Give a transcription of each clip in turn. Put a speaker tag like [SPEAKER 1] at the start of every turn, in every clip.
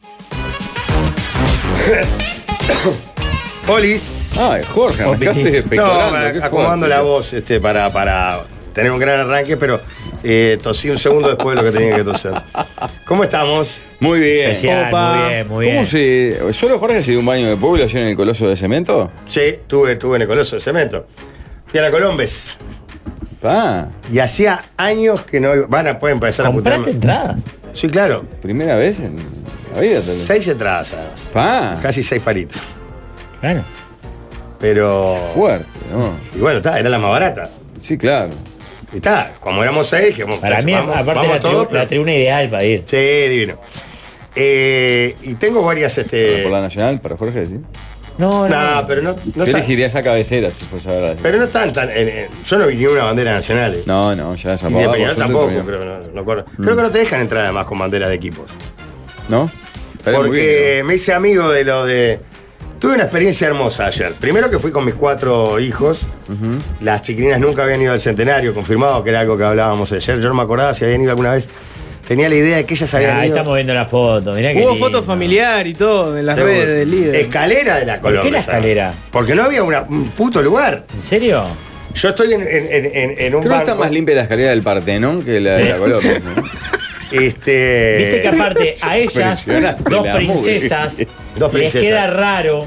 [SPEAKER 1] Olis.
[SPEAKER 2] Ay, Jorge, arrancaste
[SPEAKER 1] No,
[SPEAKER 2] pectorando, qué
[SPEAKER 1] acomodando
[SPEAKER 2] fuerte. eh.
[SPEAKER 1] la voz este, para, para tener un gran arranque, pero eh, tosí un segundo después de lo que tenía que toser. ¿Cómo estamos?
[SPEAKER 2] Muy bien.
[SPEAKER 3] Especial,
[SPEAKER 1] Opa.
[SPEAKER 3] muy bien, muy bien.
[SPEAKER 2] ¿Cómo se. ¿Solo Jorge se dio un baño de población en el coloso de cemento?
[SPEAKER 1] Sí, tuve, tuve en el Coloso de Cemento. Fui a la Colombes.
[SPEAKER 2] Pa,
[SPEAKER 1] Y hacía años que no iba. Van a, pueden empezar a
[SPEAKER 3] ¿Compraste
[SPEAKER 1] apuntarme.
[SPEAKER 3] entradas?
[SPEAKER 1] Sí, claro.
[SPEAKER 2] primera vez en la vida. tal vez.
[SPEAKER 1] Seis entradas, además.
[SPEAKER 2] Pa,
[SPEAKER 1] Casi seis palitos.
[SPEAKER 3] Claro.
[SPEAKER 1] Pero.
[SPEAKER 2] fuerte, ¿no?
[SPEAKER 1] Y bueno, está, era la más barata.
[SPEAKER 2] Sí, claro.
[SPEAKER 1] Y está, como éramos seis, dijimos,
[SPEAKER 3] Para
[SPEAKER 1] "Chacho,
[SPEAKER 3] mí,
[SPEAKER 1] vamos,
[SPEAKER 3] aparte,
[SPEAKER 1] vamos
[SPEAKER 3] la,
[SPEAKER 1] todos,
[SPEAKER 3] tribu-
[SPEAKER 1] pero-
[SPEAKER 3] la tribuna ideal para ir.
[SPEAKER 1] Sí, divino. Eh, y tengo varias, este.
[SPEAKER 2] Por la nacional, para Jorge, sí.
[SPEAKER 3] No, no.
[SPEAKER 1] Nah, pero no, no
[SPEAKER 2] Yo
[SPEAKER 1] están-
[SPEAKER 2] elegiría esa cabecera si fuese ahora. la-
[SPEAKER 1] Pero no están tan. en- en- yo no vi ni una bandera nacional. eh.
[SPEAKER 2] No, no, ya esa
[SPEAKER 1] y de
[SPEAKER 2] pavada,
[SPEAKER 1] Peñarol
[SPEAKER 2] por suerte,
[SPEAKER 1] tampoco,
[SPEAKER 2] todavía.
[SPEAKER 1] creo, no, no corre. Creo que no te dejan entrar además con banderas de equipos.
[SPEAKER 2] Mm. ¿No? Estaría muy
[SPEAKER 1] porque
[SPEAKER 2] bien,
[SPEAKER 1] me hice amigo de lo de. Tuve una experiencia hermosa ayer. Primero que fui con mis cuatro hijos. Las chiquilinas nunca habían ido al centenario, confirmado que era algo que hablábamos ayer. Yo no me acordaba si habían ido alguna vez. Tenía la idea de que ellas habían
[SPEAKER 3] Ah, ahí
[SPEAKER 1] ido.
[SPEAKER 3] estamos viendo la foto. Mirá que
[SPEAKER 4] Hubo fotos familiar y todo en las
[SPEAKER 1] Seguro.
[SPEAKER 4] redes del líder.
[SPEAKER 1] Escalera de la
[SPEAKER 3] ¿Por
[SPEAKER 1] Colombia.
[SPEAKER 3] qué la
[SPEAKER 1] ¿sabes?
[SPEAKER 3] escalera?
[SPEAKER 1] Porque no había una- un puto lugar.
[SPEAKER 3] ¿En serio?
[SPEAKER 1] Yo estoy en, en- en- en- en un
[SPEAKER 2] ¿no? Creo que está
[SPEAKER 1] banco,
[SPEAKER 2] más limpia la escalera del Partenón que la de
[SPEAKER 3] Sí.
[SPEAKER 2] la Colombia. ¿no?
[SPEAKER 1] Este,
[SPEAKER 3] Viste que aparte a ellas,
[SPEAKER 2] Impresionante
[SPEAKER 3] dos
[SPEAKER 2] la
[SPEAKER 3] princesas,
[SPEAKER 2] mugre.
[SPEAKER 1] eh. Dos
[SPEAKER 3] les
[SPEAKER 1] princesas.
[SPEAKER 3] queda raro,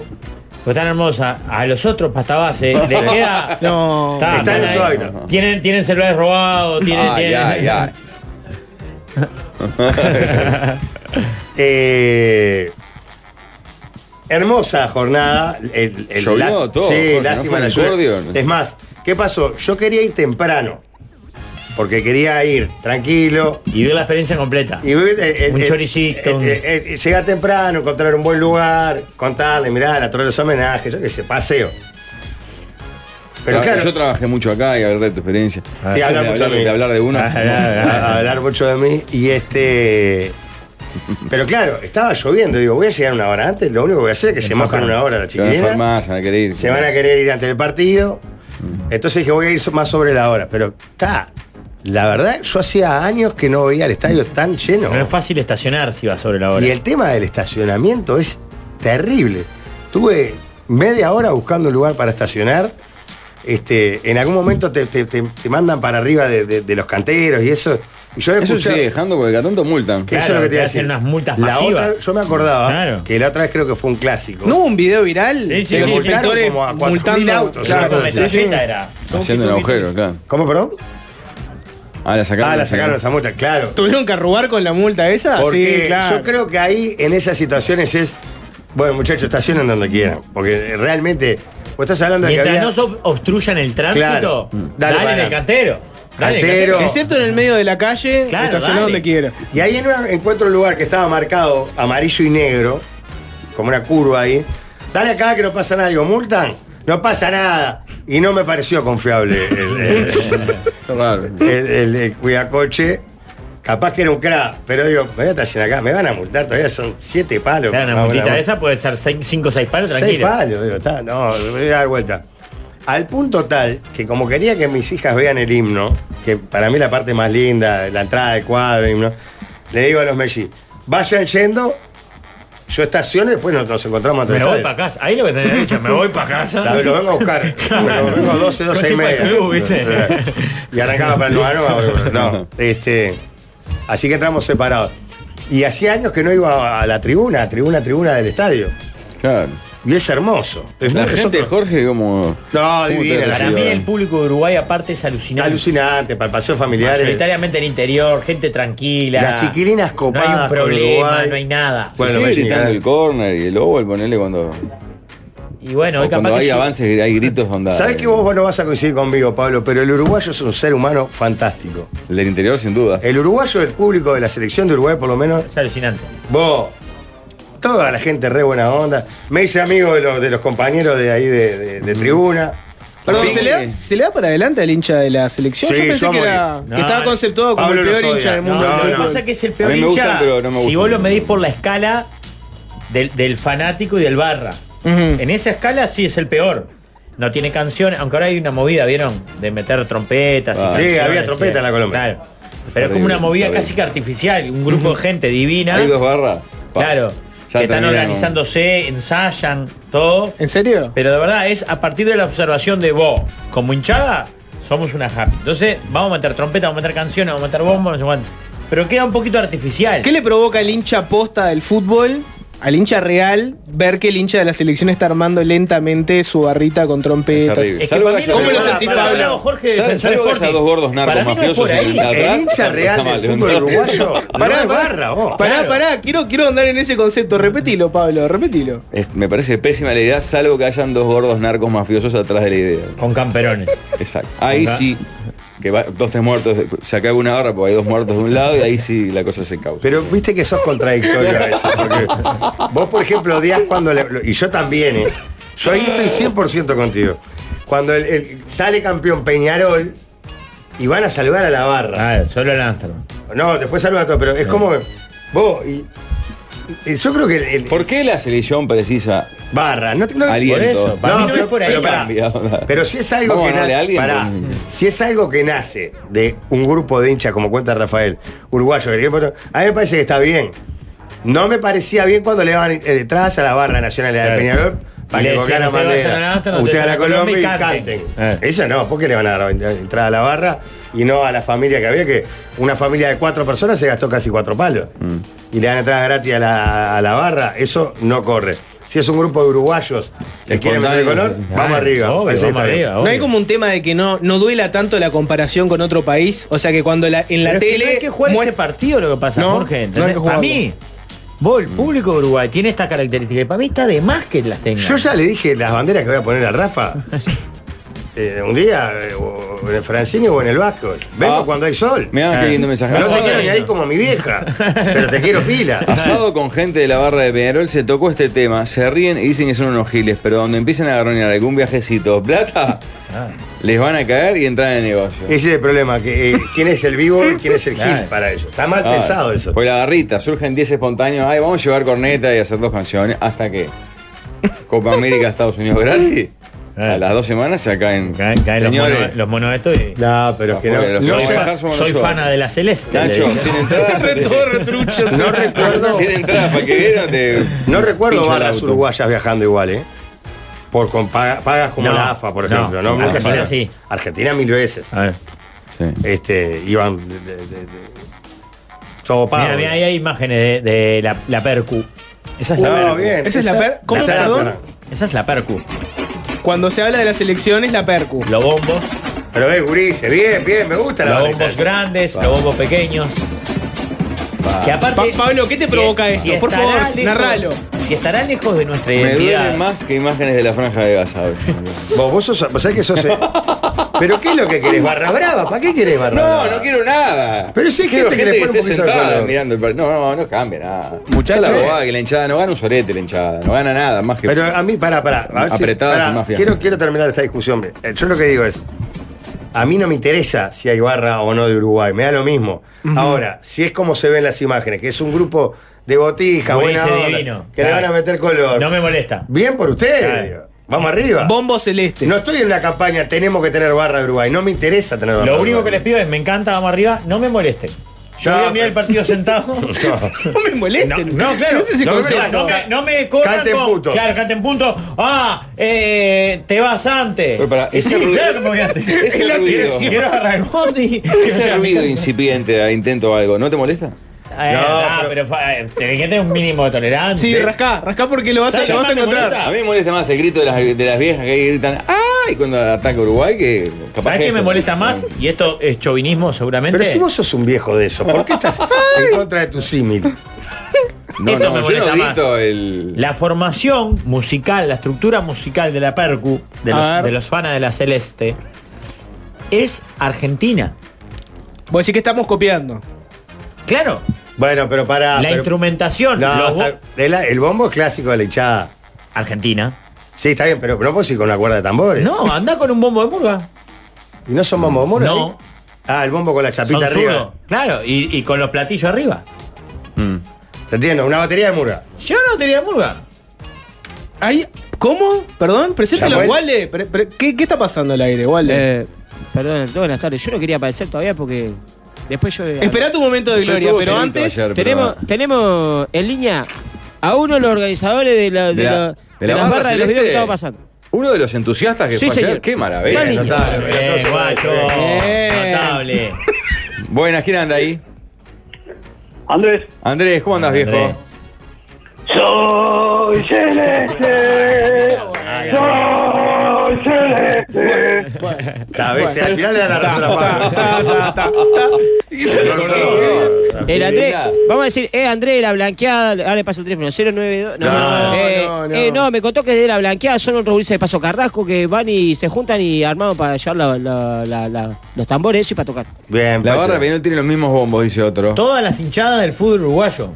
[SPEAKER 3] porque están hermosas, a los otros pastabase les queda...
[SPEAKER 4] No.
[SPEAKER 3] Está,
[SPEAKER 1] Eh, Está en Ah,
[SPEAKER 3] ahí.
[SPEAKER 1] su hábitat.
[SPEAKER 3] Tienen, tienen celulares robados, tienen...
[SPEAKER 2] Ay,
[SPEAKER 3] tienen-
[SPEAKER 2] ay, ay.
[SPEAKER 1] Eh, hermosa jornada. El, el-
[SPEAKER 2] Llovió todo,
[SPEAKER 1] Sí,
[SPEAKER 2] Jorge, ¿no
[SPEAKER 1] lástima
[SPEAKER 2] fue
[SPEAKER 1] la
[SPEAKER 2] un
[SPEAKER 1] lluvia.
[SPEAKER 2] incordio?
[SPEAKER 1] Es más, ¿qué pasó? Yo quería ir temprano. Porque quería ir tranquilo.
[SPEAKER 3] Y veo la experiencia completa.
[SPEAKER 1] Y vivir, eh,
[SPEAKER 3] Un
[SPEAKER 1] eh,
[SPEAKER 3] choricito,
[SPEAKER 1] eh,
[SPEAKER 3] un-
[SPEAKER 1] eh, eh, llegar temprano, encontrar un buen lugar, contarle, mirá, la torre de los homenajes, yo qué sé, paseo. Pero
[SPEAKER 2] Tra-
[SPEAKER 1] claro,
[SPEAKER 2] Ah, Yo trabajé mucho acá y hablé de tu experiencia.
[SPEAKER 1] Ah,
[SPEAKER 2] Yo
[SPEAKER 1] hablar
[SPEAKER 2] de,
[SPEAKER 1] mucho
[SPEAKER 2] hablar,
[SPEAKER 1] de mí.
[SPEAKER 2] de hablar de uno.
[SPEAKER 3] Ah,
[SPEAKER 2] así,
[SPEAKER 3] ya, ya.
[SPEAKER 1] a hablar mucho de mí. Y este. Pero claro, estaba lloviendo. Digo, voy a llegar una hora antes. Lo único que voy a hacer es que se mojan una hora la
[SPEAKER 2] Se van a
[SPEAKER 1] chiquilina.
[SPEAKER 2] enfermar, se van a querer ir.
[SPEAKER 1] Se van a querer ir antes del partido. Entonces dije, voy a ir so- más sobre la hora. Pero está. La verdad, yo hacía años que no veía el estadio tan lleno.
[SPEAKER 3] No es fácil estacionar si vas sobre la hora.
[SPEAKER 1] Y el tema del estacionamiento es terrible. Tuve media hora buscando un lugar para estacionar. Este, en algún momento te, te- te- te mandan para arriba de, de- de los canteros y eso. Y yo había
[SPEAKER 2] Eso
[SPEAKER 1] escuchado-
[SPEAKER 2] sigue dejando porque cada tanto multan.
[SPEAKER 1] que
[SPEAKER 3] Claro,
[SPEAKER 1] iba a
[SPEAKER 3] te hacen
[SPEAKER 1] decir.
[SPEAKER 3] unas multas
[SPEAKER 1] La
[SPEAKER 3] masivas.
[SPEAKER 1] otra- yo me acordaba
[SPEAKER 3] Claro.
[SPEAKER 1] que la otra vez creo que fue un clásico.
[SPEAKER 4] ¿No hubo un video viral?
[SPEAKER 3] Sí, sí,
[SPEAKER 4] de los
[SPEAKER 3] sí, sí.
[SPEAKER 4] inspectores
[SPEAKER 1] Como a 4.000
[SPEAKER 4] multando
[SPEAKER 1] autos,
[SPEAKER 3] Claro,
[SPEAKER 1] Claro,
[SPEAKER 3] con
[SPEAKER 1] sí,
[SPEAKER 3] metralleta
[SPEAKER 1] sí.
[SPEAKER 3] era.
[SPEAKER 2] Haciendo un agujero, claro.
[SPEAKER 1] ¿Cómo, perdón?
[SPEAKER 2] Ah, la sacaron.
[SPEAKER 1] Ah, la sacaron esa multa, claro.
[SPEAKER 4] ¿Tuvieron que arrugar con la multa esa?
[SPEAKER 1] Porque
[SPEAKER 4] sí, claro.
[SPEAKER 1] yo creo que ahí, en esas situaciones, es. Bueno, muchachos, estacionen donde quieran. Porque eh, realmente. Vos estás hablando de que
[SPEAKER 3] Mientras
[SPEAKER 1] había
[SPEAKER 3] no so- obstruyan el
[SPEAKER 1] Claro.
[SPEAKER 3] tránsito,
[SPEAKER 1] Mm. Dale
[SPEAKER 3] dale,
[SPEAKER 1] para
[SPEAKER 3] en el
[SPEAKER 1] adelante.
[SPEAKER 3] cantero. Dale en el
[SPEAKER 1] Cantero.
[SPEAKER 3] cantero.
[SPEAKER 4] Excepto en el medio de la calle,
[SPEAKER 3] Claro,
[SPEAKER 4] estacionar
[SPEAKER 3] dale.
[SPEAKER 4] donde quiera.
[SPEAKER 1] Y ahí en una- encuentro un lugar que estaba marcado amarillo y negro, como una curva ahí. Dale acá que no pasa nada. Digo, ¿multan? No pasa nada. Y no me pareció confiable el, el-
[SPEAKER 2] Qué raro.
[SPEAKER 1] el- el- el- el cuidacoche. Capaz que era un crack, pero digo, me voy a estacionar acá, me van a multar, todavía son siete palos.
[SPEAKER 3] Claro, una
[SPEAKER 1] Ah,
[SPEAKER 3] multita
[SPEAKER 1] una-
[SPEAKER 3] de esa puede ser 5 o 6 palos,
[SPEAKER 1] Seis
[SPEAKER 3] tranquilo.
[SPEAKER 1] palos, digo, está, no, me voy a dar vuelta. Al punto tal que como quería que mis hijas vean el himno, que para mí la parte más linda, la entrada del cuadro, el himno, le digo a los Messi, vayan yendo, yo estaciono y después nos, nos encontramos
[SPEAKER 3] Me voy
[SPEAKER 1] estadio".
[SPEAKER 3] para casa. Ahí lo que tenés derecho, me voy para casa.
[SPEAKER 1] La- Lo vengo a buscar. Lo vengo a 12, 12 y
[SPEAKER 3] Con tipo
[SPEAKER 1] media.
[SPEAKER 3] de club, ¿viste?
[SPEAKER 1] Y arrancaba para el Lugano. No, este, así que entramos separados. Y hacía años que no iba a la tribuna, tribuna, tribuna del estadio.
[SPEAKER 2] Claro.
[SPEAKER 1] Y es hermoso. Es
[SPEAKER 2] La
[SPEAKER 1] muy- es
[SPEAKER 2] gente,
[SPEAKER 1] otro-
[SPEAKER 2] Jorge, como.
[SPEAKER 1] No, divina, la-
[SPEAKER 3] Para mí el público de Uruguay aparte es alucinante.
[SPEAKER 1] Alucinante, para el paseo familiar. eh,
[SPEAKER 3] Mayoritariamente el interior, gente tranquila.
[SPEAKER 1] Las chiquilinas
[SPEAKER 3] No hay
[SPEAKER 1] copadas.
[SPEAKER 3] un
[SPEAKER 1] con
[SPEAKER 3] problema,
[SPEAKER 1] Uruguay.
[SPEAKER 3] no hay nada.
[SPEAKER 1] Bueno,
[SPEAKER 2] Bueno, sigue
[SPEAKER 1] Messi,
[SPEAKER 2] gritando
[SPEAKER 1] eh.
[SPEAKER 2] el corner y el oval, ponele cuando.
[SPEAKER 3] Y bueno, hoy
[SPEAKER 2] o cuando
[SPEAKER 3] capaz que
[SPEAKER 2] hay
[SPEAKER 3] sí.
[SPEAKER 2] avances, hay gritos onda.
[SPEAKER 1] Sabés que vos no vas a coincidir conmigo, Pablo, pero el uruguayo es un ser humano fantástico.
[SPEAKER 2] El del interior, sin duda.
[SPEAKER 1] El uruguayo, el público de la selección de Uruguay, por lo menos,
[SPEAKER 3] Es alucinante.
[SPEAKER 1] vos, toda la gente re buena onda. Me hice amigo de los, de los compañeros de ahí de, de- de tribuna.
[SPEAKER 4] Perdón,
[SPEAKER 2] Pinky.
[SPEAKER 4] ¿se le, da, se le da para adelante al hincha de la selección?
[SPEAKER 1] Sí,
[SPEAKER 4] yo pensé
[SPEAKER 1] yo
[SPEAKER 4] que,
[SPEAKER 1] a
[SPEAKER 4] era,
[SPEAKER 1] morir.
[SPEAKER 4] que
[SPEAKER 3] No,
[SPEAKER 4] estaba
[SPEAKER 3] no.
[SPEAKER 4] conceptuado como
[SPEAKER 1] Pablo
[SPEAKER 4] el peor
[SPEAKER 1] los odia.
[SPEAKER 4] hincha del
[SPEAKER 1] No,
[SPEAKER 4] mundo.
[SPEAKER 3] lo
[SPEAKER 4] del
[SPEAKER 3] que
[SPEAKER 1] no.
[SPEAKER 4] fútbol.
[SPEAKER 3] pasa es que es el peor
[SPEAKER 2] A mí me
[SPEAKER 3] hincha.
[SPEAKER 2] gustan, pero no me
[SPEAKER 3] si
[SPEAKER 2] gustan
[SPEAKER 3] vos lo
[SPEAKER 2] mucho.
[SPEAKER 3] medís por la escala del, del fanático y del barra.
[SPEAKER 4] Ujú.
[SPEAKER 3] En esa escala sí es el peor. No tiene canción, aunque ahora hay una movida, ¿vieron? De meter trompetas. y
[SPEAKER 2] Ah. Sí,
[SPEAKER 3] canciones,
[SPEAKER 1] había trompeta
[SPEAKER 3] y-
[SPEAKER 1] en la Colombia.
[SPEAKER 3] Claro. Pero es como
[SPEAKER 2] Terrible,
[SPEAKER 3] una movida
[SPEAKER 2] terrible.
[SPEAKER 3] casi que artificial. Un grupo de gente divina.
[SPEAKER 2] Hay dos barras. pa.
[SPEAKER 3] Claro.
[SPEAKER 2] Ya
[SPEAKER 3] que están
[SPEAKER 2] terminamos.
[SPEAKER 3] organizándose, ensayan, todo.
[SPEAKER 4] ¿En serio?
[SPEAKER 3] Pero de verdad es a partir de la observación de vos, como hinchada, somos una happy. Entonces, vamos a meter trompeta, vamos a meter canciones, vamos a meter bombas, no sé cuánto. Pero queda un poquito artificial.
[SPEAKER 4] ¿Qué le provoca al hincha posta del fútbol, al hincha real, ver que el hincha de la selección está armando lentamente su barrita con trompeta?
[SPEAKER 2] Es terrible.
[SPEAKER 3] Es que
[SPEAKER 2] Salvo
[SPEAKER 3] para
[SPEAKER 2] que
[SPEAKER 3] mí no
[SPEAKER 2] haya-
[SPEAKER 4] ¿Cómo lo
[SPEAKER 3] es-
[SPEAKER 4] sentís,
[SPEAKER 3] para- para-
[SPEAKER 4] Pablo?
[SPEAKER 3] para- Jorge,
[SPEAKER 2] Sal-
[SPEAKER 3] defensor
[SPEAKER 2] salvo que
[SPEAKER 3] Sporting.
[SPEAKER 2] haya dos gordos narcos
[SPEAKER 3] Para mí no es
[SPEAKER 2] mafiosos
[SPEAKER 3] por ahí.
[SPEAKER 2] en- atrás,
[SPEAKER 1] El hincha
[SPEAKER 2] está
[SPEAKER 1] real
[SPEAKER 2] mal,
[SPEAKER 1] del
[SPEAKER 2] ¿no?
[SPEAKER 1] fútbol uruguayo
[SPEAKER 4] Pará,
[SPEAKER 1] no
[SPEAKER 4] pará.
[SPEAKER 1] es barra, vos.
[SPEAKER 4] Pará,
[SPEAKER 3] Claro.
[SPEAKER 4] pará, quiero, quiero andar en ese concepto. Repetilo, Pablo, repetilo.
[SPEAKER 2] Es- me parece pésima la idea, salvo que hayan dos gordos narcos mafiosos atrás de la idea.
[SPEAKER 3] Con camperones.
[SPEAKER 2] Exacto. Ahí
[SPEAKER 3] Ajá.
[SPEAKER 2] sí, que va, dos, tres muertos, se acaba una hora porque hay dos muertos de un lado y ahí sí la cosa se causa.
[SPEAKER 1] Pero viste que sos contradictorio a veces. Porque vos, por ejemplo, odias cuando. le- lo- y yo también, ¿eh? Yo ahí estoy 100% contigo. Cuando el- el- sale campeón Peñarol y van a saludar a la barra.
[SPEAKER 3] Ah, solo el Armstrong.
[SPEAKER 1] No, después saluda a todos, pero es como. Vos. y- y yo creo que. el- el-
[SPEAKER 2] ¿Por qué la selección precisa
[SPEAKER 1] barra. No, te- no-
[SPEAKER 2] Aliento.
[SPEAKER 3] eso, para mí no es por ahí.
[SPEAKER 1] Pero, pará.
[SPEAKER 2] Cambia, onda.
[SPEAKER 1] Pero si es algo
[SPEAKER 2] Vamos a
[SPEAKER 1] que
[SPEAKER 2] ganarle
[SPEAKER 1] nace.
[SPEAKER 2] a alguien,
[SPEAKER 1] pará.
[SPEAKER 2] pues.
[SPEAKER 1] si es algo que nace de un grupo de hinchas, como cuenta Rafael, uruguayo, que- a mí me parece que está bien. No me parecía bien cuando le daban eh, detrás a la barra nacional de
[SPEAKER 3] Claro.
[SPEAKER 1] Peñarol para
[SPEAKER 3] Y
[SPEAKER 1] que
[SPEAKER 3] le
[SPEAKER 1] colocaran
[SPEAKER 3] decían, "Ustedes vayan a la
[SPEAKER 1] bandera.
[SPEAKER 3] Astra,
[SPEAKER 1] Ustedes a la Colombia y
[SPEAKER 3] canten".
[SPEAKER 1] canten.
[SPEAKER 3] Eh.
[SPEAKER 1] Eso no, ¿por qué le van a dar entrada a la barra y no a la familia que había? Que una familia de cuatro personas se gastó casi cuatro palos.
[SPEAKER 3] Mm.
[SPEAKER 1] Y le dan entrada gratis a la, a la barra, eso no corre. Si es un grupo de uruguayos que quieren meter el color,
[SPEAKER 2] Espontáneos.
[SPEAKER 1] vamos
[SPEAKER 3] Ah,
[SPEAKER 1] arriba.
[SPEAKER 3] obvio,
[SPEAKER 1] Parece que
[SPEAKER 3] vamos
[SPEAKER 1] está bien.
[SPEAKER 3] arriba.
[SPEAKER 4] No hay
[SPEAKER 3] obvio.
[SPEAKER 4] como un tema de que no, no duela tanto la comparación con otro país. O sea que cuando la, en la
[SPEAKER 3] Pero es que
[SPEAKER 4] tele.
[SPEAKER 3] no hay que jugar
[SPEAKER 4] muest-
[SPEAKER 3] ese partido lo que pasa,
[SPEAKER 4] No,
[SPEAKER 3] Jorge.
[SPEAKER 4] no hay
[SPEAKER 3] ¿entendés?
[SPEAKER 4] que
[SPEAKER 3] para
[SPEAKER 4] jugarlo.
[SPEAKER 3] mí, vos, el
[SPEAKER 2] Mm.
[SPEAKER 3] público de Uruguay, tiene estas características. Y para mí está de más que las tenga.
[SPEAKER 1] Yo ya le dije las banderas que voy a poner a Rafa. Eh, un día, eh, o en el Francini o en el Vasco. Vengo
[SPEAKER 2] Ah.
[SPEAKER 1] cuando hay sol.
[SPEAKER 2] Me dan qué lindo mensaje.
[SPEAKER 1] No te
[SPEAKER 2] Asado,
[SPEAKER 1] quiero ni ahí como mi vieja, pero te quiero pila.
[SPEAKER 2] asado con gente de la barra de Peñarol se tocó este tema, se ríen y dicen que son unos giles, pero donde empiecen a agarronear algún viajecito, plata,
[SPEAKER 3] Ah.
[SPEAKER 2] les van a caer y entrar en el negocio.
[SPEAKER 1] Ese es el problema, que eh, quién es el vivo y quién es el gil
[SPEAKER 3] Claro.
[SPEAKER 1] para ellos. Está mal
[SPEAKER 2] Ah,
[SPEAKER 1] pensado eso.
[SPEAKER 2] Pues la barrita, surgen 10 espontáneos, ay, vamos a llevar corneta y hacer dos canciones, hasta que Copa América, Estados Unidos gratis.
[SPEAKER 3] Ah.
[SPEAKER 2] A las dos semanas se caen.
[SPEAKER 3] Caen, caen los
[SPEAKER 2] Señores,
[SPEAKER 3] monos- los monos estos y.
[SPEAKER 1] No, pero es que no.
[SPEAKER 2] Afuera,
[SPEAKER 1] no
[SPEAKER 2] los
[SPEAKER 1] se-
[SPEAKER 3] soy
[SPEAKER 2] vamos a
[SPEAKER 3] fa-
[SPEAKER 2] dejar somos
[SPEAKER 3] soy
[SPEAKER 2] nosotros.
[SPEAKER 3] fana de la celeste. le
[SPEAKER 2] Nacho,
[SPEAKER 3] dice.
[SPEAKER 2] sin entrada.
[SPEAKER 4] Re todo retrucho, sí.
[SPEAKER 1] no recuerdo.
[SPEAKER 2] Sin entrada, para que vieran, te.
[SPEAKER 1] No recuerdo
[SPEAKER 2] pincho el
[SPEAKER 1] barras
[SPEAKER 2] auto.
[SPEAKER 1] uruguayas viajando igual, ¿eh? Por con paga- pagas como
[SPEAKER 3] No,
[SPEAKER 1] la AFA, por
[SPEAKER 3] no.
[SPEAKER 1] ejemplo. No, Nunca
[SPEAKER 3] Argentina
[SPEAKER 1] pagaron.
[SPEAKER 3] sí.
[SPEAKER 1] Argentina mil veces.
[SPEAKER 3] A ver.
[SPEAKER 2] Sí.
[SPEAKER 1] Este, iban. De, de, de- de- todo pago.
[SPEAKER 3] Mira, mira, ahí hay imágenes de, de la, la Percu. Esa es
[SPEAKER 1] Uh,
[SPEAKER 3] la Percu.
[SPEAKER 1] bien.
[SPEAKER 4] Esa es la per- ¿Cómo,
[SPEAKER 1] Esa es la
[SPEAKER 4] perdón?
[SPEAKER 1] perra.
[SPEAKER 3] Esa es la Percu.
[SPEAKER 4] Cuando se habla de la selección es la percu.
[SPEAKER 3] Los bombos,
[SPEAKER 1] Pero ves, gurises, bien, bien, me gusta la
[SPEAKER 3] los
[SPEAKER 1] barrita
[SPEAKER 3] bombos
[SPEAKER 1] esa.
[SPEAKER 3] grandes, los bombos pequeños. Que aparte,
[SPEAKER 4] Pa- Pablo, ¿qué te provoca esto? Por
[SPEAKER 3] estará
[SPEAKER 4] favor, narralo.
[SPEAKER 3] Si estará lejos de nuestra
[SPEAKER 2] Me
[SPEAKER 3] identidad.
[SPEAKER 2] duelen más que imágenes de la franja de Gaza. hoy.
[SPEAKER 1] Vos, vos sos. Vos sabés que sos. eh, ¿Pero qué es lo que querés? ¿Barra brava? ¿Para qué querés barra brava?
[SPEAKER 2] No, no quiero nada.
[SPEAKER 1] Pero si hay
[SPEAKER 2] Quiero
[SPEAKER 1] gente que le pone un
[SPEAKER 2] esté
[SPEAKER 1] poquito de
[SPEAKER 2] sentada
[SPEAKER 1] color.
[SPEAKER 2] mirando el par- No, no, no cambia nada.
[SPEAKER 1] Muchacho,
[SPEAKER 2] Muchacha la
[SPEAKER 1] eh.
[SPEAKER 2] bobada que la hinchada no gana un sorete, la hinchada. No gana nada, más que.
[SPEAKER 1] Pero a mí, pará, pará. A ver si-
[SPEAKER 2] Apretadas
[SPEAKER 1] pará,
[SPEAKER 2] y mafias.
[SPEAKER 1] Quiero, quiero terminar esta discusión. bien. Eh, Yo lo que digo es, a mí no me interesa si hay barra o no de Uruguay, me da lo mismo. Ahora, si es como se ven las imágenes, que es un grupo de botija,
[SPEAKER 3] Lo
[SPEAKER 1] buena
[SPEAKER 3] hice
[SPEAKER 1] onda,
[SPEAKER 3] divino.
[SPEAKER 1] que
[SPEAKER 3] Claro.
[SPEAKER 1] le van a meter color.
[SPEAKER 3] No me molesta.
[SPEAKER 1] Bien por
[SPEAKER 3] Claro.
[SPEAKER 1] ustedes. digo. Vamos arriba.
[SPEAKER 4] Bombos celestes.
[SPEAKER 1] No estoy en la campaña, tenemos que tener barra de Uruguay. No me interesa tener barra.
[SPEAKER 3] Lo
[SPEAKER 1] de
[SPEAKER 3] único que les
[SPEAKER 1] Uruguay.
[SPEAKER 3] pido es, me encanta, vamos arriba, no me molesten. Yo
[SPEAKER 1] No,
[SPEAKER 3] voy a mirar
[SPEAKER 1] pero-
[SPEAKER 3] el partido sentado.
[SPEAKER 4] No me molesten.
[SPEAKER 3] No, no, claro.
[SPEAKER 4] ¿Qué es ese
[SPEAKER 3] no,
[SPEAKER 4] concepto?
[SPEAKER 3] me, no, me, no me corran
[SPEAKER 1] Canten
[SPEAKER 3] con-
[SPEAKER 1] punto.
[SPEAKER 3] Claro, canten punto. Ah, eh, te vas antes.
[SPEAKER 2] Pero pará,
[SPEAKER 3] Y
[SPEAKER 2] ese
[SPEAKER 3] sí,
[SPEAKER 2] ruido-
[SPEAKER 3] claro que me voy antes.
[SPEAKER 2] ese
[SPEAKER 3] Quiero-
[SPEAKER 2] ruido.
[SPEAKER 3] Quiero agarrar el bondi. O
[SPEAKER 2] Ese
[SPEAKER 3] sea,
[SPEAKER 2] ruido
[SPEAKER 3] eh,
[SPEAKER 2] incipiente a intento o algo, ¿no te molesta?
[SPEAKER 3] ah,
[SPEAKER 1] No,
[SPEAKER 3] pero, fa- eh, tenés que tener un mínimo de tolerancia.
[SPEAKER 4] Sí, rascá, rascá porque lo vas a,
[SPEAKER 3] ¿Sabes
[SPEAKER 4] lo vas a
[SPEAKER 3] qué más me
[SPEAKER 4] encontrar.
[SPEAKER 3] molesta?
[SPEAKER 2] A mí me molesta más el grito de las, de las viejas que ahí gritan ¡Ay! cuando ataca Uruguay que. capaz
[SPEAKER 3] ¿Sabés qué
[SPEAKER 2] esto-
[SPEAKER 3] me molesta más? Y esto es chauvinismo seguramente.
[SPEAKER 1] Pero si vos sos un viejo de eso, ¿por qué estás en contra de tu símil?
[SPEAKER 2] No,
[SPEAKER 3] Esto
[SPEAKER 2] no,
[SPEAKER 3] me
[SPEAKER 2] yo
[SPEAKER 3] molesta
[SPEAKER 2] no
[SPEAKER 3] más.
[SPEAKER 2] grito el.
[SPEAKER 3] La formación musical, la estructura musical de la Percu, de
[SPEAKER 4] A
[SPEAKER 3] los,
[SPEAKER 4] ver.
[SPEAKER 3] de los fanas de la Celeste, es argentina.
[SPEAKER 4] Vos decís que estamos copiando.
[SPEAKER 3] Claro,
[SPEAKER 1] Bueno, pero para.
[SPEAKER 3] la instrumentación,
[SPEAKER 1] No,
[SPEAKER 3] los bo-
[SPEAKER 1] está- el, el bombo es clásico de la hinchada.
[SPEAKER 3] Argentina.
[SPEAKER 1] Sí, está bien, pero no puedes ir con una cuerda de tambores.
[SPEAKER 3] No, anda con un bombo de murga.
[SPEAKER 1] ¿Y no son bombos moros?
[SPEAKER 3] No.
[SPEAKER 1] ¿sí? Ah, el bombo con la
[SPEAKER 3] Son
[SPEAKER 1] chapita arriba.
[SPEAKER 3] zurdo. Claro, y, y con los platillos arriba.
[SPEAKER 1] Te entiendo, una batería de murga.
[SPEAKER 3] Yo no tenía murga.
[SPEAKER 4] Ay, ¿Cómo? Perdón, preséntalo,
[SPEAKER 1] Samuel.
[SPEAKER 4] Walde. eh, Pre- pre- ¿Qué, qué está pasando al aire, Walde?
[SPEAKER 5] Eh, perdón, buenas tardes. Yo no quería aparecer todavía porque después yo. eh,
[SPEAKER 4] Espera tu momento de
[SPEAKER 2] Estoy
[SPEAKER 4] gloria,
[SPEAKER 2] todo
[SPEAKER 4] pero
[SPEAKER 2] llenito
[SPEAKER 4] antes.
[SPEAKER 2] ayer.
[SPEAKER 5] Tenemos, tenemos en línea a uno de los organizadores de, la, de,
[SPEAKER 2] De la-
[SPEAKER 5] la-
[SPEAKER 2] de
[SPEAKER 5] de
[SPEAKER 2] la
[SPEAKER 5] las
[SPEAKER 2] barra
[SPEAKER 5] barras de los
[SPEAKER 2] celeste.
[SPEAKER 5] videos que estaba pasando.
[SPEAKER 2] Uno de los entusiastas que
[SPEAKER 5] Sí,
[SPEAKER 2] fue ayer.
[SPEAKER 5] señor.
[SPEAKER 2] Qué maravilla.
[SPEAKER 5] Tal niño.
[SPEAKER 1] notable, un
[SPEAKER 3] Bien,
[SPEAKER 1] aplauso para
[SPEAKER 3] guacho.
[SPEAKER 1] Fede.
[SPEAKER 4] Bien.
[SPEAKER 3] Notable.
[SPEAKER 2] Buenas, ¿quién anda ahí?
[SPEAKER 6] Andrés,
[SPEAKER 2] Andrés, ¿cómo andas,
[SPEAKER 3] Andrés.
[SPEAKER 2] viejo?
[SPEAKER 6] soy celeste. Soy celeste.
[SPEAKER 1] Está, ¿ves? al final le da la razón a Pablo.
[SPEAKER 5] El Andrés,
[SPEAKER 2] Mira.
[SPEAKER 5] vamos a decir, eh, Andrés, la blanqueada, ahora le paso el teléfono, 092.
[SPEAKER 1] No,
[SPEAKER 5] eh,
[SPEAKER 4] no, no.
[SPEAKER 5] eh, no, me contó que de la blanqueada son otros dulces de paso carrasco que van y se juntan y armados para llevar la- la- la- la- los tambores eso y para tocar.
[SPEAKER 1] Bien,
[SPEAKER 2] La
[SPEAKER 1] parece.
[SPEAKER 2] barra de Peñarol tiene los mismos bombos, dice otro.
[SPEAKER 3] Todas las hinchadas del fútbol uruguayo,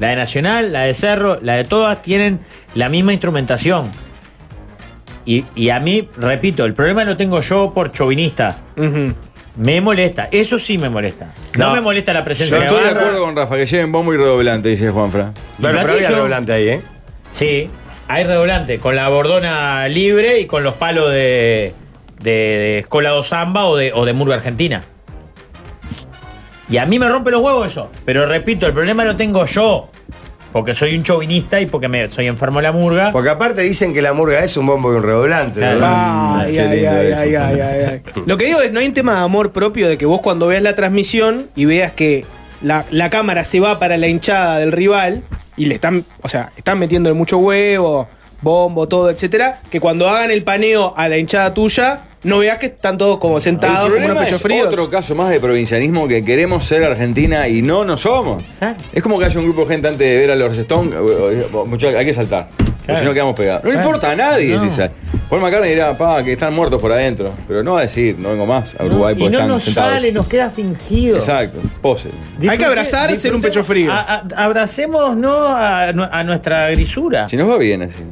[SPEAKER 3] la de Nacional, la de Cerro, la de todas, tienen la misma instrumentación. Y, y a mí, repito, el problema lo tengo yo por chovinista.
[SPEAKER 4] Ujú.
[SPEAKER 3] Me molesta, eso sí me molesta. No,
[SPEAKER 1] No.
[SPEAKER 3] me molesta la
[SPEAKER 2] Yo
[SPEAKER 3] presencia de
[SPEAKER 2] estoy de
[SPEAKER 3] barra.
[SPEAKER 2] acuerdo con Rafa, que lleven bombo y redoblante, dice Juanfra.
[SPEAKER 1] Bueno, pero había
[SPEAKER 3] Platillo.
[SPEAKER 1] redoblante ahí, ¿eh?
[SPEAKER 3] Sí, hay redoblante, con la bordona libre y con los palos de, de, de escolado samba o de, o de murga argentina. Y a mí me rompe los huevos eso. Pero repito, el problema lo tengo yo. Porque soy un chauvinista y porque me, soy enfermo de la murga.
[SPEAKER 1] Porque aparte dicen que la murga es un bombo y un redoblante.
[SPEAKER 3] Claro.
[SPEAKER 1] ¿verdad?
[SPEAKER 4] Ay,
[SPEAKER 2] qué
[SPEAKER 4] ay,
[SPEAKER 2] lindo
[SPEAKER 4] ay,
[SPEAKER 2] eso.
[SPEAKER 4] ay, ay, ay, ay. Lo que digo es, no hay un tema de amor propio de que vos cuando veas la transmisión y veas que la, la cámara se va para la hinchada del rival y le están, o sea, están metiendo mucho huevo, bombo, todo, etcétera, que cuando hagan el paneo a la hinchada tuya, no veas que están todos como sentados,
[SPEAKER 2] El
[SPEAKER 4] con unos
[SPEAKER 2] problema
[SPEAKER 4] pechos
[SPEAKER 2] es
[SPEAKER 4] fríos.
[SPEAKER 2] otro caso más de provincianismo que queremos ser Argentina y no, no somos.
[SPEAKER 3] Exacto.
[SPEAKER 2] Es como que haya un grupo de gente antes de ver a los Stones, eh, eh, muchachos, hay que saltar. porque Si no quedamos pegados. No le importa a nadie. si sal- Paul McCartney dirá, pa, que están muertos por adentro. Pero no va a decir, no vengo más a Uruguay
[SPEAKER 3] y
[SPEAKER 2] porque
[SPEAKER 3] no
[SPEAKER 2] están
[SPEAKER 3] nos
[SPEAKER 2] sentados.
[SPEAKER 3] sale, nos queda fingido.
[SPEAKER 2] Exacto, pose. Ah,
[SPEAKER 4] Hay que abrazar,
[SPEAKER 3] disfrute-
[SPEAKER 4] ser un pecho frío.
[SPEAKER 3] a- a- abracémonos ¿no? a, nu- a nuestra grisura.
[SPEAKER 2] Si nos va bien así.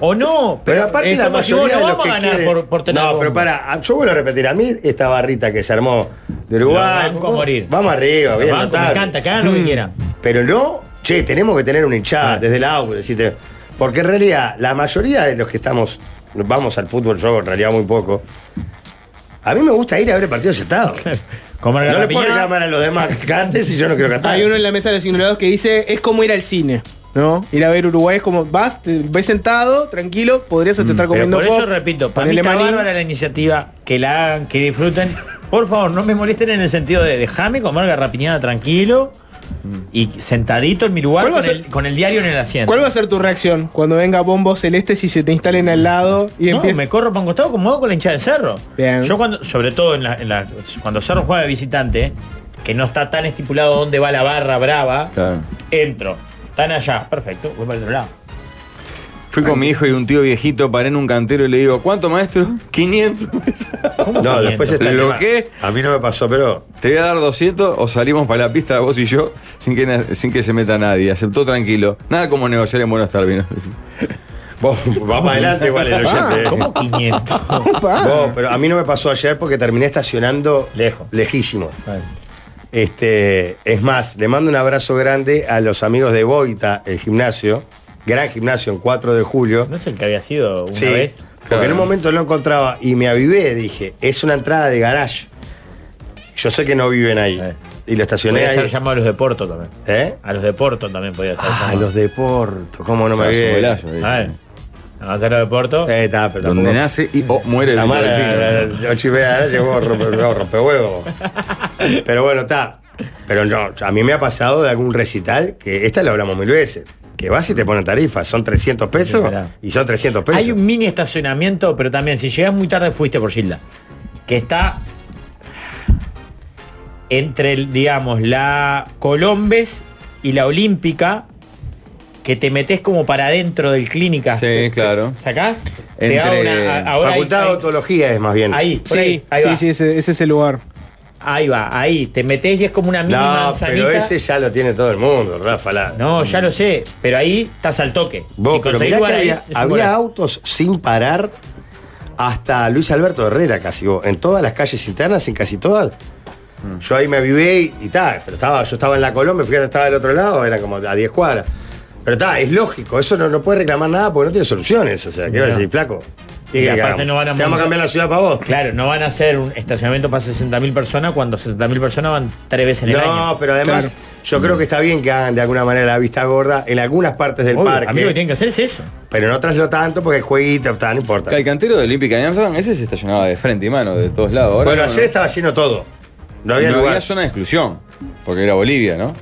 [SPEAKER 3] O no,
[SPEAKER 1] Pero aparte la
[SPEAKER 3] como si vos
[SPEAKER 1] mayoría
[SPEAKER 3] no
[SPEAKER 1] de los
[SPEAKER 3] vamos
[SPEAKER 1] que
[SPEAKER 3] a ganar
[SPEAKER 1] quieren-
[SPEAKER 3] por, por tener
[SPEAKER 1] No,
[SPEAKER 3] bombo.
[SPEAKER 1] pero para, yo vuelvo a repetir, a mí esta barrita que se armó de Uruguay.
[SPEAKER 3] Lo banco a morir.
[SPEAKER 1] Vamos arriba,
[SPEAKER 3] Los
[SPEAKER 1] bien.
[SPEAKER 3] bancos, me
[SPEAKER 1] notable. Mm.
[SPEAKER 3] encanta, que hagan lo que quieran.
[SPEAKER 1] Pero no, che, tenemos que tener una hinchada
[SPEAKER 3] Ah.
[SPEAKER 1] desde el auto, decirte. Porque en realidad, la mayoría de los que estamos, vamos al fútbol, yo en realidad muy poco. A mí me gusta ir a ver partidos sentados.
[SPEAKER 3] Como
[SPEAKER 1] No le puedo reclamar a los demás que canten si yo no quiero cantar.
[SPEAKER 4] Hay uno en la mesa de los ignorados que dice, es como ir al cine, ¿no? Ir a ver Uruguay es como, vas, te ves sentado, tranquilo, podrías hasta estar
[SPEAKER 3] Mm. Pero
[SPEAKER 4] comiendo
[SPEAKER 3] por eso
[SPEAKER 4] pop,
[SPEAKER 3] repito, para mí
[SPEAKER 4] ponele
[SPEAKER 3] está
[SPEAKER 4] maní.
[SPEAKER 3] bárbara la iniciativa, que la hagan, que disfruten. Por favor, no me molesten en el sentido de dejame comer garrapiñada tranquilo y sentadito en mi lugar
[SPEAKER 4] ¿Cuál va
[SPEAKER 3] con
[SPEAKER 4] a ser-
[SPEAKER 3] el, con el diario en el asiento.
[SPEAKER 4] ¿Cuál va a ser tu reacción cuando venga bombos celestes y se te instalen al lado y
[SPEAKER 3] no,
[SPEAKER 4] empieces?
[SPEAKER 3] me corro para un costado como hago con la hinchada de Cerro.
[SPEAKER 4] Bien.
[SPEAKER 3] Yo cuando, sobre todo en la- en la- cuando Cerro juega de visitante, que no está tan estipulado dónde va la barra brava,
[SPEAKER 2] Claro.
[SPEAKER 3] entro. Están allá, perfecto, voy para el otro lado.
[SPEAKER 2] Fui con mi hijo y un tío viejito, paré en un cantero y le digo, ¿cuánto maestro? 500.
[SPEAKER 3] ¿Cómo
[SPEAKER 1] No,
[SPEAKER 3] te
[SPEAKER 1] después
[SPEAKER 3] miento?
[SPEAKER 1] está el
[SPEAKER 2] ¿Lo
[SPEAKER 1] tema.
[SPEAKER 2] qué?
[SPEAKER 1] A mí no me pasó, pero.
[SPEAKER 2] Te voy a dar 200 o salimos para la pista vos y yo sin que, na- sin que se meta nadie. Aceptó tranquilo. Nada como negociar en buenos términos.
[SPEAKER 1] Vos, va para adelante igual el oyente. ¿eh?
[SPEAKER 3] Ah, ¿Cómo 500?
[SPEAKER 1] Vos, pero a mí no me pasó ayer porque terminé estacionando
[SPEAKER 3] Lejos.
[SPEAKER 1] lejísimo. Este, es más, le mando un abrazo grande a los amigos de Boita, el gimnasio, gran gimnasio en 4 de julio.
[SPEAKER 3] ¿No es el que había sido una
[SPEAKER 1] Sí,
[SPEAKER 3] vez?
[SPEAKER 1] porque en un momento lo encontraba y me avivé, dije, es una entrada de garage. Yo sé que no viven ahí.
[SPEAKER 3] Eh.
[SPEAKER 1] Y lo estacioné
[SPEAKER 3] Podría ser
[SPEAKER 1] ahí.
[SPEAKER 3] llamado a los de Porto también.
[SPEAKER 1] ¿Eh?
[SPEAKER 3] A los de Porto también podía ser
[SPEAKER 1] Ah,
[SPEAKER 3] llamado.
[SPEAKER 1] los de Porto, cómo no me Ah,
[SPEAKER 2] Es un
[SPEAKER 1] avivé.
[SPEAKER 2] golazo, eh.
[SPEAKER 3] A ver, vamos a hacer los de Porto.
[SPEAKER 1] Eh, está, pero
[SPEAKER 2] Donde
[SPEAKER 1] tampoco-
[SPEAKER 2] nace y o muere el
[SPEAKER 1] Llamar
[SPEAKER 2] Víctor del
[SPEAKER 1] a
[SPEAKER 2] Pino.
[SPEAKER 1] las 8 y media de la noche, vos rompe, no, rompehuevo. Pero bueno, está. Pero no, a mí me ha pasado de algún recital, que esta lo hablamos mil veces, que vas y te ponen tarifas, son 300 pesos
[SPEAKER 3] Esperá.
[SPEAKER 1] y son 300 pesos.
[SPEAKER 3] Hay un mini estacionamiento, pero también si llegas muy tarde fuiste por Gilda. Que está entre, el, digamos, la Colombes y la Olímpica, que te metes como para adentro del clínica.
[SPEAKER 2] Sí, claro.
[SPEAKER 3] ¿Sacás?
[SPEAKER 2] Entre
[SPEAKER 3] Pegado a a- ahora hay-
[SPEAKER 1] Facultad de Odontología es más bien.
[SPEAKER 3] Ahí, ahí, por
[SPEAKER 4] Sí,
[SPEAKER 3] ahí, ahí
[SPEAKER 4] sí,
[SPEAKER 3] va.
[SPEAKER 4] sí, ese, ese es el lugar.
[SPEAKER 3] Ahí va, ahí. Te metes y es como una mini
[SPEAKER 1] No,
[SPEAKER 3] manzanita.
[SPEAKER 1] pero ese ya lo tiene todo el mundo, Rafa. la-
[SPEAKER 3] No, ya lo sé, pero ahí estás al toque.
[SPEAKER 1] Vos,
[SPEAKER 3] si
[SPEAKER 1] pero
[SPEAKER 3] conseguís
[SPEAKER 1] mirá que
[SPEAKER 3] lugar ahí,
[SPEAKER 1] había,
[SPEAKER 3] es un
[SPEAKER 1] había
[SPEAKER 3] golazo.
[SPEAKER 1] autos sin parar hasta Luis Alberto Herrera casi vos, en todas las calles internas, en casi todas.
[SPEAKER 3] Mm.
[SPEAKER 1] Yo ahí me avivé y, y tal, pero estaba, yo estaba en la Colombia, fíjate, estaba del otro lado, era como a 10 cuadras. Pero está, es lógico, eso no, no puede reclamar nada porque no tiene soluciones. O sea, ¿qué va a decir, flaco? ¿Qué
[SPEAKER 3] Y
[SPEAKER 1] querés que
[SPEAKER 3] aparte
[SPEAKER 1] hagamos?
[SPEAKER 3] no van a
[SPEAKER 1] Te vamos a
[SPEAKER 3] montar-
[SPEAKER 1] cambiar la ciudad para vos.
[SPEAKER 3] Claro, no van a hacer un estacionamiento para 60.000 personas cuando 60.000 personas van tres veces en el
[SPEAKER 1] No,
[SPEAKER 3] año.
[SPEAKER 1] pero además,
[SPEAKER 4] Claro.
[SPEAKER 1] Yo creo que está bien que hagan de alguna manera la vista gorda en algunas partes del
[SPEAKER 3] Obvio,
[SPEAKER 1] parque.
[SPEAKER 3] A mí lo que tienen que hacer es eso.
[SPEAKER 1] Pero en otras no tanto porque el jueguito, está, no importa.
[SPEAKER 2] El cantero de Olímpica en Amsterdam, ese se estacionaba de frente y mano, de todos lados. Ahora
[SPEAKER 1] bueno,
[SPEAKER 2] no,
[SPEAKER 1] ayer estaba lleno todo. No
[SPEAKER 2] no,
[SPEAKER 1] había
[SPEAKER 2] no
[SPEAKER 1] lugar.
[SPEAKER 2] había zona de exclusión, porque era Bolivia, ¿no?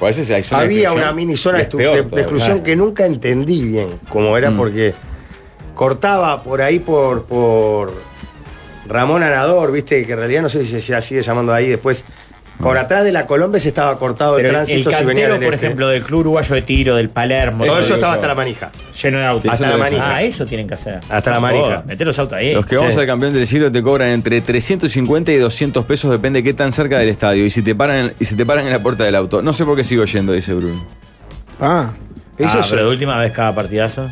[SPEAKER 2] O a veces hay zona de
[SPEAKER 1] había
[SPEAKER 2] exclusión
[SPEAKER 1] una mini zona
[SPEAKER 2] y
[SPEAKER 1] de,
[SPEAKER 2] es peor
[SPEAKER 1] de- de
[SPEAKER 2] todavía. Mm.
[SPEAKER 1] exclusión que nunca entendí bien cómo era porque cortaba por ahí por, por Ramón Anador, viste, que en realidad no sé si se sigue llamando ahí después.
[SPEAKER 2] Mm.
[SPEAKER 1] Por atrás de la Colombia se estaba cortado el
[SPEAKER 3] Pero el,
[SPEAKER 1] tránsito si venía
[SPEAKER 3] cantero,
[SPEAKER 1] del
[SPEAKER 3] por
[SPEAKER 1] este.
[SPEAKER 3] ejemplo, del Club Uruguayo de Tiro, del Palermo.
[SPEAKER 1] Todo
[SPEAKER 2] Eso
[SPEAKER 1] eso
[SPEAKER 2] lo
[SPEAKER 1] estaba
[SPEAKER 2] dejaba.
[SPEAKER 1] hasta la manija.
[SPEAKER 3] Lleno de autos.
[SPEAKER 2] Sí,
[SPEAKER 1] hasta la
[SPEAKER 2] eso lo
[SPEAKER 1] manija.
[SPEAKER 3] Ah, eso tienen que hacer.
[SPEAKER 1] Hasta la manija.
[SPEAKER 3] Joder, Meter los autos ahí.
[SPEAKER 2] Los que vamos
[SPEAKER 1] Sí.
[SPEAKER 2] al campeón del siglo te cobran entre 350 y 200 pesos, depende qué tan cerca del estadio. Y si te paran en, y si te paran en la puerta del auto. No sé por qué sigo yendo, dice Bruno.
[SPEAKER 4] Ah,
[SPEAKER 3] Eso
[SPEAKER 4] eso
[SPEAKER 3] ah,
[SPEAKER 4] es.
[SPEAKER 3] pero de última vez cada partidazo.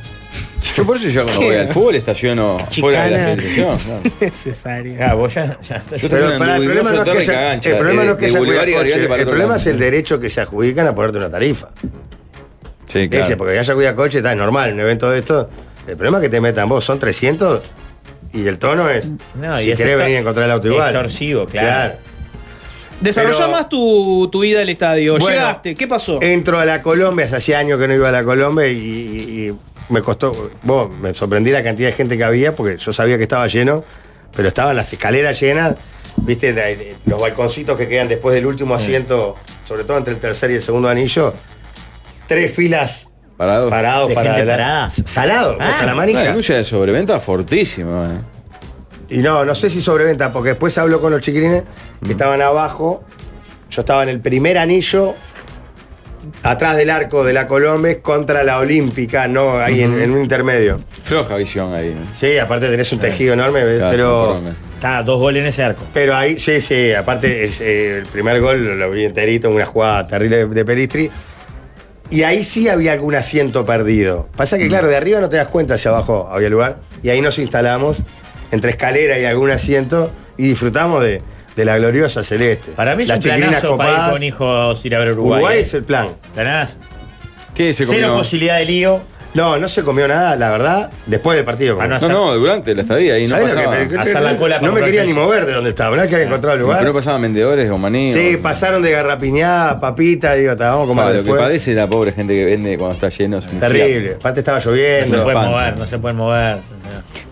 [SPEAKER 2] Yo por eso yo cuando
[SPEAKER 4] ¿Qué?
[SPEAKER 2] voy al fútbol estaciono fuera de la
[SPEAKER 4] Chicana.
[SPEAKER 2] selección. claro.
[SPEAKER 4] necesaria.
[SPEAKER 3] Ah, vos ya, ya estás-
[SPEAKER 2] Yo
[SPEAKER 1] Pero
[SPEAKER 2] Eran
[SPEAKER 1] pará, el
[SPEAKER 2] dudosos
[SPEAKER 1] problema no es que
[SPEAKER 2] Torre
[SPEAKER 1] se-
[SPEAKER 2] Cagancha,
[SPEAKER 1] el problema
[SPEAKER 2] de-
[SPEAKER 1] no es que
[SPEAKER 2] de
[SPEAKER 1] se
[SPEAKER 2] Boulevard
[SPEAKER 1] cuida
[SPEAKER 2] y Garibaldi
[SPEAKER 1] coche,
[SPEAKER 2] para
[SPEAKER 1] el
[SPEAKER 2] otro
[SPEAKER 1] problema
[SPEAKER 2] lado.
[SPEAKER 1] es el derecho que se adjudican a ponerte una tarifa.
[SPEAKER 2] Sí, claro.
[SPEAKER 1] Ese, porque haya cuida coche, está es normal, en un evento de esto. El problema es que te metan vos, son 300 y el tono es.
[SPEAKER 3] No, y
[SPEAKER 1] si
[SPEAKER 3] es
[SPEAKER 1] querés
[SPEAKER 3] extor-
[SPEAKER 1] venir en contra del auto igual.
[SPEAKER 3] extorsivo, claro.
[SPEAKER 4] Desarrollá
[SPEAKER 1] Pero-
[SPEAKER 4] más tu, tu vida al estadio.
[SPEAKER 1] Bueno,
[SPEAKER 4] Llegaste, ¿qué pasó?
[SPEAKER 1] Entro a la Colombia, hace hacía años que no iba a la Colombia y, y- y me costó. vos, me sorprendí la cantidad de gente que había porque yo sabía que estaba lleno, pero estaban las escaleras llenas. Viste, la- eh, los balconcitos que quedan después del último asiento, sobre todo entre el tercer y el segundo anillo. Tres filas
[SPEAKER 2] Parados.
[SPEAKER 1] parados
[SPEAKER 3] ¿De
[SPEAKER 1] para
[SPEAKER 3] gente
[SPEAKER 1] la-
[SPEAKER 3] parada?
[SPEAKER 1] Salado,
[SPEAKER 3] Ah,
[SPEAKER 1] hasta la
[SPEAKER 2] Una
[SPEAKER 1] manija.
[SPEAKER 2] denuncia de sobreventa fortísima. eh.
[SPEAKER 1] Y no, no sé si sobreventa, porque después habló con los chiquilines que estaban abajo. Yo estaba en el primer anillo, atrás del arco de la Colombes, contra la Olímpica, no ahí en, en un intermedio.
[SPEAKER 2] Floja visión ahí. eh. ¿no?
[SPEAKER 1] Sí, aparte tenés un tejido enorme, ¿ves?
[SPEAKER 2] Cada
[SPEAKER 1] pero.
[SPEAKER 2] cinco por
[SPEAKER 3] Está dos goles en ese arco.
[SPEAKER 1] Pero ahí, sí, sí, aparte es, eh, el primer gol lo, lo vi enterito, una jugada terrible de, de Pelistri. Y ahí sí había algún asiento perdido. Pasa
[SPEAKER 3] Mm.
[SPEAKER 1] que, claro, de arriba no te das cuenta hacia abajo había lugar. Y ahí nos instalamos entre escalera y algún asiento y disfrutamos de, de la gloriosa celeste.
[SPEAKER 3] Para mí es
[SPEAKER 1] Las
[SPEAKER 3] un
[SPEAKER 1] chiquilinas
[SPEAKER 3] planazo para ir
[SPEAKER 1] copadas.
[SPEAKER 3] con hijos ir a ver Uruguay.
[SPEAKER 1] Uruguay,
[SPEAKER 3] ¿eh?
[SPEAKER 1] es el plan.
[SPEAKER 3] Planazo.
[SPEAKER 2] mes. ¿Qué se
[SPEAKER 3] Cero
[SPEAKER 2] comió?
[SPEAKER 3] posibilidad de lío.
[SPEAKER 1] No, no se comió nada, la verdad, después del partido.
[SPEAKER 3] Ah, no,
[SPEAKER 2] No,
[SPEAKER 3] hacer-
[SPEAKER 2] no, durante la estadía ahí no
[SPEAKER 1] ¿Sabés lo que
[SPEAKER 2] pasaba.
[SPEAKER 1] me-
[SPEAKER 3] Hacer la cola para
[SPEAKER 1] no me
[SPEAKER 3] comprar Ah.
[SPEAKER 1] quería
[SPEAKER 3] el-
[SPEAKER 1] ni mover de donde estaba. No que había encontrado el lugar.
[SPEAKER 2] No pasaban vendedores o maní.
[SPEAKER 1] Sí,
[SPEAKER 2] o-
[SPEAKER 1] pasaron de garrapiñada, papita, digo, ta, vamos a comer
[SPEAKER 2] Pa, lo que
[SPEAKER 1] después.
[SPEAKER 2] padece la pobre gente que vende cuando está lleno. es un
[SPEAKER 1] Terrible. Aparte estaba
[SPEAKER 3] No se
[SPEAKER 1] lloviendo.
[SPEAKER 2] Pero
[SPEAKER 3] pueden
[SPEAKER 2] espanto.
[SPEAKER 3] mover, no se pueden mover.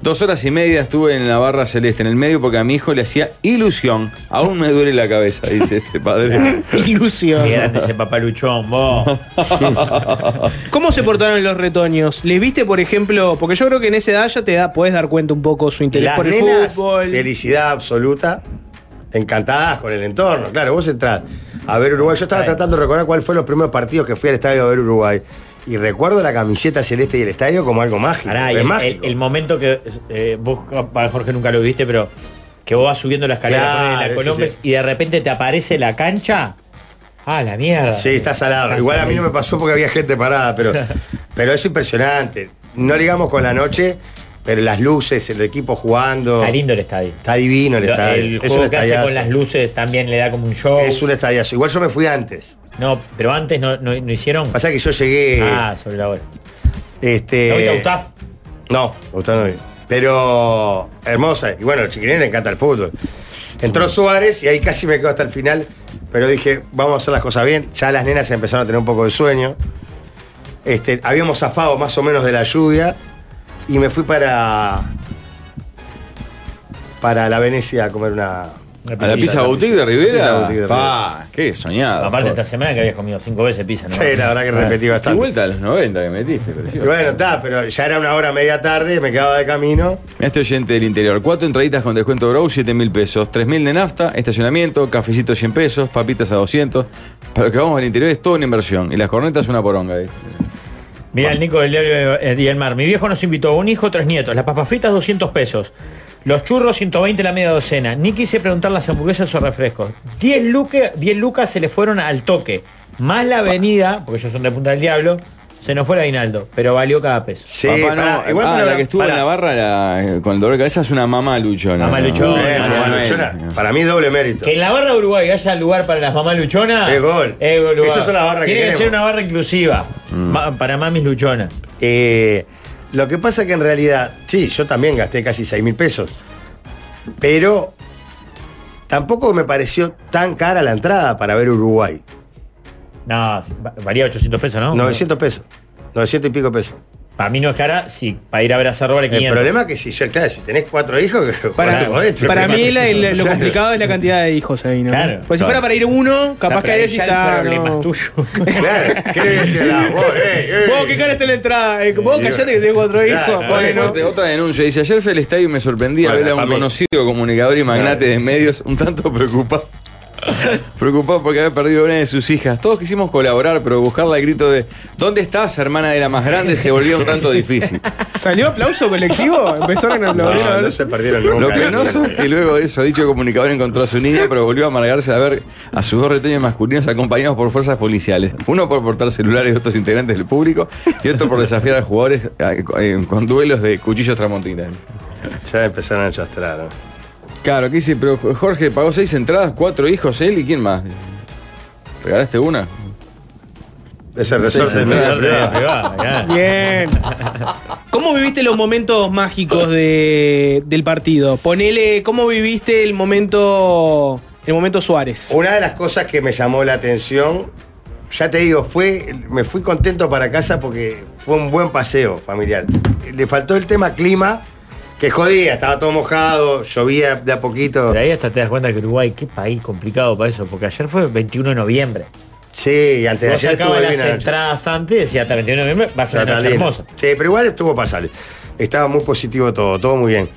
[SPEAKER 2] Dos horas y media estuve en la barra celeste, en el medio, porque a mi hijo le hacía ilusión. Aún me duele la cabeza, dice este padre.
[SPEAKER 4] Ilusión.
[SPEAKER 3] Qué grande ese papaluchón, vos.
[SPEAKER 4] ¿Cómo se portaron los retoños? ¿Les viste, por ejemplo? Porque yo creo que en esa edad ya te da, puedes dar cuenta un poco su interés
[SPEAKER 1] Las
[SPEAKER 4] por el
[SPEAKER 1] nenas,
[SPEAKER 4] fútbol.
[SPEAKER 1] felicidad absoluta, encantadas con el entorno. Claro, vos entrás a ver Uruguay. Yo estaba
[SPEAKER 3] Ay.
[SPEAKER 1] tratando de recordar cuáles fueron los primeros partidos que fui al estadio a ver Uruguay. Y recuerdo la camiseta celeste y el estadio como algo mágico.
[SPEAKER 3] Pará,
[SPEAKER 1] es
[SPEAKER 3] y el,
[SPEAKER 1] mágico.
[SPEAKER 3] el- el momento que eh, vos, para Jorge, nunca lo viste, pero que vos vas subiendo la escalera
[SPEAKER 1] Claro,
[SPEAKER 3] ponele la
[SPEAKER 1] sí,
[SPEAKER 3] Colombes
[SPEAKER 1] sí.
[SPEAKER 3] y de repente te aparece la cancha. Ah, la mierda.
[SPEAKER 1] Sí, está salado.
[SPEAKER 3] Está
[SPEAKER 1] Igual a mí no
[SPEAKER 3] salado.
[SPEAKER 1] me pasó porque había gente parada, pero, pero es impresionante. No ligamos con la noche, pero las luces, el equipo jugando.
[SPEAKER 3] Está lindo el estadio.
[SPEAKER 1] Está divino el
[SPEAKER 3] Lo-
[SPEAKER 1] estadio.
[SPEAKER 3] El
[SPEAKER 1] Es
[SPEAKER 3] juego
[SPEAKER 1] un
[SPEAKER 3] que hace
[SPEAKER 1] estadiazo.
[SPEAKER 3] con las luces también le da como un show.
[SPEAKER 1] Es un estadiazo. Igual yo me fui antes.
[SPEAKER 3] No, pero antes no, no, no hicieron.
[SPEAKER 1] Pasa que yo llegué.
[SPEAKER 3] Ah, sobre la hora.
[SPEAKER 1] este,
[SPEAKER 3] ¿No viste a Gustaf?
[SPEAKER 1] No, Gustavo no vi. Pero hermosa. Y bueno, a los chiquilines le encanta el fútbol.
[SPEAKER 3] Mm.
[SPEAKER 1] Entró Suárez y ahí casi me quedo hasta el final. Pero dije, vamos a hacer las cosas bien. Ya las nenas empezaron a tener un poco de sueño. Este, habíamos zafado más o menos de la lluvia. Y me fui para. para la Venecia a comer una.
[SPEAKER 2] ¿A la pizza
[SPEAKER 1] la
[SPEAKER 2] boutique
[SPEAKER 1] pizza. Pizza
[SPEAKER 2] de Rivera?
[SPEAKER 1] boutique de
[SPEAKER 2] Pa, qué soñado.
[SPEAKER 3] Aparte, esta
[SPEAKER 2] por-
[SPEAKER 3] semana que habías comido cinco veces pizza, ¿no? Ah.
[SPEAKER 1] Sí, la verdad que repetí
[SPEAKER 2] Qué
[SPEAKER 1] bastante.
[SPEAKER 2] vuelta a los 90 que metiste,
[SPEAKER 1] Y
[SPEAKER 2] precioso.
[SPEAKER 1] bueno, está, pero ya era una hora media tarde, me quedaba de camino.
[SPEAKER 2] Mirá Este oyente del interior, cuatro entraditas con descuento Grow, 7 mil pesos, 3 mil de nafta, estacionamiento, cafecito 100 pesos, papitas a 200. Para lo que vamos al interior es toda una inversión. Y las cornetas una poronga. dice.
[SPEAKER 3] Mira, el Nico del diario eh, y el mar. Mi viejo nos invitó a un hijo, tres nietos. Las papas fritas, 200 pesos. Los churros, 120 la media docena. Ni quise preguntar las hamburguesas o refrescos. 10, luque- 10 lucas se le fueron al toque. Más la avenida, porque ellos son de Punta del Diablo, se nos fue el aguinaldo. Pero valió cada peso.
[SPEAKER 1] Sí,
[SPEAKER 2] Papá, no,
[SPEAKER 1] pará,
[SPEAKER 2] ah,
[SPEAKER 1] para-
[SPEAKER 2] la que estuvo
[SPEAKER 1] pará.
[SPEAKER 2] en la barra la- eh, con el dolor de cabeza es una mamá luchona.
[SPEAKER 3] Mamá
[SPEAKER 2] ¿no?
[SPEAKER 3] luchona,
[SPEAKER 1] Eh,
[SPEAKER 3] mamá
[SPEAKER 1] Manuel,
[SPEAKER 2] Manuel.
[SPEAKER 1] Chona, para mí doble mérito.
[SPEAKER 3] Que en la barra de Uruguay haya lugar para las mamás luchonas.
[SPEAKER 1] Es gol.
[SPEAKER 3] Ah, Es gol, lugar.
[SPEAKER 1] Esas son las barras que
[SPEAKER 3] Tiene que,
[SPEAKER 1] queremos.
[SPEAKER 3] ser una barra inclusiva. Ma- para mamis luchonas.
[SPEAKER 1] Eh, lo que pasa que en realidad, sí, yo también gasté casi 6 mil pesos, pero tampoco me pareció tan cara la entrada para ver Uruguay.
[SPEAKER 3] No, sí, va- valía 800 pesos, ¿no?
[SPEAKER 1] 900 pesos. 900 y pico pesos.
[SPEAKER 3] Para mí no es cara, si para ir a ver a Cerro vale
[SPEAKER 1] El
[SPEAKER 3] 500.
[SPEAKER 1] problema es que si, claro, si tenés cuatro hijos,
[SPEAKER 4] Para,
[SPEAKER 1] jodete, jodete.
[SPEAKER 4] para mí la- la- lo
[SPEAKER 1] Claro.
[SPEAKER 4] complicado es la cantidad de hijos ahí, ¿no?
[SPEAKER 3] Claro.
[SPEAKER 4] Pues si fuera para ir uno, capaz que ahí sí está.
[SPEAKER 3] El problema
[SPEAKER 4] no.
[SPEAKER 3] es tuyo.
[SPEAKER 1] Claro, ¿qué le decía la vos, eh, eh?
[SPEAKER 4] Vos, qué cara está la entrada. eh, Vos callate que tenés cuatro hijos.
[SPEAKER 1] Claro,
[SPEAKER 2] Oye,
[SPEAKER 4] bueno.
[SPEAKER 2] fuerte, otra denuncia. Dice, ayer Felestay me sorprendía
[SPEAKER 1] Bueno,
[SPEAKER 2] ver a
[SPEAKER 1] pa'
[SPEAKER 2] un
[SPEAKER 1] mí.
[SPEAKER 2] conocido comunicador y magnate de medios un tanto preocupado. preocupado porque había perdido una de sus hijas. Todos quisimos colaborar, pero buscarla al grito de ¿Dónde estás, hermana de la más grande? se volvió un tanto difícil.
[SPEAKER 4] ¿Salió aplauso colectivo? Empezaron a aplaudir.
[SPEAKER 1] No, no se perdieron nunca. eh.
[SPEAKER 2] Lo penoso es que luego de eso, dicho comunicador encontró a su niña, pero volvió a amargarse a ver a sus dos retoños masculinos acompañados por fuerzas policiales. Uno por portar celulares de otros integrantes del público y otro por desafiar a jugadores eh, eh, con duelos de cuchillos tramontinas.
[SPEAKER 1] Ya empezaron a chastrar. ¿no?
[SPEAKER 2] Claro, ¿qué dice? Pero Jorge pagó seis entradas, cuatro hijos, él y quién más. ¿Regalaste una?
[SPEAKER 1] Es el resorte de
[SPEAKER 2] sí,
[SPEAKER 1] mi
[SPEAKER 2] sí,
[SPEAKER 1] empleo.
[SPEAKER 3] privada, claro.
[SPEAKER 4] Bien. ¿Cómo viviste los momentos mágicos de- del partido? Ponele, ¿cómo viviste el momento, el momento Suárez?
[SPEAKER 1] Una de las cosas que me llamó la atención, ya te digo, fue, me fui contento para casa porque fue un buen paseo familiar. Le faltó el tema clima, que jodía, estaba todo mojado, llovía de a poquito.
[SPEAKER 3] Pero ahí hasta te das cuenta que Uruguay, qué país complicado para eso, porque ayer fue 21 de noviembre.
[SPEAKER 1] Sí, y antes de
[SPEAKER 3] Vos
[SPEAKER 1] ayer estuvo
[SPEAKER 3] sacabas las
[SPEAKER 1] bien anoche.
[SPEAKER 3] entradas antes y decía hasta el 21 de noviembre va a ser
[SPEAKER 1] Está
[SPEAKER 3] una noche
[SPEAKER 1] lindo.
[SPEAKER 3] hermosa.
[SPEAKER 1] Sí, pero igual estuvo pasable. Estaba muy positivo todo, todo muy bien.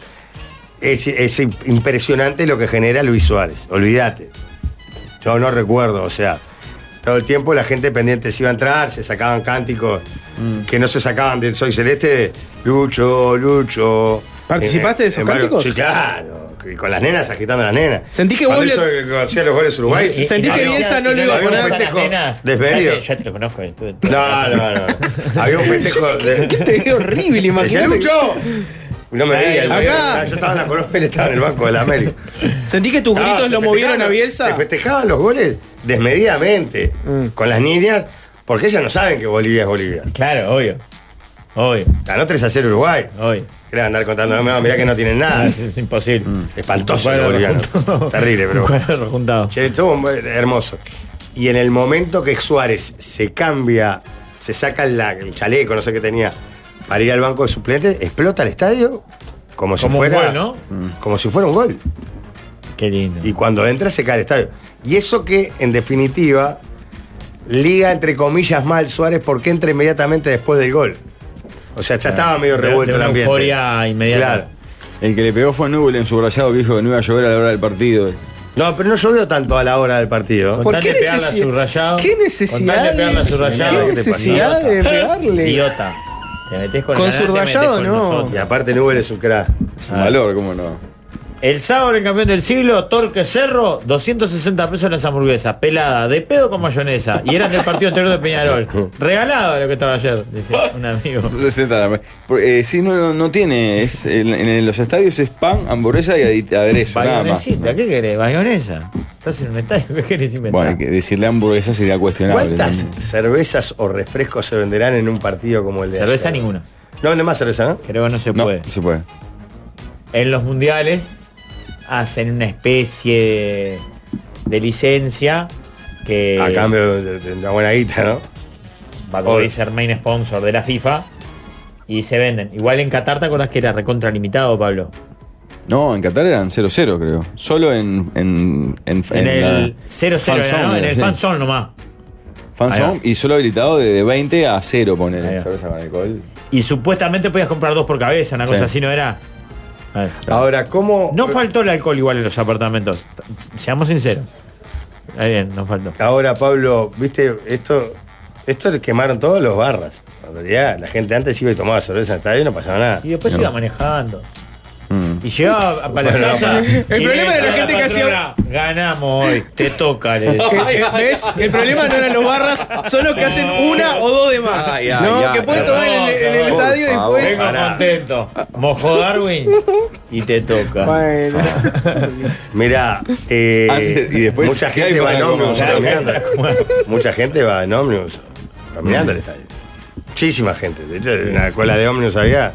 [SPEAKER 1] Es, es impresionante lo que genera Luis Suárez, olvídate. Yo no recuerdo, o sea, todo el tiempo la gente pendiente se iba a entrar, se sacaban cánticos
[SPEAKER 3] Mm.
[SPEAKER 1] que no se sacaban del Soy Celeste de Lucho, Lucho.
[SPEAKER 4] ¿Participaste de esos
[SPEAKER 1] En varios-
[SPEAKER 4] cánticos?
[SPEAKER 1] Sí, claro. y Con las nenas, agitando a las nenas.
[SPEAKER 4] ¿Sentís que
[SPEAKER 1] Cuando
[SPEAKER 4] vos
[SPEAKER 1] hizo-
[SPEAKER 4] le-
[SPEAKER 1] cuando hacía los goles Uruguay.
[SPEAKER 4] Y- Sentí que Bielsa no le iba a
[SPEAKER 1] había un
[SPEAKER 4] poner-
[SPEAKER 1] festejo
[SPEAKER 3] Desvenido.
[SPEAKER 1] Desvenido.
[SPEAKER 3] Ya, te- ya te lo conozco. estuve en tu
[SPEAKER 1] No,
[SPEAKER 3] casa.
[SPEAKER 1] no, no. Había un festejo de.
[SPEAKER 4] Te veo horrible,
[SPEAKER 1] Decía,
[SPEAKER 4] imagínate.
[SPEAKER 1] Lucho. No me veía.
[SPEAKER 4] Acá.
[SPEAKER 1] Ah, Yo estaba en la Colón, él estaba en el Banco de la América.
[SPEAKER 4] ¿Sentí que tus
[SPEAKER 1] No,
[SPEAKER 4] gritos
[SPEAKER 1] se
[SPEAKER 4] lo movieron a
[SPEAKER 1] festejaban- Se
[SPEAKER 4] Bielsa? Mm.
[SPEAKER 1] festejaban los goles desmedidamente con las niñas, porque ellas no saben que Bolivia es Bolivia.
[SPEAKER 3] Claro, obvio. Obvio,
[SPEAKER 1] Ganó 3 a 0 Uruguay.
[SPEAKER 3] obvio.
[SPEAKER 1] Que le van a andar contando, no, mirá que no tienen
[SPEAKER 3] Ah,
[SPEAKER 1] nada.
[SPEAKER 3] es, es imposible.
[SPEAKER 1] Espantoso
[SPEAKER 3] Un
[SPEAKER 1] el
[SPEAKER 3] cuadro
[SPEAKER 1] boliviano.
[SPEAKER 3] rejuntado.
[SPEAKER 1] Terrible, pero
[SPEAKER 3] Un
[SPEAKER 1] bueno.
[SPEAKER 3] cuadro rejuntado.
[SPEAKER 1] Che, estuvo muy hermoso. Y en el momento que Suárez se cambia, se saca la- el chaleco, no sé qué tenía, para ir al banco de suplentes, explota el estadio como si
[SPEAKER 3] Como un
[SPEAKER 1] fuera Mm,
[SPEAKER 3] gol, ¿no?
[SPEAKER 1] como si fuera un gol.
[SPEAKER 3] Qué lindo.
[SPEAKER 1] Y cuando entra se cae el estadio. Y eso que, en definitiva, liga entre comillas mal Suárez porque entra inmediatamente después del gol. O sea, ya estaba medio
[SPEAKER 3] De- de
[SPEAKER 1] revuelto el
[SPEAKER 3] una
[SPEAKER 1] ambiente.
[SPEAKER 3] euforia inmediata.
[SPEAKER 1] Claro.
[SPEAKER 2] El que le pegó fue Nubel en su rayado que dijo que no iba a llover a la hora del partido.
[SPEAKER 1] No, pero no llovió tanto a la hora del partido.
[SPEAKER 3] Con tal de pegarle a
[SPEAKER 4] necesi-
[SPEAKER 3] su rayado.
[SPEAKER 4] ¿Qué
[SPEAKER 3] Con tal
[SPEAKER 4] necesidad?
[SPEAKER 3] de pegarle a su rayado.
[SPEAKER 4] ¿Qué
[SPEAKER 1] ¿qué te pasa?
[SPEAKER 4] necesidad de pegarle?
[SPEAKER 3] Idiota. Te metes con,
[SPEAKER 4] Con
[SPEAKER 3] el Granate,
[SPEAKER 4] su
[SPEAKER 3] te metés
[SPEAKER 4] rayado,
[SPEAKER 3] con
[SPEAKER 4] no.
[SPEAKER 1] Y
[SPEAKER 3] nosotros.
[SPEAKER 1] aparte Nubel es un Ah. crack.
[SPEAKER 2] Es un valor, ¿cómo no?
[SPEAKER 3] El sábado en el campeón del siglo, Torque Cerro, 260 pesos las hamburguesas, pelada, de pedo con mayonesa. Y eran del partido anterior de Peñarol. Regalado lo que estaba ayer, dice un amigo.
[SPEAKER 2] 60 nada más. Por- eh, sí, no, no- no tiene. es- en, en los estadios es pan, hamburguesa y adi- aderezo, nada más.
[SPEAKER 3] Bayonesita, ¿qué querés? Bayonesa. Estás en un estadio, ¿qué querés inventar?
[SPEAKER 2] Bueno, hay que decirle hamburguesa sería cuestionable.
[SPEAKER 1] ¿Cuántas
[SPEAKER 2] también.
[SPEAKER 1] cervezas o refrescos se venderán en un partido como el de
[SPEAKER 3] Cerveza
[SPEAKER 1] ayer?
[SPEAKER 3] ninguna.
[SPEAKER 1] No, no más cerveza, ¿no?
[SPEAKER 3] Creo que no se
[SPEAKER 2] No,
[SPEAKER 3] puede.
[SPEAKER 2] no se puede.
[SPEAKER 3] En los mundiales hacen una especie de, de licencia que
[SPEAKER 1] A cambio de, de una buena guita, ¿no?
[SPEAKER 3] va a ser main sponsor de la FIFA y se venden. Igual en Qatar, ¿te acordás que era recontra limitado, Pablo?
[SPEAKER 2] No, en Qatar eran 0-0, creo. Solo en. En, en,
[SPEAKER 3] En,
[SPEAKER 2] la-
[SPEAKER 3] el 0-0,
[SPEAKER 2] fan
[SPEAKER 3] era, ¿no?
[SPEAKER 2] zone,
[SPEAKER 3] en el
[SPEAKER 2] sí.
[SPEAKER 3] fan zone nomás.
[SPEAKER 2] Fan
[SPEAKER 3] Ahí va.
[SPEAKER 2] zone, y solo habilitado de, de 20 a 0
[SPEAKER 3] Ahí
[SPEAKER 2] poner
[SPEAKER 3] va.
[SPEAKER 2] cerveza con alcohol.
[SPEAKER 3] Y supuestamente podías comprar dos por cabeza, una cosa
[SPEAKER 2] Sí.
[SPEAKER 3] así, ¿no era? A ver.
[SPEAKER 1] Ahora, ¿cómo...?
[SPEAKER 3] No faltó el alcohol igual en los apartamentos. Seamos sinceros. Ahí bien, no faltó.
[SPEAKER 1] Ahora, Pablo, viste, esto... Esto le quemaron todos los barras. En realidad, la gente antes iba y tomaba cerveza en el estadio y no pasaba nada.
[SPEAKER 3] Y después
[SPEAKER 2] No.
[SPEAKER 3] iba manejando.
[SPEAKER 2] Mm.
[SPEAKER 3] Y llegaba a- para la
[SPEAKER 1] Bueno,
[SPEAKER 3] casa.
[SPEAKER 1] no,
[SPEAKER 4] para- El problema de la gente que hacía-
[SPEAKER 3] Ganamos hoy, te toca. le decía.
[SPEAKER 4] Eh, eh, ¿Ves? El problema no eran los barras, son los que hacen una o dos de más.
[SPEAKER 2] Ay, ay,
[SPEAKER 4] no,
[SPEAKER 2] ay,
[SPEAKER 4] que pueden
[SPEAKER 3] ay,
[SPEAKER 4] tomar en
[SPEAKER 3] hermoso,
[SPEAKER 4] el, en el
[SPEAKER 2] por
[SPEAKER 4] estadio y
[SPEAKER 2] favor.
[SPEAKER 4] después.
[SPEAKER 3] Vengo
[SPEAKER 1] Pará.
[SPEAKER 3] contento. Mojo Darwin y te toca.
[SPEAKER 4] Bueno.
[SPEAKER 1] Mira, eh,
[SPEAKER 2] Antes y después,
[SPEAKER 1] mucha
[SPEAKER 2] ¿qué hay
[SPEAKER 1] gente va
[SPEAKER 2] para
[SPEAKER 1] en ómnibus
[SPEAKER 2] comer?
[SPEAKER 1] caminando. Mucha gente va en ómnibus caminando al estadio. Muchísima gente. De hecho, una cola de ómnibus había.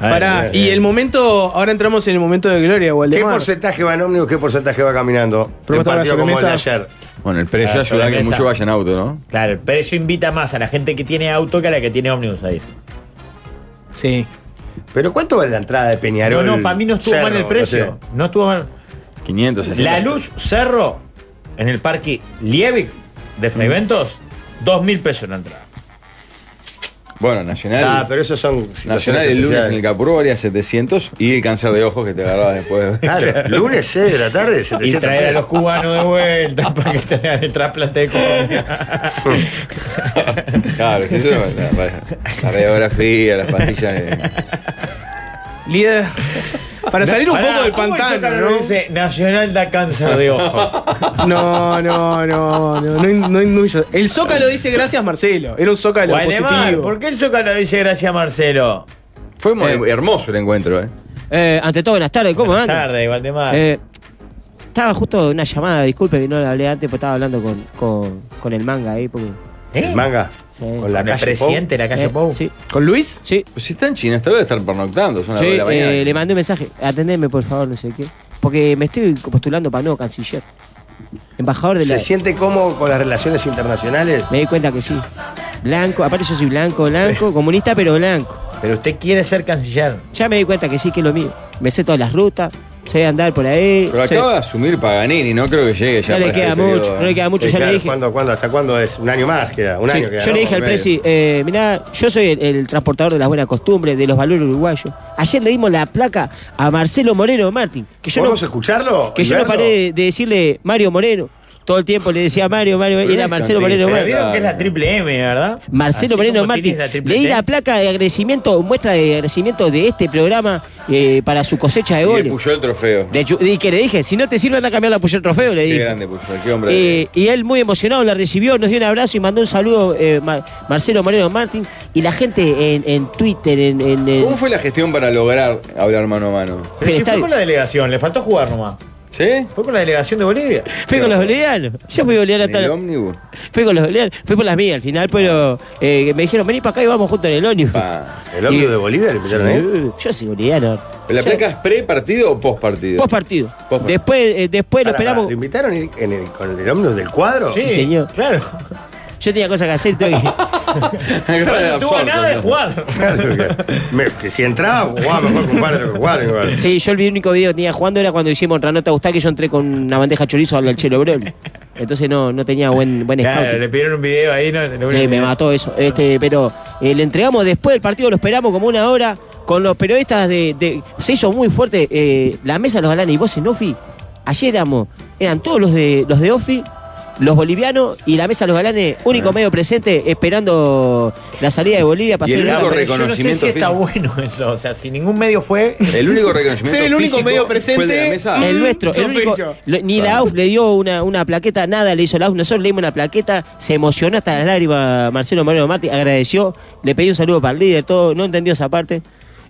[SPEAKER 4] Pará,
[SPEAKER 1] bien,
[SPEAKER 4] y
[SPEAKER 1] bien.
[SPEAKER 4] el momento, ahora entramos en el momento de gloria,
[SPEAKER 1] ¿Qué
[SPEAKER 4] Waldemar.
[SPEAKER 1] porcentaje va en ómnibus? ¿Qué porcentaje va caminando? De
[SPEAKER 4] Pero
[SPEAKER 1] un
[SPEAKER 4] está la
[SPEAKER 1] partido como el de
[SPEAKER 4] sobremesa.
[SPEAKER 1] ayer.
[SPEAKER 2] Bueno, el precio
[SPEAKER 3] Claro,
[SPEAKER 2] ayuda a que
[SPEAKER 3] sobremesa.
[SPEAKER 2] mucho vayan auto, ¿no?
[SPEAKER 3] Claro, el precio invita más a la gente que tiene auto que a la que tiene ómnibus ahí.
[SPEAKER 4] Sí.
[SPEAKER 1] ¿Pero cuánto vale la entrada de
[SPEAKER 3] No,
[SPEAKER 1] Peñarol?
[SPEAKER 3] no, para mí no estuvo
[SPEAKER 1] Cerro,
[SPEAKER 3] mal el
[SPEAKER 1] no
[SPEAKER 3] precio. No,
[SPEAKER 1] sé?
[SPEAKER 3] estuvo mal.
[SPEAKER 2] 500, 600.
[SPEAKER 3] La luz cerro en el parque Liebig de Fraiventos, dos mil pesos en la entrada.
[SPEAKER 2] Bueno, Nacional.
[SPEAKER 1] Ah, pero esos son
[SPEAKER 2] Nacional
[SPEAKER 1] situaciones
[SPEAKER 2] el lunes en
[SPEAKER 1] especiales.
[SPEAKER 2] el Capurbo haría 700 y el cáncer de ojos que te agarrabas después.
[SPEAKER 1] Claro, lunes 6 de la tarde,
[SPEAKER 3] Y
[SPEAKER 1] 700
[SPEAKER 3] traer a
[SPEAKER 1] pesos.
[SPEAKER 3] los cubanos de vuelta para que te hagan el trasplante de comida.
[SPEAKER 2] claro, sí, eso es la, la- la radiografía, las pastillas. de-
[SPEAKER 4] Líder. Para salir un
[SPEAKER 3] Pará,
[SPEAKER 4] poco del
[SPEAKER 3] ¿cómo el
[SPEAKER 4] pantano,
[SPEAKER 3] Zócalo
[SPEAKER 4] ¿no?
[SPEAKER 3] dice Nacional da cáncer de ojo.
[SPEAKER 4] No, no, no, no, no, in- no innuyo. El Zócalo dice gracias Marcelo. Era un Zócalo
[SPEAKER 3] Guanemar,
[SPEAKER 4] positivo.
[SPEAKER 3] ¿por qué el Zócalo dice gracias Marcelo?
[SPEAKER 2] Fue muy hermoso el encuentro, ¿eh?
[SPEAKER 5] Eh, ante todo, buenas tardes, ¿cómo
[SPEAKER 3] Buenas
[SPEAKER 5] andan?
[SPEAKER 3] tardes, Valdemar.
[SPEAKER 5] Eh, estaba justo una llamada, disculpe que no la hablé antes, porque estaba hablando con, con, con el manga ahí. Porque,
[SPEAKER 3] ¿Eh?
[SPEAKER 1] El manga.
[SPEAKER 5] Sí.
[SPEAKER 1] Con la
[SPEAKER 3] Con el
[SPEAKER 1] calle
[SPEAKER 3] presidente de la calle
[SPEAKER 5] eh,
[SPEAKER 3] Pou.
[SPEAKER 5] Sí,
[SPEAKER 4] ¿Con Luis?
[SPEAKER 5] sí.
[SPEAKER 2] Pues si está en China, hasta ahora de estar pernoctando, son las
[SPEAKER 5] sí,
[SPEAKER 2] dos de la mañana.
[SPEAKER 5] eh, le mandé un mensaje, atendeme por favor, no sé qué. Porque me estoy postulando para nuevo canciller. Embajador de
[SPEAKER 1] Pou.
[SPEAKER 5] la...
[SPEAKER 1] ¿Se siente cómodo con las relaciones internacionales?
[SPEAKER 5] Me di cuenta que sí. Blanco, aparte yo soy blanco, blanco, comunista pero blanco.
[SPEAKER 3] Pero usted quiere ser canciller.
[SPEAKER 5] Ya me di cuenta que sí, que es lo mío. Me sé todas las rutas, sé andar por ahí.
[SPEAKER 2] Pero
[SPEAKER 5] sé-
[SPEAKER 2] acaba de asumir Paganini, no creo que llegue ya.
[SPEAKER 5] No le
[SPEAKER 2] para
[SPEAKER 5] queda
[SPEAKER 2] este periodo,
[SPEAKER 5] mucho,
[SPEAKER 2] ¿eh?
[SPEAKER 5] no le queda mucho,
[SPEAKER 1] Eh,
[SPEAKER 5] ya
[SPEAKER 1] claro,
[SPEAKER 5] le dije.
[SPEAKER 1] ¿cuándo, cuándo, ¿Hasta cuándo es? ¿Un año más queda? ¿Un
[SPEAKER 5] Sí,
[SPEAKER 1] año queda?
[SPEAKER 5] yo
[SPEAKER 1] ¿no?
[SPEAKER 5] le dije al
[SPEAKER 1] Medio.
[SPEAKER 5] presi, eh, mirá, yo soy el, el transportador de las buenas costumbres, de los valores uruguayos. Ayer le dimos la placa a Marcelo Moreno Martín, que yo no,
[SPEAKER 1] ¿Podemos escucharlo?
[SPEAKER 5] que
[SPEAKER 1] y
[SPEAKER 5] yo no
[SPEAKER 1] verlo?
[SPEAKER 5] paré de, de decirle Mario Moreno. Todo el tiempo le decía Mario, Mario,
[SPEAKER 2] Pero
[SPEAKER 5] era
[SPEAKER 2] es
[SPEAKER 5] Marcelo
[SPEAKER 2] cantinflas,
[SPEAKER 5] Moreno
[SPEAKER 2] Bueno,
[SPEAKER 5] Martín.
[SPEAKER 3] Vieron que es la triple M, ¿verdad?
[SPEAKER 5] Marcelo
[SPEAKER 3] Así
[SPEAKER 5] Moreno
[SPEAKER 3] como
[SPEAKER 5] Martín,
[SPEAKER 3] tienes la triple
[SPEAKER 5] leí
[SPEAKER 3] T.
[SPEAKER 5] la placa de agradecimiento, muestra de agradecimiento de este programa eh, para su cosecha de
[SPEAKER 2] Y le
[SPEAKER 5] goles.
[SPEAKER 2] puyó el trofeo.
[SPEAKER 5] De hecho, y que le dije, si no te sirve anda a cambiar la el trofeo, le
[SPEAKER 2] Qué
[SPEAKER 5] dije.
[SPEAKER 2] grande Puyol, qué hombre.
[SPEAKER 5] Eh, y él muy emocionado la recibió, nos dio un abrazo y mandó un saludo eh, Mar- Marcelo Moreno Martín y la gente en, en Twitter, en, en- en-
[SPEAKER 2] ¿Cómo fue la gestión para lograr hablar mano a mano?
[SPEAKER 3] Pero si fue
[SPEAKER 5] Estadio.
[SPEAKER 3] con la delegación, le faltó jugar nomás.
[SPEAKER 2] ¿Sí?
[SPEAKER 3] Fue con la delegación de Bolivia.
[SPEAKER 5] fue con los bolivianos. Yo fui boliviano
[SPEAKER 2] ¿En
[SPEAKER 5] hasta
[SPEAKER 2] el
[SPEAKER 5] la-
[SPEAKER 2] ómnibus?
[SPEAKER 5] fui con los bolivianos, fui por las mías al final, pero eh, me dijeron, vení para acá y vamos juntos en el ómnibus.
[SPEAKER 2] Pa.
[SPEAKER 1] ¿El ómnibus de Bolivia le empezaron a ir?
[SPEAKER 5] Sí, Yo soy boliviano.
[SPEAKER 2] ¿La
[SPEAKER 5] Ya-
[SPEAKER 2] placa es pre-partido o post-partido?
[SPEAKER 5] Post partido.
[SPEAKER 2] Post-partido.
[SPEAKER 5] Después, eh, después lo
[SPEAKER 1] Pará, pará,
[SPEAKER 5] esperamos.
[SPEAKER 1] ¿Lo invitaron en el- en el- con el ómnibus del cuadro?
[SPEAKER 5] Sí, señor.
[SPEAKER 3] Claro.
[SPEAKER 5] Yo tenía cosas que hacer. tuve que-
[SPEAKER 2] Cara de
[SPEAKER 3] No tuvo
[SPEAKER 2] absorto,
[SPEAKER 3] nada de
[SPEAKER 2] ¿no?
[SPEAKER 3] jugar.
[SPEAKER 1] Claro, que, me- que si entraba, jugaba mejor con cuadro que jugar. igual.
[SPEAKER 5] Sí, yo el único video que tenía jugando era cuando hicimos Ranota Gustá, que yo entré con una bandeja chorizo al chelo Brol. Entonces no, no tenía buen, buen
[SPEAKER 3] Claro,
[SPEAKER 5] scouting.
[SPEAKER 3] le pidieron un video ahí. No, no-
[SPEAKER 5] Sí, me mató eso. Este, pero eh, le entregamos después del partido, lo esperamos como una hora con los periodistas de. de- se hizo muy fuerte eh, la mesa de los galanes y vos en Ofi. Ayer éramos, eran todos los de los de Ofi, los bolivianos y la mesa de los galanes,
[SPEAKER 2] Ah.
[SPEAKER 5] único medio presente, esperando la salida de Bolivia para
[SPEAKER 2] Y el
[SPEAKER 5] hacer
[SPEAKER 2] único
[SPEAKER 5] la-
[SPEAKER 3] Pero yo no sé
[SPEAKER 2] reconocimiento
[SPEAKER 3] si está
[SPEAKER 2] físico.
[SPEAKER 3] bueno eso. O sea, si ningún medio fue.
[SPEAKER 2] El único reconocimiento
[SPEAKER 4] Ser el único
[SPEAKER 2] físico
[SPEAKER 4] medio
[SPEAKER 2] fue el de la
[SPEAKER 4] presente. Mm,
[SPEAKER 2] mesa. Ah.
[SPEAKER 5] El nuestro, el único-
[SPEAKER 4] sospecho.
[SPEAKER 5] lo- ni la
[SPEAKER 2] Claro.
[SPEAKER 5] AUF le dio una, una plaqueta, nada le hizo la AUF, nosotros le dimos una plaqueta, se emocionó hasta las lágrimas Marcelo Moreno Martí, agradeció, le pedí un saludo para el líder, todo, no entendió esa parte.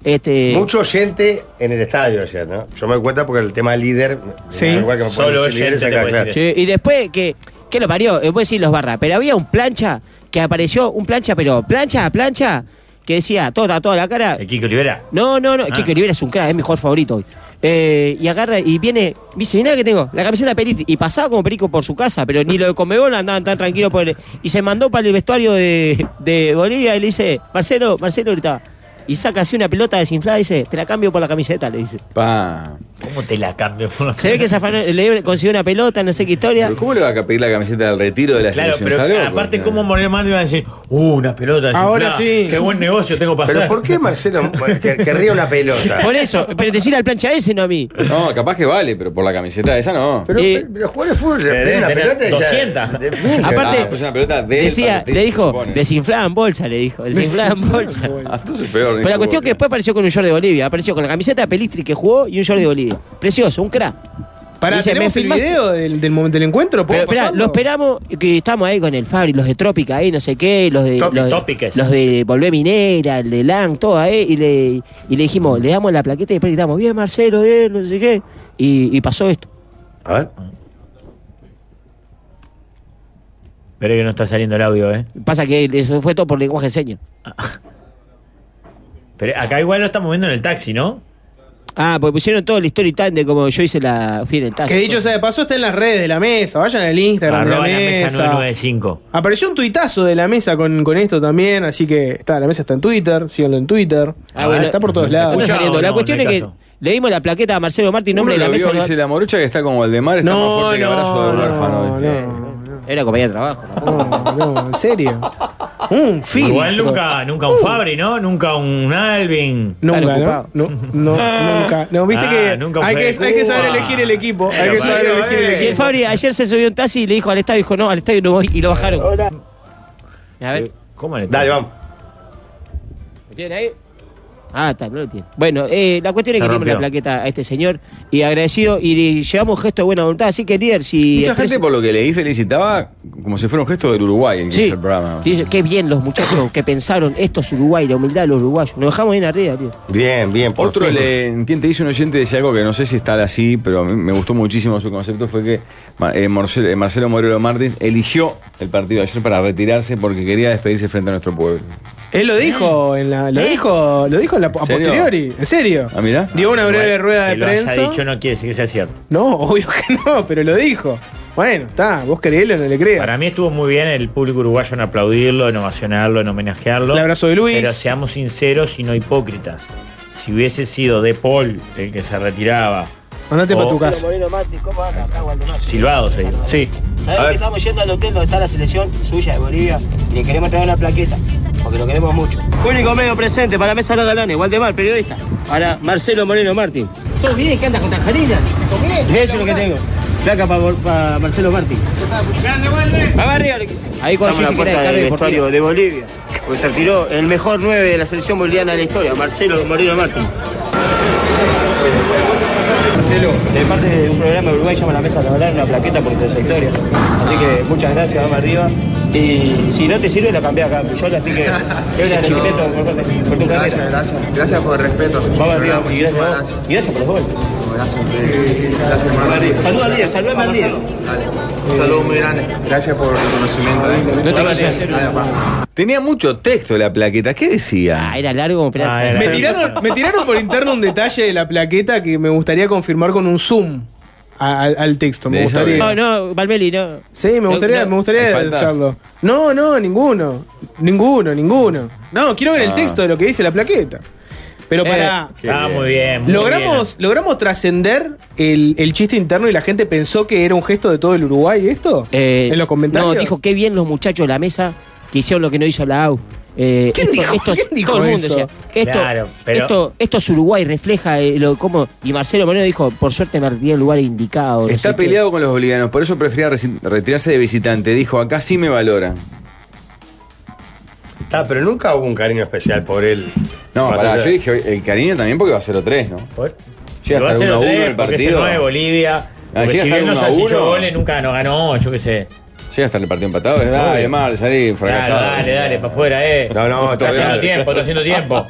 [SPEAKER 5] Este,
[SPEAKER 1] Mucho oyente en el estadio ayer, ¿no? Yo me doy cuenta porque el tema líder.
[SPEAKER 4] Sí.
[SPEAKER 1] igual que me
[SPEAKER 3] Solo
[SPEAKER 1] ponen líderes
[SPEAKER 3] oyente te
[SPEAKER 1] acá,
[SPEAKER 3] puede
[SPEAKER 1] claro.
[SPEAKER 3] decir
[SPEAKER 5] Sí, y después que, ¿qué lo parió? Eh, Voy a decir los barra, pero había un plancha que apareció, un plancha, pero plancha a plancha, que decía, toda, toda la cara,
[SPEAKER 3] El Kiko Olivera.
[SPEAKER 5] No, no, no.
[SPEAKER 3] Ah.
[SPEAKER 5] Kike Olivera es un crack, es mi jugador favorito hoy. Eh, y agarra y viene. Dice, mirá que tengo, la camiseta de Perico. Y pasaba como Perico por su casa, pero ni lo de Comebol andaban tan tranquilos por el- Y se mandó para el vestuario de, de Bolivia y le dice, Marcelo, Marcelo gritaba. Y saca así una pelota desinflada y dice, te la cambio por la camiseta, le dice.
[SPEAKER 2] Pa.
[SPEAKER 3] ¿Cómo te la cambio?
[SPEAKER 5] Se ve que se afanó- le dio- consiguió una pelota, no sé qué historia.
[SPEAKER 2] ¿Pero ¿Cómo le va a pedir la camiseta del retiro de la
[SPEAKER 3] Claro,
[SPEAKER 2] selección?
[SPEAKER 3] pero
[SPEAKER 2] ¿Está loco?
[SPEAKER 3] aparte,
[SPEAKER 2] No.
[SPEAKER 3] ¿cómo Moreno Mando iba a decir, uh, una pelota? desinflada,
[SPEAKER 4] Ahora sí.
[SPEAKER 3] Qué buen negocio tengo para
[SPEAKER 1] Pero
[SPEAKER 3] hacer.
[SPEAKER 1] ¿por qué Marcelo que- querría una pelota?
[SPEAKER 5] Por eso, pero decir al plancha ese, no a mí.
[SPEAKER 2] No, capaz que vale, pero por la camiseta esa no.
[SPEAKER 1] Pero,
[SPEAKER 5] Eh,
[SPEAKER 1] pero los jugadores de fútbol le
[SPEAKER 3] deben
[SPEAKER 1] piden una
[SPEAKER 3] tener
[SPEAKER 1] pelota y ya-
[SPEAKER 3] 200.
[SPEAKER 1] de- de-
[SPEAKER 5] Aparte,
[SPEAKER 2] Ah, pues una pelota del
[SPEAKER 5] Decía,
[SPEAKER 2] partido,
[SPEAKER 5] le
[SPEAKER 2] se
[SPEAKER 5] dijo,
[SPEAKER 2] supone.
[SPEAKER 5] desinflada en bolsa, le dijo, desinflada en bolsa.
[SPEAKER 2] Ah, tú sos peor.
[SPEAKER 5] Pero la cuestión que después apareció con un short de Bolivia. Apareció con la camiseta de Pelistri que jugó y un short de Bolivia. Precioso, un crack.
[SPEAKER 4] Para
[SPEAKER 5] Dice,
[SPEAKER 4] tenemos
[SPEAKER 5] ¿me
[SPEAKER 4] el
[SPEAKER 5] filmaste?
[SPEAKER 4] video del, del momento del
[SPEAKER 5] Pero
[SPEAKER 4] encuentro, ¿puedo
[SPEAKER 5] esperá,
[SPEAKER 4] pasarlo?
[SPEAKER 5] lo esperamos, que estamos ahí con el Fabri, los de Trópica ahí, no sé qué, los de.
[SPEAKER 3] Topi-
[SPEAKER 5] los,
[SPEAKER 3] Topiques.
[SPEAKER 5] los de Volvé Minera, el de Lang, todo ahí, y le, y le dijimos, le damos la plaqueta y después gritamos, bien Marcelo, bien, no sé qué. Y, y pasó esto.
[SPEAKER 1] A ver.
[SPEAKER 3] Pero que no está saliendo el audio, ¿eh?
[SPEAKER 5] Pasa que eso fue todo por lenguaje de señas.
[SPEAKER 3] Pero acá igual lo estamos viendo en el taxi, ¿no?
[SPEAKER 5] Ah, porque pusieron todo el story time de como yo hice la fiel en taza.
[SPEAKER 4] Que dicho sea de paso, está en las redes de la mesa. Vayan al Instagram de la,
[SPEAKER 3] Arroba la mesa
[SPEAKER 4] mesa.
[SPEAKER 3] 995.
[SPEAKER 4] Apareció un tuitazo de la mesa con, con esto también, así que está, la mesa está en Twitter, síganlo en Twitter.
[SPEAKER 5] Ah, bueno.
[SPEAKER 4] está por todos
[SPEAKER 5] Está
[SPEAKER 4] lados.
[SPEAKER 3] Escuchá,
[SPEAKER 5] saliendo.
[SPEAKER 3] no,
[SPEAKER 5] La
[SPEAKER 3] no,
[SPEAKER 5] cuestión
[SPEAKER 3] no
[SPEAKER 5] es
[SPEAKER 3] hay
[SPEAKER 5] que
[SPEAKER 3] caso.
[SPEAKER 5] le dimos la plaqueta a Marcelo Martín, nombre
[SPEAKER 2] Uno
[SPEAKER 5] de la
[SPEAKER 2] lo
[SPEAKER 5] mesa.
[SPEAKER 2] vio,
[SPEAKER 5] no-
[SPEAKER 2] dice la morucha que está como Valdemar, está más fuerte que el abrazo de un huérfano. dice.
[SPEAKER 5] Era compañía de trabajo. ¿no?
[SPEAKER 4] no, no, en serio. Un filtro.
[SPEAKER 3] Igual nunca, nunca un Fabri, ¿no? Nunca un Alvin.
[SPEAKER 4] Nunca,
[SPEAKER 5] Están
[SPEAKER 4] ¿no? No, no, nunca. No, viste
[SPEAKER 3] Ah,
[SPEAKER 4] que,
[SPEAKER 3] nunca
[SPEAKER 4] hay que
[SPEAKER 3] fue.
[SPEAKER 4] hay que saber
[SPEAKER 3] Ah.
[SPEAKER 4] elegir el equipo. Hay
[SPEAKER 3] Pero eh,
[SPEAKER 4] que
[SPEAKER 3] para
[SPEAKER 4] saber
[SPEAKER 3] que lo
[SPEAKER 4] elegir el
[SPEAKER 3] ve.
[SPEAKER 5] Si
[SPEAKER 4] equipo.
[SPEAKER 5] el Fabri ayer se subió un taxi y le dijo al estadio, dijo, no, al estadio no voy, y lo bajaron. A ver,
[SPEAKER 3] ¿Cómo le
[SPEAKER 1] Dale, vamos.
[SPEAKER 5] ¿lo tienen ahí? Ah, está, no lo tiene. Bueno, eh, la cuestión es que
[SPEAKER 3] Se
[SPEAKER 5] le dimos la
[SPEAKER 3] rompió.
[SPEAKER 5] plaqueta a este señor y agradecido y llevamos gesto de buena voluntad. Así que, líder, si.
[SPEAKER 2] Mucha
[SPEAKER 5] expresa-
[SPEAKER 2] gente, por lo que leí, felicitaba como si fuera un gesto del Uruguay el que hizo
[SPEAKER 5] Sí,
[SPEAKER 2] el programa.
[SPEAKER 5] Sí, qué bien los muchachos que pensaron, esto es Uruguay, la humildad de los uruguayos. Nos dejamos bien arriba, tío.
[SPEAKER 1] Bien, bien, por
[SPEAKER 2] Otro,
[SPEAKER 1] fin.
[SPEAKER 2] le, ¿quién te dice un oyente? Decía algo que no sé si está así, pero a mí me gustó muchísimo su concepto. Fue que Ma- eh, Marcelo, eh, Marcelo Morelo Martins eligió el partido de ayer para retirarse porque quería despedirse frente a nuestro pueblo.
[SPEAKER 4] Él lo
[SPEAKER 3] Eh.
[SPEAKER 4] dijo en la, lo dijo, lo dijo en la, a
[SPEAKER 2] ¿Serio?
[SPEAKER 4] posteriori, en serio.
[SPEAKER 2] Ah, mirá.
[SPEAKER 4] Dio una breve
[SPEAKER 3] Igual,
[SPEAKER 4] rueda de
[SPEAKER 3] que lo
[SPEAKER 4] prensa.
[SPEAKER 3] haya dicho no quiere decir que sea cierto.
[SPEAKER 4] No, obvio que no, pero lo dijo. Bueno, está, vos creelo o no le creas.
[SPEAKER 3] Para mí estuvo muy bien el público uruguayo en aplaudirlo, en ovacionarlo, en homenajearlo.
[SPEAKER 4] El abrazo de Luis.
[SPEAKER 3] Pero seamos sinceros y no hipócritas. Si hubiese sido De Paul el que se retiraba,
[SPEAKER 4] Andate para
[SPEAKER 3] Oh.
[SPEAKER 4] tu casa.
[SPEAKER 5] ¿cómo
[SPEAKER 3] silbado se dice.
[SPEAKER 5] Sí.
[SPEAKER 1] A
[SPEAKER 5] Sabemos
[SPEAKER 1] ver.
[SPEAKER 5] que estamos yendo al hotel donde está la selección suya de Bolivia y le queremos traer una plaqueta, porque lo queremos mucho. Único medio presente para Mesa Los Galanes, Waldemar, periodista. Ahora Marcelo Moreno Martín. ¿Todo bien? ¿Qué andas con tanjarina? Eso es lo que tengo. Placa para Marcelo Martín. Vamos arriba. Ahí
[SPEAKER 7] Estamos en la puerta del vestuario de Bolivia. Pues se retiró el mejor 9 de la selección boliviana de la historia, Marcelo Moreno Martín. Marcelo, de parte de un programa de Uruguay llama la mesa a trabajar una plaqueta por tu trayectoria. Así que muchas gracias, vamos arriba. Y si no te sirve, la cambié acá en Fuyola, así que es un chiquitito por, por tu carrera.
[SPEAKER 8] Gracias, gracias. Gracias por el respeto.
[SPEAKER 7] Vamos arriba, y
[SPEAKER 8] Muchísimas
[SPEAKER 7] gracias, a vos.
[SPEAKER 8] gracias.
[SPEAKER 7] Y gracias por los goles.
[SPEAKER 8] Gracias, gracias,
[SPEAKER 7] Vamos
[SPEAKER 8] hermano.
[SPEAKER 7] arriba. Saluda al día, saludame al día.
[SPEAKER 8] Dale. Un saludo muy grande. Gracias por el reconocimiento. eh. Dale, papá.
[SPEAKER 2] Tenía mucho texto la plaqueta. ¿Qué decía?
[SPEAKER 5] Ah, era largo como esperanza.
[SPEAKER 3] Ah, era.
[SPEAKER 4] Me tiraron, me tiraron por interno un detalle de la plaqueta que me gustaría confirmar con un zoom a- al- al texto. Me
[SPEAKER 2] De
[SPEAKER 4] gustaría.
[SPEAKER 2] esa
[SPEAKER 5] No, no, Valmeli, no.
[SPEAKER 4] Sí, me
[SPEAKER 5] No,
[SPEAKER 4] gustaría,
[SPEAKER 5] no.
[SPEAKER 4] me gustaría
[SPEAKER 2] Hay faltas.
[SPEAKER 4] detallarlo. No, no, ninguno. Ninguno, ninguno. No, quiero ver el
[SPEAKER 2] Ah.
[SPEAKER 4] texto de lo que dice la plaqueta. Pero para.
[SPEAKER 3] Eh, Estaba
[SPEAKER 5] Eh,
[SPEAKER 3] muy bien. muy
[SPEAKER 4] Logramos, logramos trascender el, el chiste interno y la gente pensó que era un gesto de todo el Uruguay esto.
[SPEAKER 5] Eh,
[SPEAKER 4] en los comentarios.
[SPEAKER 5] No, dijo qué bien los muchachos de la mesa que hicieron lo que no hizo la AU. Eh,
[SPEAKER 4] ¿Quién dijo- quién dijo
[SPEAKER 5] todo el mundo
[SPEAKER 4] eso?
[SPEAKER 5] decía, esto,
[SPEAKER 3] Claro, pero-
[SPEAKER 5] esto, esto es Uruguay, refleja eh, lo como. Y Marcelo Moreno dijo, por suerte me retiré en el lugar indicado. no sé
[SPEAKER 2] Está
[SPEAKER 5] qué.
[SPEAKER 2] peleado con los bolivianos, por eso prefería resi- retirarse de visitante. Dijo, acá sí me valora.
[SPEAKER 1] Está, pero nunca hubo un cariño especial por él.
[SPEAKER 2] No,
[SPEAKER 1] Más
[SPEAKER 2] pará,
[SPEAKER 1] allá.
[SPEAKER 2] yo dije, el cariño también porque va a 0-3, ¿no?
[SPEAKER 3] bien.
[SPEAKER 2] Llega
[SPEAKER 3] Lo va a
[SPEAKER 2] hasta
[SPEAKER 3] hacer
[SPEAKER 2] el 1-1
[SPEAKER 3] otra vez
[SPEAKER 2] el
[SPEAKER 3] porque es el
[SPEAKER 2] partido. Ah,
[SPEAKER 3] 9 de Bolivia. Porque
[SPEAKER 2] llega
[SPEAKER 3] si
[SPEAKER 2] hasta
[SPEAKER 3] bien
[SPEAKER 2] el
[SPEAKER 3] nos
[SPEAKER 2] 1-1.
[SPEAKER 3] salchichó goles, nunca nos Ah, ganó, yo qué sé.
[SPEAKER 2] Llega hasta el partido empatado. ¿eh? Dale,
[SPEAKER 3] Obvio.
[SPEAKER 2] mal, salí
[SPEAKER 3] Claro,
[SPEAKER 2] fracasado.
[SPEAKER 3] dale, dale, para afuera, eh.
[SPEAKER 1] No, no,
[SPEAKER 3] está
[SPEAKER 1] está
[SPEAKER 3] haciendo
[SPEAKER 1] bien.
[SPEAKER 3] tiempo, está haciendo tiempo.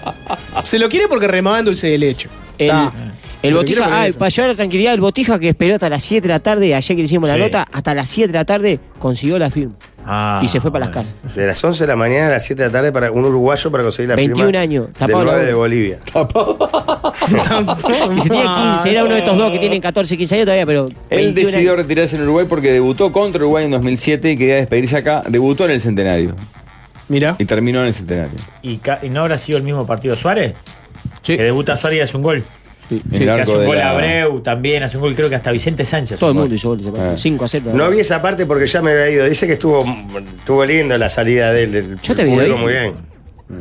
[SPEAKER 4] Se lo quiere porque remaba en dulce de leche.
[SPEAKER 5] El,
[SPEAKER 4] Está.
[SPEAKER 5] el
[SPEAKER 4] Se lo quiere
[SPEAKER 5] botija,
[SPEAKER 4] porque
[SPEAKER 5] ah,
[SPEAKER 4] eso.
[SPEAKER 5] para llevar la tranquilidad, el botija que esperó hasta las 7 de la tarde, ayer que le hicimos la
[SPEAKER 3] Sí.
[SPEAKER 5] nota, hasta las 7 de la tarde consiguió la firma.
[SPEAKER 3] Ah,
[SPEAKER 5] y se fue para las
[SPEAKER 3] bueno.
[SPEAKER 5] casas.
[SPEAKER 1] De las 11 de la mañana a las 7 de la tarde para un uruguayo para conseguir la
[SPEAKER 5] 21
[SPEAKER 1] firma
[SPEAKER 5] años,
[SPEAKER 1] del
[SPEAKER 5] tapado la
[SPEAKER 1] 9 de
[SPEAKER 5] boca.
[SPEAKER 1] Bolivia.
[SPEAKER 5] Que si tiene 15, era uno de estos dos que tienen 14, 15 años todavía, pero.
[SPEAKER 2] Él
[SPEAKER 5] 21
[SPEAKER 2] decidió
[SPEAKER 5] años.
[SPEAKER 2] retirarse en Uruguay porque debutó contra Uruguay en 2007 y quería despedirse acá. Debutó en el centenario
[SPEAKER 4] Mirá.
[SPEAKER 2] y terminó en el centenario.
[SPEAKER 3] ¿Y, ca- y no habrá sido el mismo partido Suárez? Que debuta Suárez y hace un gol.
[SPEAKER 2] En
[SPEAKER 5] Sí,
[SPEAKER 2] el
[SPEAKER 3] que hace
[SPEAKER 2] arco
[SPEAKER 3] un
[SPEAKER 2] de
[SPEAKER 3] gol
[SPEAKER 2] la-
[SPEAKER 3] Abreu también, hace un gol creo que hasta Vicente Sánchez.
[SPEAKER 5] Todo el
[SPEAKER 3] Un
[SPEAKER 5] mundo hizo goles,
[SPEAKER 2] Ah.
[SPEAKER 5] 5 a 0.
[SPEAKER 1] No vi esa parte porque ya me había ido. Dice que estuvo, estuvo lindo la salida del, del
[SPEAKER 5] Yo te
[SPEAKER 1] del
[SPEAKER 5] vi,
[SPEAKER 1] público
[SPEAKER 5] ¿oíste?
[SPEAKER 1] muy bien.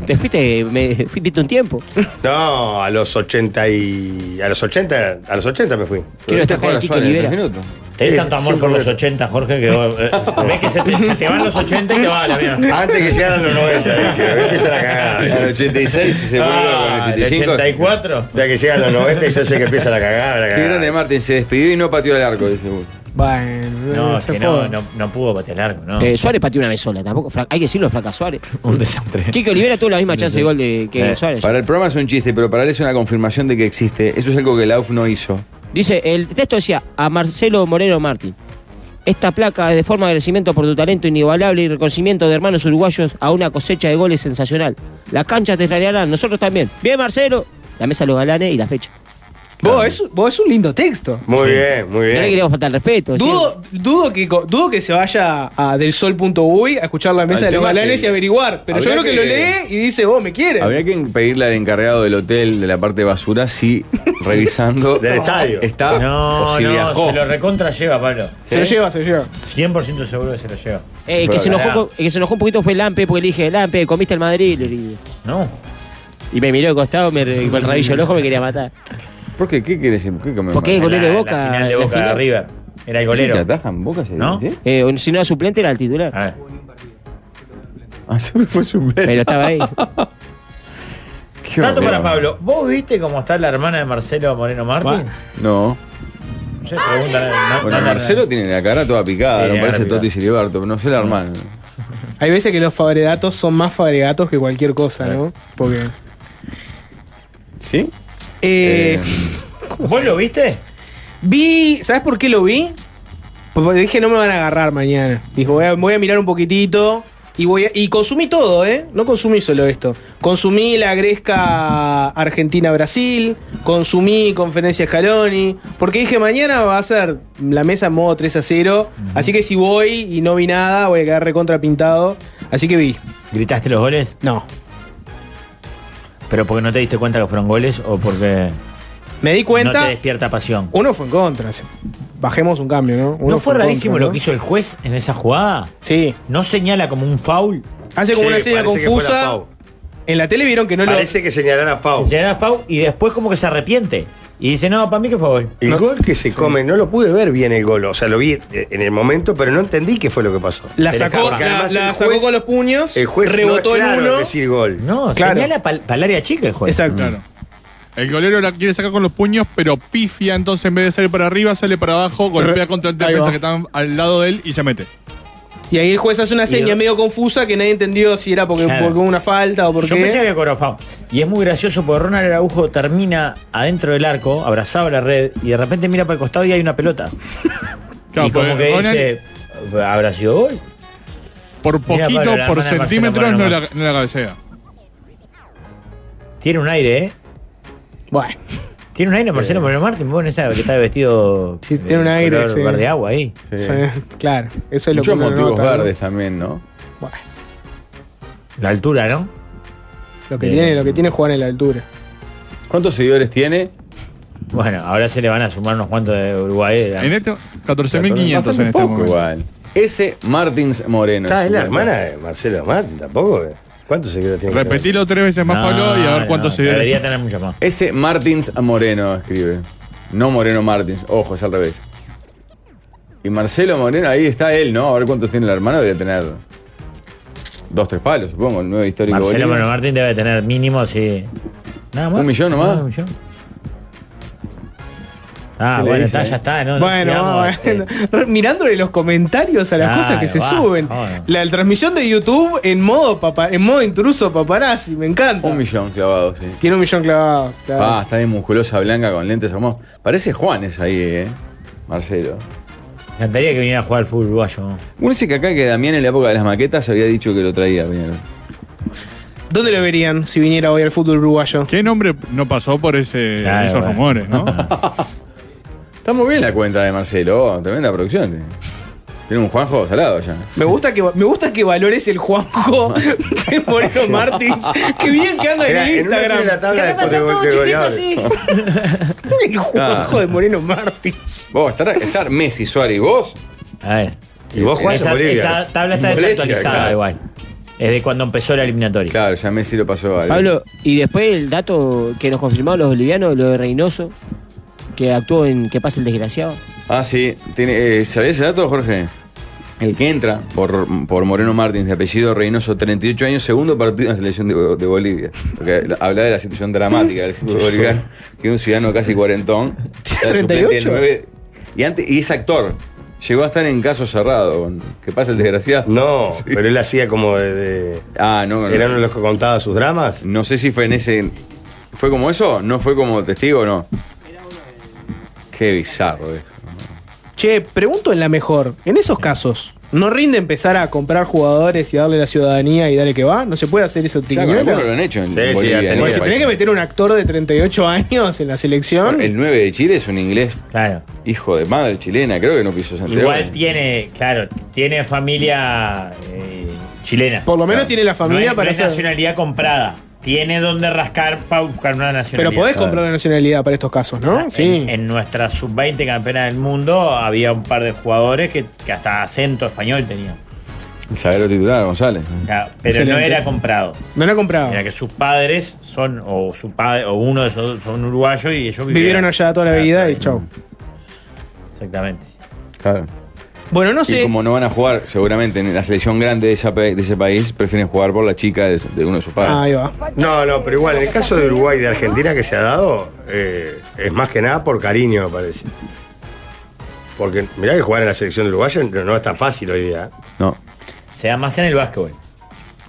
[SPEAKER 5] Te fuiste, Eh, me fuiste un tiempo.
[SPEAKER 1] No, a los 80 y a los 80, a los 80 me fui.
[SPEAKER 5] Quiero
[SPEAKER 2] Este
[SPEAKER 5] destacar
[SPEAKER 2] juega
[SPEAKER 5] el Tito
[SPEAKER 2] Suárez en
[SPEAKER 5] Olivera.
[SPEAKER 2] tres minutos.
[SPEAKER 3] Tenés tanto amor
[SPEAKER 1] Sí,
[SPEAKER 3] por los
[SPEAKER 1] correcto.
[SPEAKER 3] 80, Jorge, que vos, eh, ves que se te, se te van los 80 y te va a la mierda.
[SPEAKER 1] Antes que llegaran los 90, dije, empieza la
[SPEAKER 2] En el
[SPEAKER 1] cagada.
[SPEAKER 2] 86 se vuelve con
[SPEAKER 3] Ah,
[SPEAKER 2] el
[SPEAKER 3] el
[SPEAKER 2] 85.
[SPEAKER 3] 84.
[SPEAKER 1] Ya que llegan los 90 y yo sé que empieza la cagada, la
[SPEAKER 2] Qué grande
[SPEAKER 1] cagada.
[SPEAKER 2] Martín, se despidió y no pateó el arco, dice uno.
[SPEAKER 4] Bueno, eh,
[SPEAKER 3] No, es
[SPEAKER 4] se
[SPEAKER 3] que
[SPEAKER 4] fue.
[SPEAKER 3] no, no, no pudo patear largo, ¿no?
[SPEAKER 5] Eh, Suárez pateó una vez sola, tampoco. fra- Hay que decirlo, Flaca Suárez.
[SPEAKER 3] Un desastre.
[SPEAKER 5] Kike Olivera tuvo la misma chance de gol de, que
[SPEAKER 3] Eh,
[SPEAKER 5] Suárez.
[SPEAKER 2] Para el programa es un chiste, pero para él es una confirmación de que existe. Eso es algo que la UF no hizo.
[SPEAKER 5] Dice, el texto decía a Marcelo Moreno Martín. Esta placa es de forma de agradecimiento por tu talento inigualable y reconocimiento de hermanos uruguayos a una cosecha de goles sensacional. Las canchas te clarearán, nosotros también. Bien, Marcelo. La mesa los galanes y la fecha.
[SPEAKER 4] Vos, es, vos es un lindo texto.
[SPEAKER 1] Muy bien,
[SPEAKER 5] No
[SPEAKER 1] muy
[SPEAKER 5] le
[SPEAKER 1] bien.
[SPEAKER 5] queríamos faltar el respeto. ¿sí?
[SPEAKER 4] Dudo, dudo, que, co- dudo que se vaya a delsol.uy a escuchar la mesa de
[SPEAKER 2] Al
[SPEAKER 4] los
[SPEAKER 2] tema
[SPEAKER 4] galanes
[SPEAKER 2] que-
[SPEAKER 4] y averiguar. Pero yo
[SPEAKER 2] habría
[SPEAKER 4] creo que, lo
[SPEAKER 2] que-
[SPEAKER 4] lee y dice, vos me quieres.
[SPEAKER 2] Habría que pedirle al encargado del hotel de la parte de basura si revisando
[SPEAKER 1] Del estadio.
[SPEAKER 2] está
[SPEAKER 3] No,
[SPEAKER 2] o si
[SPEAKER 3] no,
[SPEAKER 2] viajó.
[SPEAKER 3] se lo recontra lleva, Pablo.
[SPEAKER 4] Se lo lleva, se lo lleva.
[SPEAKER 3] 100% seguro que se lo lleva.
[SPEAKER 5] Eh, el que se
[SPEAKER 3] Pero,
[SPEAKER 5] enojó,
[SPEAKER 3] pará.
[SPEAKER 5] con- el que se enojó un poquito fue Lampe, porque le dije, Lampe, comiste el Madrid. le dije.
[SPEAKER 3] No.
[SPEAKER 5] Y me miró de costado, me, re- con el rabillo del ojo me quería matar.
[SPEAKER 2] ¿Por qué? ¿Qué quieres decir? ¿Por qué
[SPEAKER 5] ¿Por qué? El golero de
[SPEAKER 3] La-
[SPEAKER 5] Boca,
[SPEAKER 3] La final de
[SPEAKER 5] la
[SPEAKER 3] Boca de
[SPEAKER 5] final.
[SPEAKER 3] River. Era el
[SPEAKER 2] ¿Sí te
[SPEAKER 3] golero.
[SPEAKER 2] atajan Boca? se-
[SPEAKER 3] ¿No?
[SPEAKER 2] ¿sí?
[SPEAKER 5] Eh, o si no era suplente, era el titular.
[SPEAKER 3] A ver.
[SPEAKER 2] Ah, siempre fue su
[SPEAKER 5] Pero estaba ahí.
[SPEAKER 2] Qué
[SPEAKER 3] Dato
[SPEAKER 2] horror.
[SPEAKER 3] para Pablo. ¿Vos viste cómo está la hermana de Marcelo Moreno Martín?
[SPEAKER 2] No.
[SPEAKER 3] No sé, pregunta. no- no-
[SPEAKER 2] Bueno,
[SPEAKER 3] no-
[SPEAKER 2] Marcelo tiene la cara toda picada,
[SPEAKER 3] Sí,
[SPEAKER 2] no
[SPEAKER 3] la
[SPEAKER 2] parece
[SPEAKER 3] cara picada.
[SPEAKER 2] Totti Siliberto, pero no sé la hermana.
[SPEAKER 4] Hay veces que los fabredatos son más fabregatos que cualquier cosa, ¿no? Porque.
[SPEAKER 2] ¿Sí?
[SPEAKER 4] Eh,
[SPEAKER 2] Eh,
[SPEAKER 3] ¿Vos lo viste?
[SPEAKER 4] Vi. ¿Sabes por qué lo vi? Porque Pues, dije, no me van a agarrar mañana. Dijo, voy a, voy a mirar un poquitito. Y, voy a- y consumí todo, ¿eh? No consumí solo esto. Consumí la gresca Argentina-Brasil. Consumí conferencia Scaloni. Porque dije, mañana va a ser la mesa en modo 3 a 0. Así que si voy y no vi nada, voy a quedar recontra pintado. Así que vi.
[SPEAKER 3] ¿Gritaste los goles?
[SPEAKER 4] No.
[SPEAKER 3] ¿Pero porque no te diste cuenta que fueron goles o porque
[SPEAKER 4] Me di cuenta.
[SPEAKER 3] no te despierta pasión?
[SPEAKER 4] Uno fue en contra. Bajemos un cambio, ¿no? Uno
[SPEAKER 3] ¿No fue
[SPEAKER 4] en contra,
[SPEAKER 3] rarísimo
[SPEAKER 4] ¿no?
[SPEAKER 3] lo que hizo el juez en esa jugada?
[SPEAKER 4] Sí.
[SPEAKER 3] ¿No señala como un foul?
[SPEAKER 4] Hace como
[SPEAKER 1] Sí,
[SPEAKER 4] una señal
[SPEAKER 1] parece que fue la
[SPEAKER 4] confusa.
[SPEAKER 1] FAU.
[SPEAKER 4] En la tele vieron que no lo.
[SPEAKER 1] Parece que señalara a Fau.
[SPEAKER 3] Señala foul y después como que se arrepiente. Y dice, no, para mí que fue gol.
[SPEAKER 1] El gol que se come, no lo pude ver bien el gol. O sea, lo vi eh, en el momento, pero no entendí qué fue lo que pasó.
[SPEAKER 4] La
[SPEAKER 1] Se le
[SPEAKER 4] sacó,
[SPEAKER 1] escapa, porque
[SPEAKER 4] la,
[SPEAKER 1] además
[SPEAKER 4] la
[SPEAKER 1] el
[SPEAKER 4] sacó
[SPEAKER 1] juez-
[SPEAKER 4] con los puños.
[SPEAKER 1] El juez
[SPEAKER 4] rebotó
[SPEAKER 1] no es claro
[SPEAKER 4] en uno.
[SPEAKER 1] decir gol.
[SPEAKER 3] No,
[SPEAKER 4] Claro.
[SPEAKER 3] señala para el área chica el juez.
[SPEAKER 4] Exacto.
[SPEAKER 9] El golero la quiere sacar con los puños, pero pifia, entonces en vez de salir para arriba, sale para abajo, golpea contra el
[SPEAKER 4] Ahí
[SPEAKER 9] defensa
[SPEAKER 4] va.
[SPEAKER 9] que está al lado de él y se mete.
[SPEAKER 4] Y ahí el juez hace una seña
[SPEAKER 3] Dios.
[SPEAKER 4] medio confusa que nadie entendió si era porque,
[SPEAKER 3] Claro.
[SPEAKER 4] porque hubo una falta o porque.
[SPEAKER 3] Yo pensé que había cobrado foul. Y es muy gracioso porque Ronald Araujo termina adentro del arco, abrazado a la red, y de repente mira para el costado y hay una pelota.
[SPEAKER 9] Claro,
[SPEAKER 3] y como
[SPEAKER 9] porque
[SPEAKER 3] que
[SPEAKER 9] Ronald-
[SPEAKER 3] dice, ¿habrá sido gol?
[SPEAKER 9] Por
[SPEAKER 3] Mira,
[SPEAKER 9] poquito,
[SPEAKER 3] Pablo, la
[SPEAKER 9] por
[SPEAKER 3] hermana de Marcelo
[SPEAKER 9] centímetros,
[SPEAKER 3] Moreno
[SPEAKER 9] no la,
[SPEAKER 3] Mar-
[SPEAKER 9] no la cabecea.
[SPEAKER 3] Tiene un aire, ¿eh?
[SPEAKER 4] Bueno.
[SPEAKER 3] Tiene un aire Marcelo Moreno Martín, bueno, esa que está vestido
[SPEAKER 4] Sí,
[SPEAKER 3] eh,
[SPEAKER 4] tiene un aire,
[SPEAKER 3] color
[SPEAKER 4] sí.
[SPEAKER 3] verde agua ahí.
[SPEAKER 2] Sí.
[SPEAKER 4] sí, claro. Eso es lo
[SPEAKER 2] Muchos
[SPEAKER 4] que uno
[SPEAKER 2] motivos
[SPEAKER 4] nota, ¿no?
[SPEAKER 2] verdes también, ¿no?
[SPEAKER 4] Bueno,
[SPEAKER 3] La altura, ¿no?
[SPEAKER 4] lo que
[SPEAKER 3] Eh.
[SPEAKER 4] tiene, lo que tiene es jugar en la altura.
[SPEAKER 2] ¿Cuántos seguidores tiene?
[SPEAKER 3] Bueno, ahora se le van a sumar unos cuantos de Uruguay. eh,
[SPEAKER 9] En este, 14.500 en
[SPEAKER 2] Bastante
[SPEAKER 9] este
[SPEAKER 2] poco
[SPEAKER 9] momento.
[SPEAKER 2] igual. Ese Martins Moreno.
[SPEAKER 1] Está, es la
[SPEAKER 2] su
[SPEAKER 1] hermana de Marcelo Martín, tampoco. eh. ¿Cuántos seguidores tiene? que tener?
[SPEAKER 9] Repetilo tres veces más,
[SPEAKER 3] No,
[SPEAKER 9] Pablo, y a ver cuántos
[SPEAKER 3] no,
[SPEAKER 9] seguidores.
[SPEAKER 3] Debería tener mucho más.
[SPEAKER 2] Ese Martins Moreno escribe. No Moreno Martins. Ojo, es al revés. Y Marcelo Moreno, ahí está él, ¿no? A ver cuántos tiene la hermana. Debería tener dos, tres palos, supongo. El nuevo histórico.
[SPEAKER 3] Marcelo
[SPEAKER 2] Bolívar.
[SPEAKER 3] Moreno Martín debe tener mínimo, sí. Nada más.
[SPEAKER 2] ¿Un millón nomás?
[SPEAKER 3] Ah, un millón. Ah,
[SPEAKER 2] ¿Qué le
[SPEAKER 3] bueno,
[SPEAKER 2] dice,
[SPEAKER 3] está,
[SPEAKER 2] eh?
[SPEAKER 3] ya está. No, no
[SPEAKER 4] Bueno,
[SPEAKER 3] sigamos,
[SPEAKER 4] bueno.
[SPEAKER 3] eh.
[SPEAKER 4] mirándole los comentarios a las
[SPEAKER 3] Claro,
[SPEAKER 4] cosas que se
[SPEAKER 3] va,
[SPEAKER 4] suben.
[SPEAKER 3] joder.
[SPEAKER 4] La transmisión de YouTube en modo papa- en modo intruso paparazzi, me encanta.
[SPEAKER 2] Un millón clavados, sí.
[SPEAKER 4] Tiene un millón clavado. claro.
[SPEAKER 2] Ah, está bien musculosa blanca con lentes hermosos. Parece Juanes ahí, ¿eh? Marcelo.
[SPEAKER 3] Me encantaría que viniera a jugar al fútbol uruguayo.
[SPEAKER 2] Uno dice que acá que Damián en la época de las maquetas había dicho que lo traía. Peñarol.
[SPEAKER 4] ¿Dónde lo verían si viniera hoy al fútbol uruguayo?
[SPEAKER 9] ¿Qué nombre no pasó por ese,
[SPEAKER 3] Claro,
[SPEAKER 9] esos
[SPEAKER 3] bueno.
[SPEAKER 9] rumores, no?
[SPEAKER 2] Está muy bien la cuenta de Marcelo. oh, tremenda producción. tiene. Tiene un Juanjo salado ya.
[SPEAKER 4] Me gusta que me gusta que valores el Juanjo de Moreno Martins. Qué bien que anda
[SPEAKER 1] Mirá,
[SPEAKER 4] en
[SPEAKER 1] en una tiene la
[SPEAKER 4] Instagram.
[SPEAKER 1] tabla de goleadores.
[SPEAKER 4] El Juanjo de Moreno Martins.
[SPEAKER 2] Vos, estar, estar Messi, Suárez y vos.
[SPEAKER 3] A ver.
[SPEAKER 1] Y vos jugás en
[SPEAKER 3] Esa,
[SPEAKER 1] Bolivia.
[SPEAKER 3] esa tabla está
[SPEAKER 2] En Bolivia,
[SPEAKER 3] desactualizada
[SPEAKER 2] claro.
[SPEAKER 3] igual. Es de cuando empezó la eliminatoria.
[SPEAKER 2] Claro, ya Messi lo pasó a
[SPEAKER 5] Pablo, y después el dato que nos confirmaron los bolivianos, lo de Reynoso, que actuó en Que pasa el desgraciado.
[SPEAKER 2] Ah, sí. Tiene, eh, ¿Sabés ese dato, Jorge? El que entra por, por Moreno Martins, de apellido Reynoso, 38 años, segundo partido en la selección de, de Bolivia. Porque la- habla de la situación dramática del fútbol boliviano, que un ciudadano casi cuarentón. está de suplente de
[SPEAKER 4] 38.
[SPEAKER 2] nueve- y, antes, y es actor. Llegó a estar en caso cerrado. con- ¿Qué pasa, el desgraciado?
[SPEAKER 1] No, pero él hacía como de. de-
[SPEAKER 2] Ah, no, no.
[SPEAKER 1] ¿Era uno de los que contaba sus dramas?
[SPEAKER 2] No sé si fue en ese. ¿Fue como eso? ¿No fue como testigo o no? Qué bizarro eh. eso.
[SPEAKER 4] Che, pregunto en la mejor. En esos casos, ¿no rinde empezar a comprar jugadores y darle la ciudadanía y darle que va? ¿No se puede hacer eso
[SPEAKER 2] Ya con algunos lo han hecho en
[SPEAKER 1] Sí, sí,
[SPEAKER 2] Bolivia.
[SPEAKER 1] ya
[SPEAKER 2] en
[SPEAKER 1] tenía.
[SPEAKER 2] otros
[SPEAKER 4] Si tenés que
[SPEAKER 2] países.
[SPEAKER 4] meter un actor de 38 años en la selección.
[SPEAKER 2] El 9 de Chile es un inglés
[SPEAKER 3] Claro.
[SPEAKER 2] hijo de madre chilena, creo que no pisó Santiago.
[SPEAKER 3] Igual tiene, claro, tiene familia eh, chilena.
[SPEAKER 4] Por lo menos
[SPEAKER 2] Claro.
[SPEAKER 4] tiene la familia
[SPEAKER 3] no es,
[SPEAKER 4] para
[SPEAKER 3] no es
[SPEAKER 4] hacer-
[SPEAKER 3] nacionalidad comprada. Tiene donde rascar para buscar una
[SPEAKER 4] Pero
[SPEAKER 3] nacionalidad.
[SPEAKER 4] podés comprar la nacionalidad para estos casos, ¿no?
[SPEAKER 3] En-
[SPEAKER 4] sí.
[SPEAKER 3] En, nuestra sub-20 campeona del mundo había un par de jugadores que, que hasta acento español tenían.
[SPEAKER 2] Sabero titular, González.
[SPEAKER 3] Claro, pero no
[SPEAKER 4] Excelente.
[SPEAKER 3] era comprado.
[SPEAKER 4] no la he comprado.
[SPEAKER 3] Era que sus padres son, o su padre, o uno de esos dos son uruguayos y ellos
[SPEAKER 4] Vivieron allá toda la
[SPEAKER 3] Claro,
[SPEAKER 4] vida y chau.
[SPEAKER 3] Exactamente.
[SPEAKER 2] Claro.
[SPEAKER 4] Bueno, no
[SPEAKER 2] Y
[SPEAKER 4] sé.
[SPEAKER 2] como no van a jugar, seguramente en la selección grande de, esa pa- de ese país, prefieren jugar por la chica de, de uno de sus
[SPEAKER 4] Ah, ahí
[SPEAKER 2] padres.
[SPEAKER 4] va.
[SPEAKER 1] No, no, pero igual, en el caso de Uruguay y de Argentina que se ha dado, eh, es más que nada por cariño, me parece. Porque mirá que jugar en la selección de Uruguay no, no es tan fácil hoy día. ¿eh?
[SPEAKER 2] No.
[SPEAKER 3] Se da más en el básquetbol.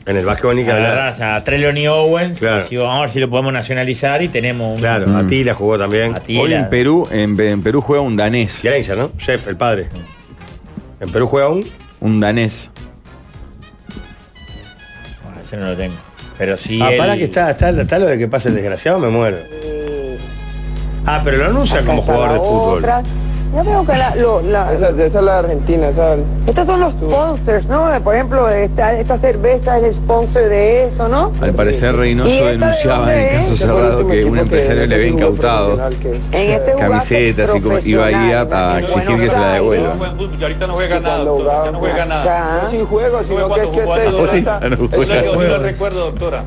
[SPEAKER 1] En el básquetbol ni que hablar.
[SPEAKER 3] Agarrás a Trelon y Owens.
[SPEAKER 1] Claro.
[SPEAKER 3] y decís, vamos a ver si lo podemos nacionalizar y tenemos un.
[SPEAKER 1] Claro, Mm. a ti la jugó también.
[SPEAKER 3] A ti.
[SPEAKER 2] Hoy en Perú, en, en Perú juega un danés.
[SPEAKER 1] Gerencia, ¿no? Chef, el padre. En Perú juega un.
[SPEAKER 2] Un danés.
[SPEAKER 3] Bueno, ese no lo tengo. Pero sí.
[SPEAKER 1] Ah,
[SPEAKER 3] el-
[SPEAKER 1] para que está, está, está lo de que pase el desgraciado, me muero. Ah, pero lo anuncia como jugador de fútbol.
[SPEAKER 10] Yo creo que la, lo- la-
[SPEAKER 8] Esa, esa es la Argentina, ¿sabes?
[SPEAKER 10] estos son los sponsors, ¿no? Por ejemplo, esta, esta cerveza es el sponsor de eso, ¿no?
[SPEAKER 2] Al parecer,
[SPEAKER 10] ¿Y
[SPEAKER 2] Reynoso
[SPEAKER 10] esta de
[SPEAKER 2] denunciaba
[SPEAKER 10] dónde
[SPEAKER 2] en el
[SPEAKER 10] es?
[SPEAKER 2] caso
[SPEAKER 10] Ese
[SPEAKER 2] cerrado que un empresario le había incautado
[SPEAKER 10] En este jugador
[SPEAKER 2] camisetas y como- iba ahí a, a
[SPEAKER 10] profesional,
[SPEAKER 2] exigir
[SPEAKER 10] bueno,
[SPEAKER 2] que se la
[SPEAKER 10] claro.
[SPEAKER 2] devuelvan.
[SPEAKER 7] ahorita no juega nada,
[SPEAKER 8] doctora,
[SPEAKER 7] ya no juega nada.
[SPEAKER 10] Acá.
[SPEAKER 8] No sin juego, sino que es que este
[SPEAKER 2] Ahorita no juega.
[SPEAKER 7] lo recuerdo, doctora.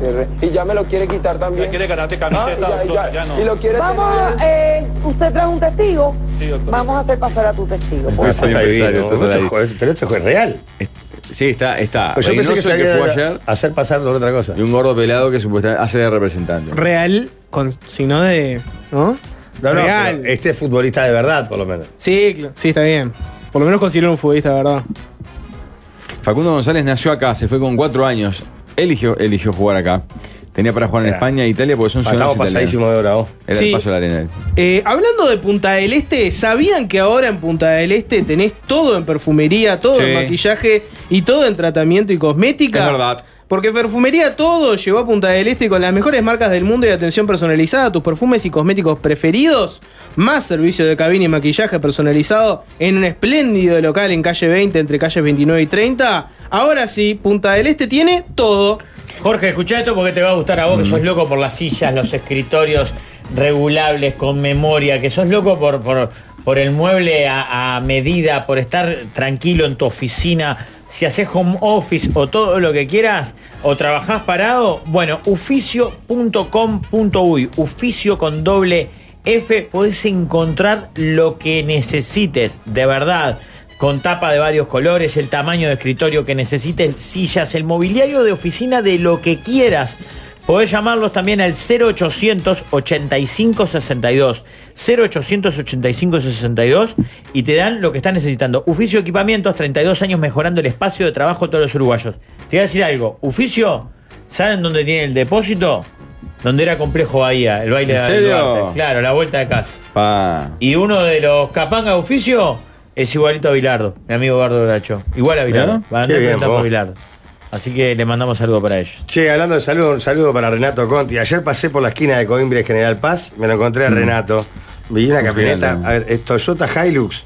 [SPEAKER 8] que re- Y ya me lo quiere quitar también.
[SPEAKER 7] ganarte
[SPEAKER 8] Ah, y ya- y ya- Y lo quiere
[SPEAKER 10] Vamos,
[SPEAKER 8] tener-
[SPEAKER 10] eh, usted trae un testigo.
[SPEAKER 7] Sí, doctor.
[SPEAKER 10] Vamos a hacer pasar a tu testigo.
[SPEAKER 1] Esto
[SPEAKER 2] Bueno, Ah, soy
[SPEAKER 1] está
[SPEAKER 2] empresario,
[SPEAKER 1] divino,
[SPEAKER 2] esto
[SPEAKER 1] esto
[SPEAKER 2] soy-
[SPEAKER 1] juega- pero esto es real.
[SPEAKER 2] Sí, está. está.
[SPEAKER 1] Pues yo pensé
[SPEAKER 2] Reynoso,
[SPEAKER 1] que
[SPEAKER 2] el que
[SPEAKER 1] se
[SPEAKER 2] jugó
[SPEAKER 1] había
[SPEAKER 2] ayer,
[SPEAKER 1] hacer pasar por otra cosa.
[SPEAKER 2] y un gordo pelado que supuestamente hace de representante.
[SPEAKER 4] Real, con signo de. ¿No?
[SPEAKER 1] No, no,
[SPEAKER 4] Real.
[SPEAKER 1] pero este es futbolista de verdad, por lo menos.
[SPEAKER 4] Sí, cl- sí, está bien. Por lo menos considero un futbolista, de ¿verdad?
[SPEAKER 2] Facundo González nació acá, se fue con cuatro años. Eligió, eligió jugar acá. Tenía para jugar en
[SPEAKER 1] Era.
[SPEAKER 2] España e Italia porque son ciudadanos
[SPEAKER 1] Estamos
[SPEAKER 2] italianos.
[SPEAKER 1] pasadísimos de bravo.
[SPEAKER 2] Era
[SPEAKER 4] Sí.
[SPEAKER 2] el paso de la arena.
[SPEAKER 4] Eh, hablando de Punta del Este, ¿sabían que ahora en Punta del Este tenés todo en perfumería, todo
[SPEAKER 2] Sí.
[SPEAKER 4] en maquillaje y todo en tratamiento y cosmética?
[SPEAKER 2] Es verdad.
[SPEAKER 4] Porque Perfumería Todo llegó a Punta del Este con las mejores marcas del mundo y atención personalizada, tus perfumes y cosméticos preferidos, más servicio de cabina y maquillaje personalizado en un espléndido local en calle 20, entre calles 29 y 30. Ahora sí, Punta del Este tiene todo.
[SPEAKER 3] Jorge, escucha esto porque te va a gustar a vos, que sos loco por las sillas, los escritorios regulables, con memoria, que sos loco por, por, por el mueble a, a medida, por estar tranquilo en tu oficina. Si haces home office o todo lo que quieras, o trabajás parado, bueno, uficio.com.uy, uficio con doble F, podés encontrar lo que necesites, de verdad con tapa de varios colores, el tamaño de escritorio que necesites, sillas, el mobiliario de oficina de lo que quieras. Podés llamarlos también al 0800 8562 0800 8562 y te dan lo que estás necesitando. Uficio Equipamientos, 32 años mejorando el espacio de trabajo de todos los uruguayos. Te voy a decir algo. Uficio, ¿saben dónde tiene el depósito? Donde era complejo Bahía, el baile
[SPEAKER 2] ¿En
[SPEAKER 3] de
[SPEAKER 2] serio?
[SPEAKER 3] Duarte. Claro, la vuelta de casa.
[SPEAKER 2] Pa.
[SPEAKER 3] Y uno de los capangas de oficio es igualito a Bilardo, mi amigo Bardo Bracho. Igual a Bilardo.
[SPEAKER 2] Mirá.
[SPEAKER 3] Va
[SPEAKER 1] Qué
[SPEAKER 3] a andar
[SPEAKER 1] bien,
[SPEAKER 3] preguntando por
[SPEAKER 1] vos.
[SPEAKER 3] Bilardo. Así que le mandamos algo para ellos.
[SPEAKER 1] Che, hablando de saludo, un saludo para Renato Conti. Ayer pasé por la esquina de Coimbra y General Paz, me lo encontré a
[SPEAKER 3] Mm.
[SPEAKER 1] Renato. Vi una camioneta,
[SPEAKER 2] grande.
[SPEAKER 1] a ver, es Toyota Hilux,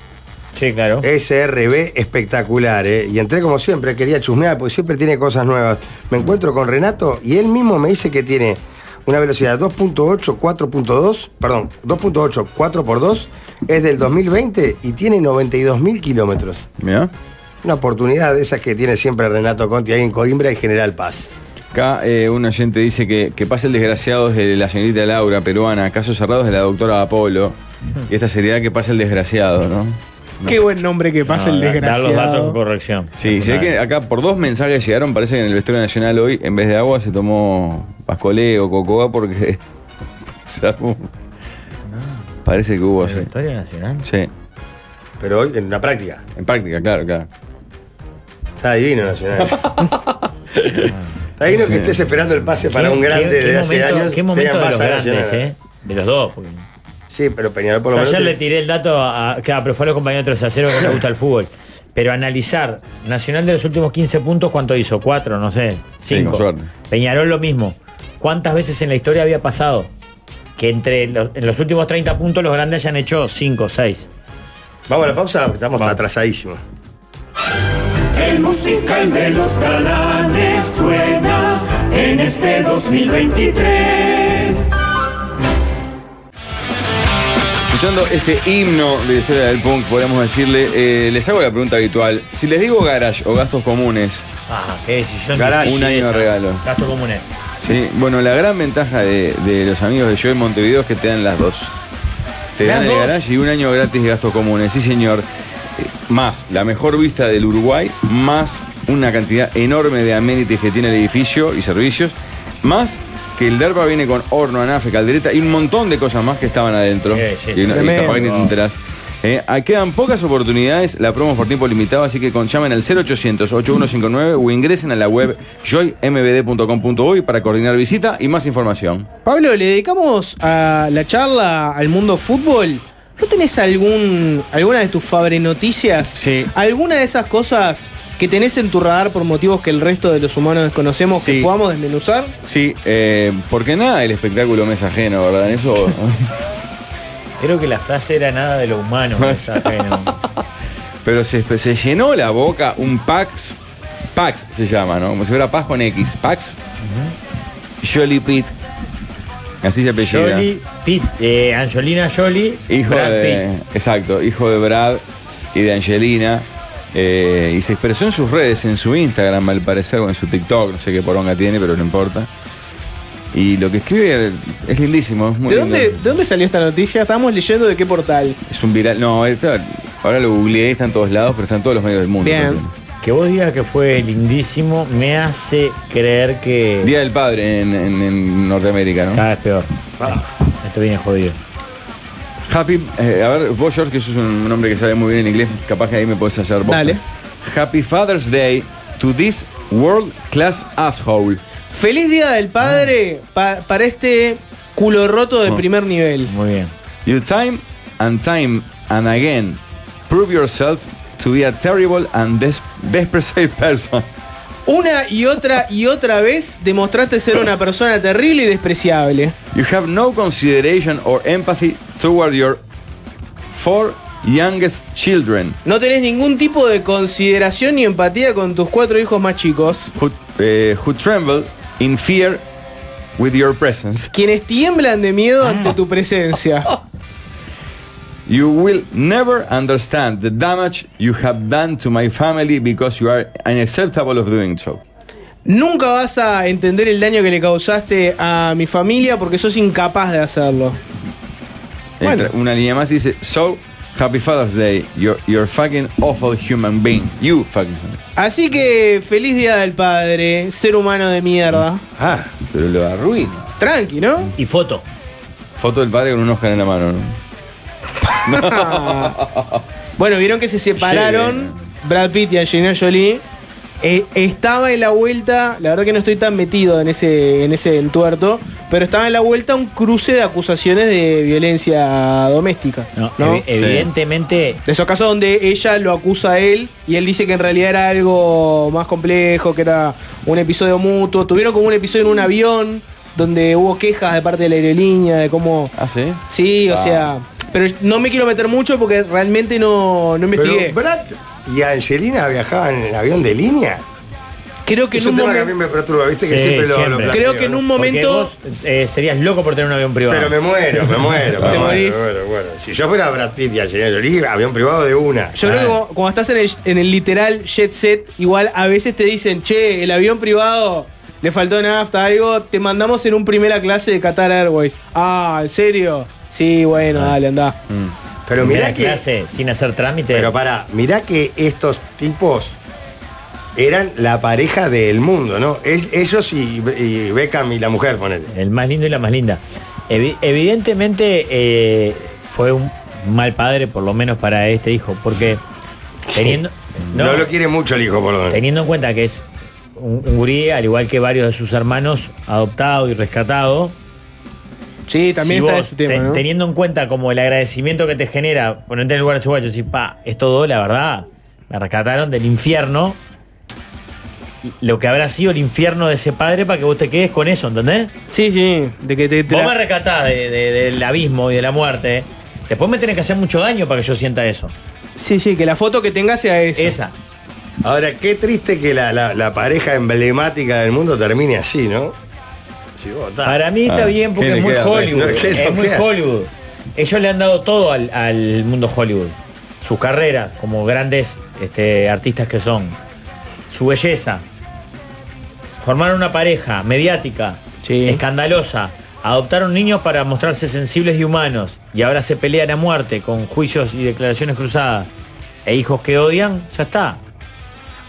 [SPEAKER 3] Sí, claro.
[SPEAKER 1] SRB espectacular, ¿eh? Y entré como siempre, quería chusmear, porque siempre tiene cosas nuevas. Me encuentro con Renato y él mismo me dice que tiene una velocidad 2.8, 4.2, perdón, 2.8, 4x2, es del 2020 y tiene 92.000 kilómetros.
[SPEAKER 2] Mirá.
[SPEAKER 1] Una oportunidad de esas que tiene siempre Renato Conti ahí en Coimbra y General Paz.
[SPEAKER 2] Acá eh, un oyente dice que, que pasa el desgraciado es de la señorita Laura, peruana. Casos cerrados de la doctora Apolo. Y esta seriedad que pasa el desgraciado, ¿no?
[SPEAKER 4] Qué buen nombre que pasa
[SPEAKER 3] No,
[SPEAKER 4] el
[SPEAKER 3] da-
[SPEAKER 4] desgraciado.
[SPEAKER 3] Dar los datos con corrección.
[SPEAKER 2] Sí, si hay que, acá por dos mensajes llegaron, parece que en el vestuario nacional hoy, en vez de agua, se tomó Pascolé o Cocoa porque. se armó. parece que
[SPEAKER 3] ¿En
[SPEAKER 2] hubo
[SPEAKER 3] la
[SPEAKER 2] ayer.
[SPEAKER 3] historia nacional?
[SPEAKER 2] Sí,
[SPEAKER 1] Pero hoy en la práctica.
[SPEAKER 2] en práctica, claro, claro.
[SPEAKER 1] Está divino Nacional. Está divino que estés esperando el pase para
[SPEAKER 3] ¿Qué-
[SPEAKER 1] un grande
[SPEAKER 3] qué- qué
[SPEAKER 1] de hace
[SPEAKER 3] momento-
[SPEAKER 1] años.
[SPEAKER 3] ¿Qué
[SPEAKER 1] te
[SPEAKER 3] momento
[SPEAKER 1] hagan
[SPEAKER 3] de los
[SPEAKER 1] pasar a
[SPEAKER 3] grandes,
[SPEAKER 1] Nacional.
[SPEAKER 3] eh? De los dos. porque-
[SPEAKER 1] Sí, pero Peñarol por lo
[SPEAKER 3] Yo
[SPEAKER 1] menos.
[SPEAKER 3] ayer le
[SPEAKER 1] tiene-
[SPEAKER 3] tiré el dato a. a- Claro, pero fue a los compañeros 3 a 0 que le gusta el fútbol. Pero analizar, Nacional de los últimos 15 puntos, ¿cuánto hizo? ¿Cuatro? No sé.
[SPEAKER 2] Sí,
[SPEAKER 3] Cinco.
[SPEAKER 2] con suerte.
[SPEAKER 3] Peñarol lo mismo. ¿Cuántas veces en la historia había pasado que entre los, en los últimos 30 puntos los grandes hayan hecho 5, 6?
[SPEAKER 1] Vamos a la pausa, porque estamos atrasadísimos.
[SPEAKER 11] El musical de los galanes suena en este 2023.
[SPEAKER 2] Escuchando este himno de la historia del punk, podríamos decirle, eh, les hago la pregunta habitual. Si les digo garage o gastos comunes,
[SPEAKER 3] Ah, qué decisión.
[SPEAKER 2] Garage.
[SPEAKER 3] difícil
[SPEAKER 2] Un año de
[SPEAKER 3] esa.
[SPEAKER 2] regalo.
[SPEAKER 3] Gasto comunes.
[SPEAKER 2] sí, bueno, la gran ventaja de, de los amigos de Yo en Montevideo es que te dan las dos. Te
[SPEAKER 3] ¿Las
[SPEAKER 2] dan el
[SPEAKER 3] dos?
[SPEAKER 2] garage y un año gratis de gastos comunes, sí señor. Eh, Más la mejor vista del Uruguay, más una cantidad enorme de amenities que tiene el edificio y servicios, más que el Derpa viene con horno, anafe, caldereta y un montón de cosas más que estaban adentro.
[SPEAKER 3] Sí, sí, sí.
[SPEAKER 2] y, no- y
[SPEAKER 3] Tremendo.
[SPEAKER 2] capaz que ni te enterás. Eh, ah, quedan pocas oportunidades, la promo es por tiempo limitado, así que con llamen al 0800-8159 o ingresen a la web joymbd.com.uy para coordinar visita y más información.
[SPEAKER 4] Pablo, le dedicamos a la charla al mundo fútbol. ¿No tenés algún, alguna de tus fabre noticias?
[SPEAKER 2] Sí.
[SPEAKER 4] ¿Alguna de esas cosas que tenés en tu radar por motivos que el resto de los humanos desconocemos
[SPEAKER 2] Sí.
[SPEAKER 4] que podamos desmenuzar?
[SPEAKER 2] Sí, eh, porque nada el espectáculo me es ajeno, ¿verdad? Eso.
[SPEAKER 3] Creo que la frase era nada de lo humano. esa, bueno.
[SPEAKER 2] Pero se, se llenó la boca un Pax. Pax se llama, ¿no? Como si fuera Pax con X. Pax. Jolly Pitt. Así se apellida.
[SPEAKER 3] Jolie Pitt, eh, Angelina Jolie,
[SPEAKER 2] Hijo
[SPEAKER 3] Brad
[SPEAKER 2] de.
[SPEAKER 3] Pitt.
[SPEAKER 2] Exacto, hijo de Brad y de Angelina. eh, y se expresó en sus redes, en su Instagram, al parecer, o en su TikTok, no sé qué poronga tiene, pero no importa. Y lo que escribe es lindísimo. Es muy
[SPEAKER 4] ¿De
[SPEAKER 2] lindo.
[SPEAKER 4] dónde, ¿De dónde salió esta noticia? Estábamos leyendo de qué portal.
[SPEAKER 2] Es un viral. No, está- ahora lo googleé, está en todos lados, pero está en todos los medios del mundo.
[SPEAKER 4] Bien.
[SPEAKER 3] Que vos digas que fue lindísimo me hace creer que.
[SPEAKER 2] Día del Padre en, en- en Norteamérica, ¿no?
[SPEAKER 3] Cada vez peor. Esto viene jodido.
[SPEAKER 2] Happy, eh, a ver, vos George, que sos un hombre que sabe muy bien en inglés, capaz que ahí me podés hacer vos.
[SPEAKER 4] Dale.
[SPEAKER 2] Happy Father's Day to this world class asshole.
[SPEAKER 4] Feliz Día del Padre pa- para este culo roto de
[SPEAKER 2] Ah.
[SPEAKER 4] primer nivel.
[SPEAKER 3] Muy bien.
[SPEAKER 2] You time and time and again prove yourself to be a terrible and des- desperate person.
[SPEAKER 4] Una y otra y otra vez demostraste ser una persona terrible y despreciable.
[SPEAKER 2] You have no consideration or empathy toward your four youngest children.
[SPEAKER 4] No tenés ningún tipo de consideración ni empatía con tus cuatro hijos más chicos,
[SPEAKER 2] who, eh, who tremble in fear with your presence.
[SPEAKER 4] quienes tiemblan de miedo ante tu presencia.
[SPEAKER 2] You will never understand the damage you have done to my family because you are unacceptable of doing so.
[SPEAKER 4] Nunca vas a entender el daño que le causaste a mi familia porque sos incapaz de hacerlo.
[SPEAKER 2] Entra Una línea más y dice, so, happy Father's Day, you're, you're fucking awful human being. You fucking...
[SPEAKER 4] Así que feliz día del padre, ser humano de mierda.
[SPEAKER 2] Ah, pero lo arruina.
[SPEAKER 4] Tranqui, ¿no?
[SPEAKER 3] Y foto.
[SPEAKER 2] Foto del padre con un Oscar en la mano, ¿no?
[SPEAKER 4] bueno, vieron que se separaron Brad Pitt y Angelina Jolie. Eh, estaba en la vuelta, la verdad que no estoy tan metido en ese, en ese entuerto, pero estaba en la vuelta un cruce de acusaciones de violencia doméstica.
[SPEAKER 3] No,
[SPEAKER 4] ¿no?
[SPEAKER 3] evi- evidentemente.
[SPEAKER 4] De esos casos donde ella lo acusa a él y él dice que en realidad era algo más complejo, que era un episodio mutuo. Tuvieron como un episodio en un avión donde hubo quejas de parte de la aerolínea de cómo.
[SPEAKER 2] Ah, sí.
[SPEAKER 4] Sí, o
[SPEAKER 2] Ah.
[SPEAKER 4] sea. Pero no me quiero meter mucho porque realmente no, no investigué.
[SPEAKER 1] Pero Brad y Angelina viajaban en el avión de línea.
[SPEAKER 4] creo que
[SPEAKER 1] es
[SPEAKER 4] en un
[SPEAKER 1] un tema que a
[SPEAKER 4] momento.
[SPEAKER 1] mí me perturba, viste que
[SPEAKER 3] Sí,
[SPEAKER 1] siempre lo, lo
[SPEAKER 3] siempre.
[SPEAKER 1] planteo,
[SPEAKER 4] Creo que en
[SPEAKER 1] ¿no?
[SPEAKER 4] un
[SPEAKER 3] porque
[SPEAKER 4] momento.
[SPEAKER 3] vos, eh, serías loco por tener un avión privado.
[SPEAKER 1] Pero me muero, me muero. me
[SPEAKER 4] Te
[SPEAKER 1] muero,
[SPEAKER 4] morís.
[SPEAKER 1] me muero, me muero. Si yo fuera Brad Pitt y Angelina Jolie, avión privado de una.
[SPEAKER 4] Yo
[SPEAKER 3] Ah.
[SPEAKER 4] creo que como- cuando estás en el, en el literal jet set, igual a veces te dicen, che, el avión privado le faltó nafta, algo, te mandamos en un primera clase de Qatar Airways. Ah, ¿en serio? Sí, bueno, dale, andá.
[SPEAKER 1] Ah. Mm. Pero mirá
[SPEAKER 3] Primera
[SPEAKER 1] que.
[SPEAKER 3] clase, sin hacer trámite.
[SPEAKER 1] Pero pará, mirá que estos tipos eran la pareja del mundo, ¿no? El- ellos y, y Beckham y la mujer, ponele.
[SPEAKER 3] El más lindo y la más linda. Evi- evidentemente eh, fue un mal padre, por lo menos para este hijo, porque teniendo,
[SPEAKER 1] No,
[SPEAKER 3] no,
[SPEAKER 1] lo quiere mucho el hijo, por lo menos.
[SPEAKER 3] teniendo en cuenta que es un, un gurí, al igual que varios de sus hermanos, adoptado y rescatado,
[SPEAKER 4] Sí, también está ese tema, ¿no?
[SPEAKER 3] Teniendo en cuenta como el agradecimiento que te genera ponerte en el lugar de uruguayo y decir, pa, esto todo, la verdad, me rescataron del infierno. Lo que habrá sido el infierno de ese padre para que vos te quedes con eso, ¿entendés?
[SPEAKER 4] Sí, sí. De que te, te
[SPEAKER 3] Vos
[SPEAKER 4] la-
[SPEAKER 3] me rescatás de- de- del abismo y de la muerte. ¿eh? Después me tenés que hacer mucho daño para que yo sienta eso.
[SPEAKER 4] Sí, sí, que la foto que tengas sea esa.
[SPEAKER 3] Esa.
[SPEAKER 1] Ahora, qué triste que la, la- la pareja emblemática del mundo termine así, ¿no? Sí, vos, está.
[SPEAKER 3] Para mí está bien porque es muy Hollywood.
[SPEAKER 1] No, ¿qué le
[SPEAKER 3] es muy
[SPEAKER 1] queda?
[SPEAKER 3] Hollywood. Ellos le han dado todo al, al mundo Hollywood. Sus carreras como grandes este, artistas que son. Su belleza. Formaron una pareja mediática, escandalosa. Adoptaron niños para mostrarse sensibles y humanos. Y ahora se pelean a muerte con juicios y declaraciones cruzadas. E hijos que odian, ya está.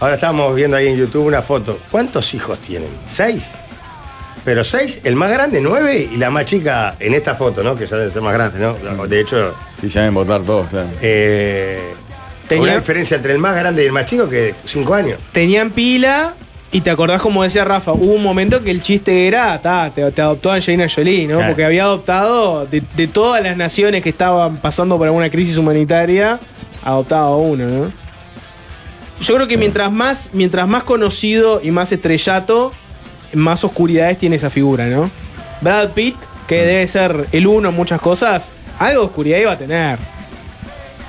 [SPEAKER 1] Ahora estamos viendo ahí en YouTube una foto. ¿Cuántos hijos tienen? ¿Seis? Pero seis, el más grande, nueve, y la más chica en esta foto, ¿no? Que ya debe ser más grande, ¿no? De hecho,
[SPEAKER 2] Sí, ya deben votar todos, claro.
[SPEAKER 1] eh, tengo una
[SPEAKER 4] Hola.
[SPEAKER 1] diferencia entre el más grande y el más chico que cinco años.
[SPEAKER 4] Tenían pila y te acordás como decía Rafa, hubo un momento que el chiste era, ta, te, te adoptó Angelina Jolie, ¿no?
[SPEAKER 1] Claro.
[SPEAKER 4] Porque había adoptado de, de todas las naciones que estaban pasando por alguna crisis humanitaria, adoptaba uno, ¿no? Yo creo que mientras más, mientras más conocido y más estrellato, más oscuridades tiene esa figura, ¿no? Brad Pitt, que
[SPEAKER 3] Mm.
[SPEAKER 4] debe ser el uno en muchas cosas, algo de oscuridad iba a tener.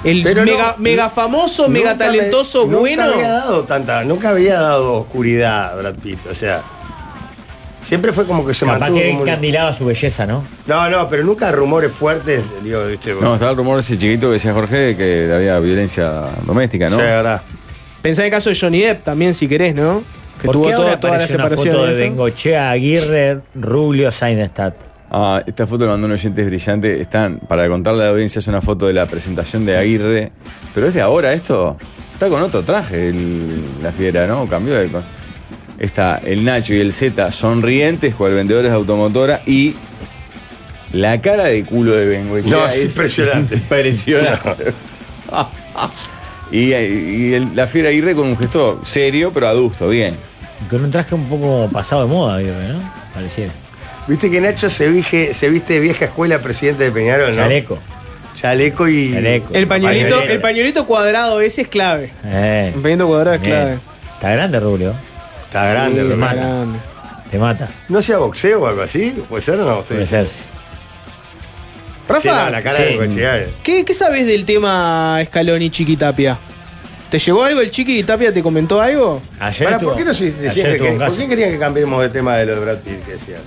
[SPEAKER 4] El
[SPEAKER 1] Pero no,
[SPEAKER 4] mega, mega famoso,
[SPEAKER 1] nunca
[SPEAKER 4] mega
[SPEAKER 1] me-
[SPEAKER 4] talentoso, bueno.
[SPEAKER 1] Nunca había dado tanta, nunca había dado oscuridad Brad Pitt, o sea. Siempre fue como que se
[SPEAKER 3] Capaz
[SPEAKER 1] mantuvo
[SPEAKER 3] que
[SPEAKER 1] como un-
[SPEAKER 3] encandilaba su belleza, ¿no?
[SPEAKER 1] No, no, pero nunca rumores fuertes, digo, viste.
[SPEAKER 2] No, estaba el rumor ese chiquito que decía Jorge de que había violencia doméstica, ¿no?
[SPEAKER 1] Sí, verdad.
[SPEAKER 4] Pensá en el caso de Johnny Depp también, si querés, ¿no? Que
[SPEAKER 3] ¿Por
[SPEAKER 4] tuvo
[SPEAKER 3] qué
[SPEAKER 4] todo-
[SPEAKER 3] ahora
[SPEAKER 4] toda la
[SPEAKER 3] aparece
[SPEAKER 4] separación.
[SPEAKER 3] una foto
[SPEAKER 4] y
[SPEAKER 3] de
[SPEAKER 4] eso.
[SPEAKER 3] Bengochea, Aguirre, Rubio, Seinstadt?
[SPEAKER 2] Ah, esta foto la mandó un oyente es brillante. Están, para contarle a la audiencia, es una foto de la presentación de Aguirre. Pero es de ahora esto. Está con otro traje el- la fiera, ¿no? Cambió de. con- Está el Nacho y el Z sonrientes con vendedores de automotora y la cara de culo de Bengoechea.
[SPEAKER 1] No, es impresionante.
[SPEAKER 2] Impresionante. y y el- la fiera Aguirre con un gesto serio, pero adusto, bien.
[SPEAKER 3] Con un traje un poco pasado de moda, Aguirre, ¿no? Pareciera.
[SPEAKER 1] Viste que Nacho se, vige- se viste de vieja escuela presidente de Peñarol, ¿no?
[SPEAKER 3] Chaleco.
[SPEAKER 1] Chaleco y.
[SPEAKER 4] El pañuelito, el pañuelito cuadrado ese es clave.
[SPEAKER 3] Eh,
[SPEAKER 4] El pañuelito cuadrado es
[SPEAKER 3] bien.
[SPEAKER 4] clave.
[SPEAKER 3] Está grande, Rubio.
[SPEAKER 1] Está grande,
[SPEAKER 3] Te
[SPEAKER 1] Rubio.
[SPEAKER 3] mata. Te mata.
[SPEAKER 1] ¿No sea boxeo o algo así? ¿Puede ser o no?
[SPEAKER 3] Puede ser.
[SPEAKER 4] Rafa,
[SPEAKER 1] Sí, no, la cara de
[SPEAKER 4] sí.
[SPEAKER 1] Bengoechea.
[SPEAKER 4] ¿Qué, qué sabes del tema Scaloni y Chiqui Tapia? ¿Te llegó algo el Chiqui Tapia? ¿Te comentó algo?
[SPEAKER 3] Ayer
[SPEAKER 1] Ahora,
[SPEAKER 3] estuvo-
[SPEAKER 1] ¿por qué no se
[SPEAKER 3] ayer
[SPEAKER 1] decían que,
[SPEAKER 3] estuvo en
[SPEAKER 1] ¿por
[SPEAKER 3] casa.
[SPEAKER 1] qué querían que cambiemos de tema de los Brad Pitt que decían?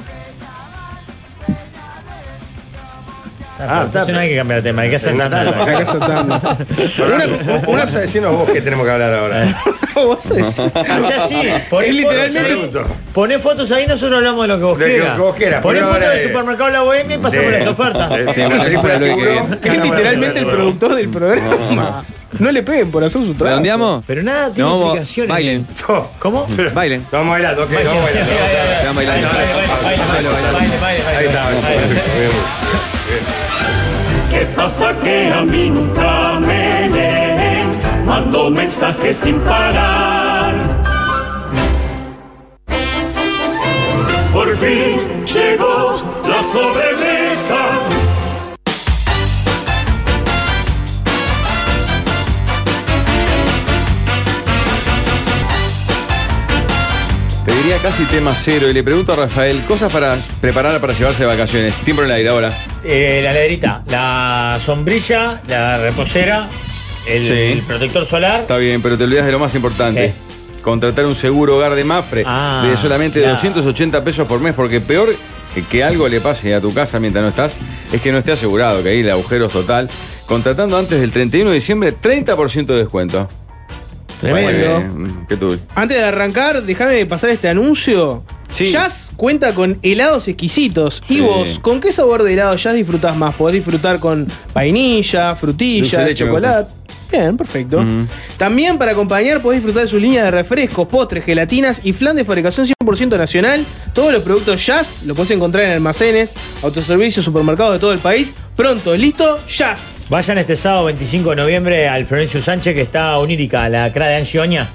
[SPEAKER 3] Ah, está. No hay que cambiar de tema, hay que hacer
[SPEAKER 1] Una tanda.
[SPEAKER 3] nada.
[SPEAKER 1] una, una cosa decinos vos que tenemos que hablar ahora.
[SPEAKER 4] ¿Vos
[SPEAKER 3] Hacé así. ponés
[SPEAKER 1] Es literalmente-
[SPEAKER 3] fotos ahí, Poné fotos ahí, nosotros hablamos de lo que vos
[SPEAKER 1] De lo que
[SPEAKER 3] quieras.
[SPEAKER 1] vos quieras,
[SPEAKER 3] Poné
[SPEAKER 1] pero
[SPEAKER 3] fotos
[SPEAKER 1] ahora
[SPEAKER 3] del
[SPEAKER 1] de-
[SPEAKER 3] supermercado La Bohemia y pasamos
[SPEAKER 1] de-
[SPEAKER 3] las ofertas.
[SPEAKER 1] de-
[SPEAKER 2] Sí, una película de tiburón.
[SPEAKER 4] Es literalmente el productor del programa. No le peguen por hacer su trabajo.
[SPEAKER 2] ¿Redondeamos?
[SPEAKER 3] Pero nada tiene
[SPEAKER 2] No, vamos,
[SPEAKER 3] explicaciones.
[SPEAKER 2] bailen.
[SPEAKER 3] ¿Cómo?
[SPEAKER 2] Bailen.
[SPEAKER 1] Vamos bailando, ok, vamos bailando.
[SPEAKER 2] Vayan bailando.
[SPEAKER 1] Ahí está,
[SPEAKER 11] ¿Qué pasa que a mí nunca me leen? Mando mensajes sin parar. Por fin llegó la sobremesa.
[SPEAKER 2] Te diría casi tema cero y le pregunto a Rafael cosas para preparar para llevarse de vacaciones. Tiempo en el aire ahora.
[SPEAKER 3] Eh, la laderita, la sombrilla, la reposera, el,
[SPEAKER 2] Sí.
[SPEAKER 3] el protector solar.
[SPEAKER 2] Está bien, pero te olvidas de lo más importante. Contratar un seguro hogar de Mafre
[SPEAKER 3] Ah,
[SPEAKER 2] de solamente
[SPEAKER 3] claro.
[SPEAKER 2] 280 pesos por mes, porque peor que- que algo le pase a tu casa mientras no estás es que no esté asegurado, que ahí el agujero es total. Contratando antes del 31 de diciembre, 30% de descuento.
[SPEAKER 4] Tremendo.
[SPEAKER 2] Eh, ¿Qué tú?
[SPEAKER 4] Antes de arrancar, déjame pasar este anuncio.
[SPEAKER 2] Sí.
[SPEAKER 4] Jazz cuenta con helados exquisitos.
[SPEAKER 2] Sí.
[SPEAKER 4] ¿Y vos, con qué sabor de helado Jazz disfrutás más? Podés disfrutar con vainilla,
[SPEAKER 2] Dulce
[SPEAKER 4] frutilla,
[SPEAKER 2] de leche me
[SPEAKER 4] chocolate. Bien, perfecto. También para acompañar podés disfrutar de su línea de refrescos, postres, gelatinas y flan de fabricación 100% nacional. Todos los productos Jazz los podés encontrar en almacenes, autoservicios, supermercados de todo el país. Pronto, listo, Jazz.
[SPEAKER 3] Vayan este sábado 25 de noviembre al Florencio Sánchez que está onírica, la cara de Angioña.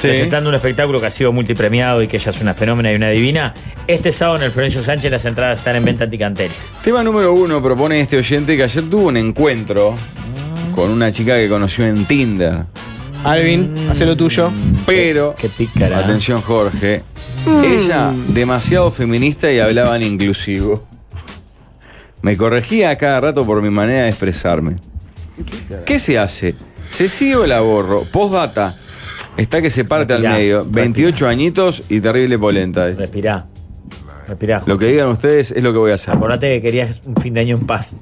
[SPEAKER 3] presentando un espectáculo que ha sido multipremiado y que ella es una fenómena y una divina. Este sábado en el Florencio Sánchez las entradas están en venta anticantel.
[SPEAKER 2] Tema número uno propone este oyente que ayer tuvo un encuentro con una chica que conoció en Tinder.
[SPEAKER 4] Alvin,
[SPEAKER 3] Mm.
[SPEAKER 4] hace lo tuyo.
[SPEAKER 2] Pero, atención Jorge,
[SPEAKER 4] Mm.
[SPEAKER 2] ella demasiado feminista y hablaba en inclusivo. Me corregía a cada rato por mi manera de expresarme. ¿Qué se hace? ¿Se sigue o la borro? Postdata. Está que se parte al
[SPEAKER 3] Respirá,
[SPEAKER 2] medio. 28 añitos y terrible polenta.
[SPEAKER 3] Respirá. Respirá.
[SPEAKER 2] Lo que digan ustedes es lo que voy a hacer.
[SPEAKER 3] Acordate que querías un fin de año en paz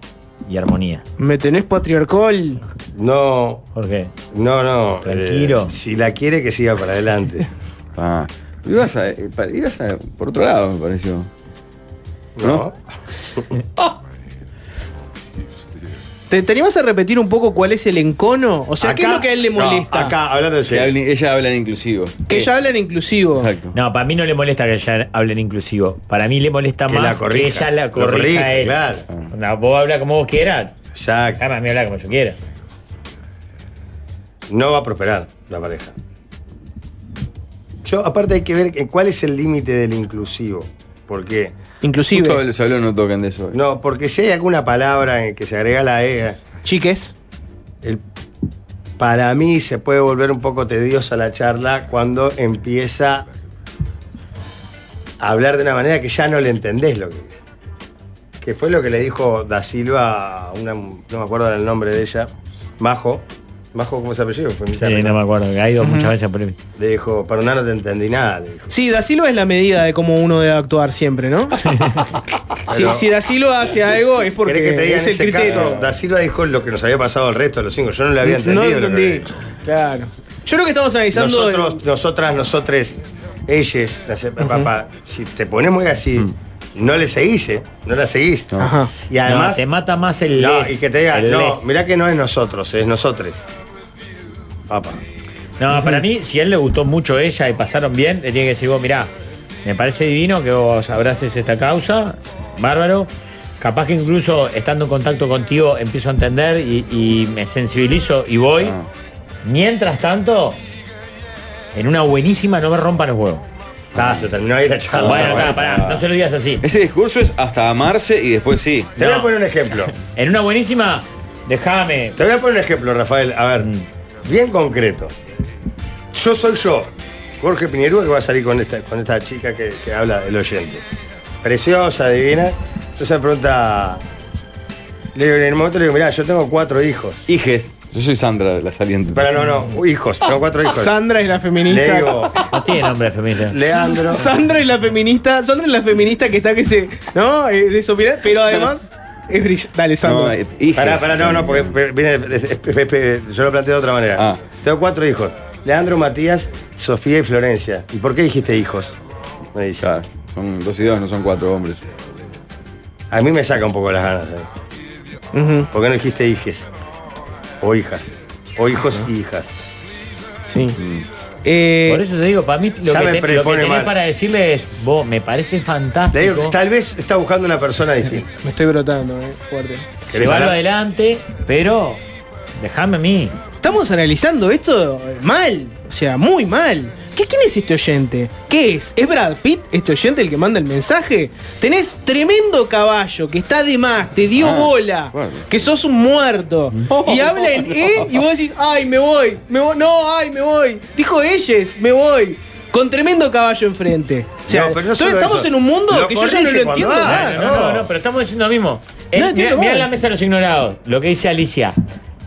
[SPEAKER 3] y armonía.
[SPEAKER 4] ¿Me tenés patriarcal?
[SPEAKER 1] No.
[SPEAKER 3] ¿Por qué?
[SPEAKER 1] No, no.
[SPEAKER 3] Tranquilo.
[SPEAKER 1] Eh, si la quiere, que siga para adelante.
[SPEAKER 2] Ah, ibas a, eh, pa- ibas a- por otro lado, me pareció. ¿No?
[SPEAKER 4] ¿Te, te animás a repetir un poco cuál es el encono? O sea, ¿qué es
[SPEAKER 3] Acá-
[SPEAKER 4] lo que a él le
[SPEAKER 3] no,
[SPEAKER 4] molesta?
[SPEAKER 3] acá, hablando en
[SPEAKER 2] Que hablen- ella habla en inclusivo.
[SPEAKER 4] Que ella habla en inclusivo.
[SPEAKER 3] No, para mí no le molesta que ella hablen inclusivo. Para mí le molesta
[SPEAKER 1] Que la
[SPEAKER 3] más
[SPEAKER 1] corrija.
[SPEAKER 3] que ella la
[SPEAKER 1] Lo
[SPEAKER 3] corrija,
[SPEAKER 1] corrija,
[SPEAKER 3] a él.
[SPEAKER 1] claro.
[SPEAKER 3] No, vos habla como vos quieras.
[SPEAKER 1] Exacto.
[SPEAKER 3] Además, me habla como yo quiera.
[SPEAKER 1] No va a prosperar la pareja. Yo, aparte, hay que ver que- cuál es el límite del inclusivo. Porque.
[SPEAKER 4] Inclusive.
[SPEAKER 2] Justo los habló no tocan de eso.
[SPEAKER 1] No, porque si hay alguna palabra en que se agrega la E.
[SPEAKER 4] Chiques.
[SPEAKER 1] para mí se puede volver un poco tediosa la charla cuando empieza a hablar de una manera que ya no le entendés lo que dice. Que fue lo que le dijo Da Silva a una. No me acuerdo el nombre de ella. Majo. Majo, ¿cómo se apellido? Fue mi
[SPEAKER 3] Sí, no me acuerdo. Ha ido muchas
[SPEAKER 4] Ujú.
[SPEAKER 3] veces por mí.
[SPEAKER 1] Le dijo, perdón, no te entendí nada. le dijo.
[SPEAKER 4] Sí, Da Silva es la medida de cómo uno debe actuar siempre, ¿no? si,
[SPEAKER 1] Pero-
[SPEAKER 4] si Da Silva hace algo es porque
[SPEAKER 1] ¿Querés que te diga
[SPEAKER 4] es
[SPEAKER 1] en
[SPEAKER 4] el
[SPEAKER 1] ese
[SPEAKER 4] criterio.
[SPEAKER 1] caso? Da Silva dijo lo que nos había pasado al resto de los cinco. Yo no le
[SPEAKER 4] no
[SPEAKER 1] había entendido.
[SPEAKER 4] lo
[SPEAKER 1] lo que
[SPEAKER 4] entendí.
[SPEAKER 1] había dicho.
[SPEAKER 4] Claro. Yo creo que estamos analizando.
[SPEAKER 1] Nosotros, nosotras, nosotres, ellas, las- papá, si te pones muy así,
[SPEAKER 3] Mm.
[SPEAKER 1] no le seguís, ¿eh? No la seguís.
[SPEAKER 4] Ajá.
[SPEAKER 1] Y además.
[SPEAKER 3] No, te mata más el
[SPEAKER 1] No,
[SPEAKER 3] les,
[SPEAKER 1] y que te diga,
[SPEAKER 3] el
[SPEAKER 1] no,
[SPEAKER 3] les.
[SPEAKER 1] mirá que no es nosotros, es nosotres. Papá.
[SPEAKER 3] No, para mí, si a él le gustó mucho ella y pasaron bien, le tiene que decir, vos, mirá, me parece divino que vos abraces esta causa, bárbaro. Capaz que incluso estando en contacto contigo empiezo a entender y, y me sensibilizo y voy.
[SPEAKER 1] Ah.
[SPEAKER 3] Mientras tanto, en una buenísima no me rompan los huevos.
[SPEAKER 1] Está, Ah, se terminó ahí la charla.
[SPEAKER 3] Bueno,
[SPEAKER 1] Bueno,
[SPEAKER 3] pará, pará, no se lo digas así.
[SPEAKER 2] Ese discurso es hasta amarse y después sí.
[SPEAKER 1] Te voy a
[SPEAKER 3] No.
[SPEAKER 1] poner un ejemplo.
[SPEAKER 3] En una buenísima, déjame. Mm.
[SPEAKER 1] Te voy a poner un ejemplo, Rafael. A ver, bien concreto. Yo soy yo, Jorge Piñerúa, que va a salir con esta, con esta chica que, que habla del oyente. Preciosa, divina. Entonces me pregunta. Le digo, en el momento le digo, mirá, yo tengo cuatro hijos.
[SPEAKER 2] Hijes. Yo soy Sandra, la saliente.
[SPEAKER 1] Pero no, no, hijos, tengo cuatro hijos.
[SPEAKER 4] Sandra es la feminista.
[SPEAKER 1] Le digo,
[SPEAKER 3] No tiene nombre femenino.
[SPEAKER 1] Leandro.
[SPEAKER 4] Sandra es la feminista. Sandra es la feminista que está que se. ¿No? Es desopilante, Pero además. Es brillante. Dale, Sandra.
[SPEAKER 2] No, eh, hijes.
[SPEAKER 1] Pará, pará, no, no,
[SPEAKER 3] Mm.
[SPEAKER 1] porque pe- viene, es- es- es- es- yo lo planteo de otra manera.
[SPEAKER 2] Ah.
[SPEAKER 1] Tengo cuatro hijos. Leandro, Matías, Sofía y Florencia. ¿Y por qué dijiste hijos? Me dice.
[SPEAKER 3] Ah,
[SPEAKER 2] Claro, son dos y dos, no son cuatro hombres.
[SPEAKER 1] A mí me saca un poco las ganas. ¿eh?
[SPEAKER 4] Ujú,
[SPEAKER 1] ¿Por qué no dijiste hijes? O hijas. O hijos y hijas.
[SPEAKER 4] sí. Eh,
[SPEAKER 3] Por eso te digo, para mí lo
[SPEAKER 1] Ya
[SPEAKER 3] que,
[SPEAKER 1] me
[SPEAKER 3] te- lo que
[SPEAKER 1] prepone
[SPEAKER 3] tenés
[SPEAKER 1] mal.
[SPEAKER 3] para decirle es, vos, me parece fantástico.
[SPEAKER 1] Le digo, tal vez está buscando una persona distinta.
[SPEAKER 4] me estoy brotando, eh. Fuerte.
[SPEAKER 1] ¿Querés
[SPEAKER 3] Llevarlo
[SPEAKER 1] hablar?
[SPEAKER 3] adelante, pero dejame a mí.
[SPEAKER 4] Estamos analizando esto mal. O sea, muy mal. ¿Qué, ¿Quién es este oyente? ¿Qué es? ¿Es Brad Pitt este oyente el que manda el mensaje? Tenés tremendo caballo que está de más, te dio
[SPEAKER 2] Ah,
[SPEAKER 4] bola,
[SPEAKER 2] bueno.
[SPEAKER 4] que sos un muerto.
[SPEAKER 1] Oh.
[SPEAKER 4] y habla en E y vos decís, ay, me voy, me voy, no, ay, me voy. Dijo ellas, me voy. Con tremendo caballo enfrente. O sea,
[SPEAKER 1] No, pero no
[SPEAKER 4] entonces
[SPEAKER 1] solo
[SPEAKER 4] estamos
[SPEAKER 1] eso.
[SPEAKER 4] en un mundo
[SPEAKER 1] Lo
[SPEAKER 4] que yo ya no
[SPEAKER 1] corrige
[SPEAKER 4] lo
[SPEAKER 1] cuando
[SPEAKER 4] entiendo
[SPEAKER 1] va.
[SPEAKER 4] más.
[SPEAKER 3] No, no, no, pero estamos diciendo lo mismo. Eh,
[SPEAKER 4] entiendo
[SPEAKER 3] mirá, mirá
[SPEAKER 4] mal.
[SPEAKER 3] la mesa de los ignorados, lo que dice Alicia.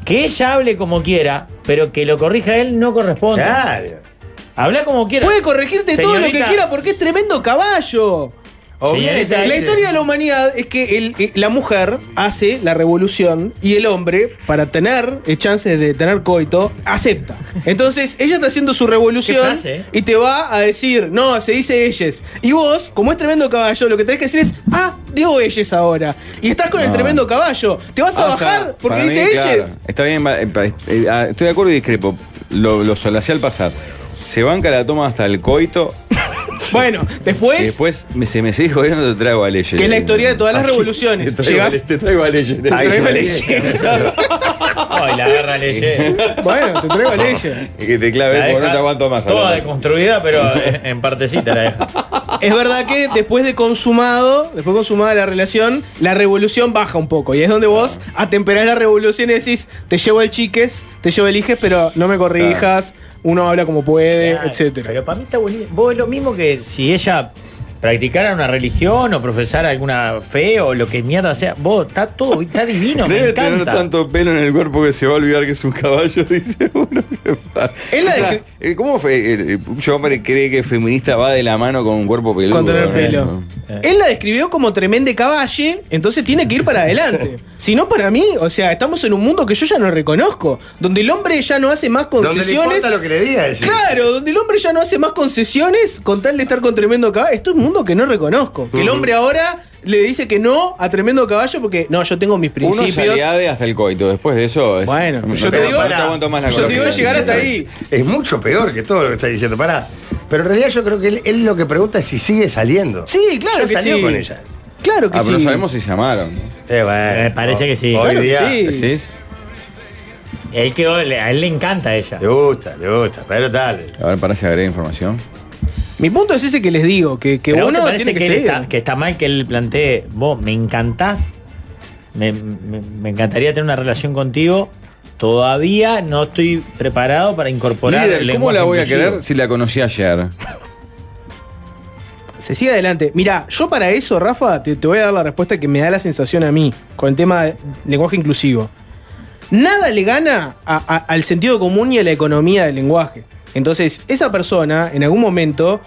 [SPEAKER 3] Que ella hable como quiera, pero que lo corrija él no corresponde.
[SPEAKER 1] Claro.
[SPEAKER 3] Habla como quiera.
[SPEAKER 4] Puede corregirte todo lo que
[SPEAKER 3] Señorita-
[SPEAKER 4] quiera porque es tremendo caballo.
[SPEAKER 1] O bien
[SPEAKER 3] Señorita,
[SPEAKER 1] te
[SPEAKER 4] La
[SPEAKER 1] dice-
[SPEAKER 4] historia de la humanidad es que el- eh, la mujer hace la revolución y el hombre, para tener eh, chances de tener coito, acepta. Entonces, ella está haciendo su
[SPEAKER 3] Qué
[SPEAKER 4] revolución
[SPEAKER 3] frase, eh.
[SPEAKER 4] y te va a decir, no, se dice ellas. Y vos, como es tremendo caballo, lo que tenés que decir es, ah, digo ellas ahora. Y estás con el tremendo caballo. Te vas a
[SPEAKER 2] Ah,
[SPEAKER 4] bajar
[SPEAKER 2] está.
[SPEAKER 4] porque
[SPEAKER 2] Ah. Para mí,
[SPEAKER 4] dice
[SPEAKER 2] claro.
[SPEAKER 4] ellas.
[SPEAKER 2] Está bien, va- eh, pa- eh, ah, estoy de acuerdo y discrepo. Lo, lo solacé al pasar. Se banca la toma hasta el coito
[SPEAKER 4] Bueno,
[SPEAKER 2] Y
[SPEAKER 4] después,
[SPEAKER 2] después me- se me sigue jodiendo, te traigo a Legend.
[SPEAKER 4] que es la historia de todas las
[SPEAKER 2] Aquí,
[SPEAKER 4] revoluciones.
[SPEAKER 2] Te traigo, a,
[SPEAKER 4] Llegás,
[SPEAKER 2] te traigo a Legend.
[SPEAKER 4] Te traigo a
[SPEAKER 2] Ahí
[SPEAKER 4] Legend.
[SPEAKER 2] Claro.
[SPEAKER 3] Ay, la agarra leyes.
[SPEAKER 4] bueno, te traigo a Legend.
[SPEAKER 2] Y que te clave,
[SPEAKER 3] La
[SPEAKER 2] porque
[SPEAKER 3] deja
[SPEAKER 2] no te aguanto más.
[SPEAKER 3] Toda
[SPEAKER 2] Alonso.
[SPEAKER 3] deconstruida, pero en en partecita la deja.
[SPEAKER 4] Es verdad que después de consumado, después de consumada la relación, la revolución baja un poco. Y es donde vos atemperás la revolución y decís, te llevo el chiques, te llevo el hijes, pero no me corrijas, uno habla como puede,
[SPEAKER 3] Claro,
[SPEAKER 4] etcétera.
[SPEAKER 3] Pero para mí está buenísimo. Vos lo mismo que si ella practicara una religión o profesara alguna fe o lo que mierda sea. Vos, está todo, está divino, me
[SPEAKER 2] Debe tener
[SPEAKER 3] encanta.
[SPEAKER 2] tanto pelo en el cuerpo que se va a olvidar que es un caballo, dice uno.
[SPEAKER 4] Él la
[SPEAKER 2] O sea,
[SPEAKER 4] descri-
[SPEAKER 2] eh, ¿Cómo fue? El- el- Yo hombre cree que feminista va de la mano con un cuerpo peludo.
[SPEAKER 4] Con tener
[SPEAKER 2] ¿no?
[SPEAKER 4] pelo. Eh. Él la describió como tremende caballe, entonces tiene que ir para adelante. si no, para mí, o sea, estamos en un mundo que yo ya no reconozco, donde el hombre ya no hace más
[SPEAKER 1] Donde le
[SPEAKER 4] concesiones.
[SPEAKER 1] importa lo que le diga, decís.
[SPEAKER 4] Claro, donde el hombre ya no hace más concesiones con tal de estar con tremendo caballo. Esto es un mundo que no reconozco. Que el
[SPEAKER 2] Ujú.
[SPEAKER 4] hombre ahora le dice que no a tremendo caballo porque no, yo tengo mis
[SPEAKER 2] Uno
[SPEAKER 4] principios.
[SPEAKER 2] salía de hasta el coito, después de eso. es-
[SPEAKER 4] Bueno, yo
[SPEAKER 2] no
[SPEAKER 4] te digo-
[SPEAKER 2] no aguanto más la
[SPEAKER 4] yo te digo
[SPEAKER 2] colorida.
[SPEAKER 4] llegar hasta ahí.
[SPEAKER 1] Es mucho peor que todo lo que está diciendo. Pará. Pero en realidad yo creo que él, él lo que pregunta es si sigue saliendo.
[SPEAKER 4] Sí, claro
[SPEAKER 1] Ya
[SPEAKER 4] que
[SPEAKER 1] salió
[SPEAKER 4] sí.
[SPEAKER 1] con ella.
[SPEAKER 4] Claro que
[SPEAKER 2] Ah,
[SPEAKER 4] sí.
[SPEAKER 2] pero sabemos si llamaron.
[SPEAKER 3] Eh, Me parece que sí.
[SPEAKER 1] Hoy
[SPEAKER 4] Claro que
[SPEAKER 1] día
[SPEAKER 4] sí.
[SPEAKER 2] ¿Decís?
[SPEAKER 3] Él quedó, le- a él le encanta a ella.
[SPEAKER 1] le gusta, le gusta, pero dale.
[SPEAKER 2] A ver, para si agregar información.
[SPEAKER 4] Mi punto es ese que les digo, que, que
[SPEAKER 3] Pero ¿a vos
[SPEAKER 4] uno
[SPEAKER 3] te parece
[SPEAKER 4] tiene
[SPEAKER 3] que,
[SPEAKER 4] que,
[SPEAKER 3] él
[SPEAKER 4] seguir.
[SPEAKER 3] está, que está mal que él plantee, vos, me encantás, me, me- me encantaría tener una relación contigo, todavía no estoy preparado para incorporar el
[SPEAKER 2] Líder, ¿cómo
[SPEAKER 3] lenguaje
[SPEAKER 2] la voy a
[SPEAKER 3] inclusivo".
[SPEAKER 2] querer si la conocí ayer?
[SPEAKER 4] Se sigue adelante. Mira, yo para eso, Rafa, te, te voy a dar la respuesta que me da la sensación a mí con el tema de lenguaje inclusivo. Nada le gana a- a- al sentido común y a la economía del lenguaje. Entonces, esa persona, en algún momento,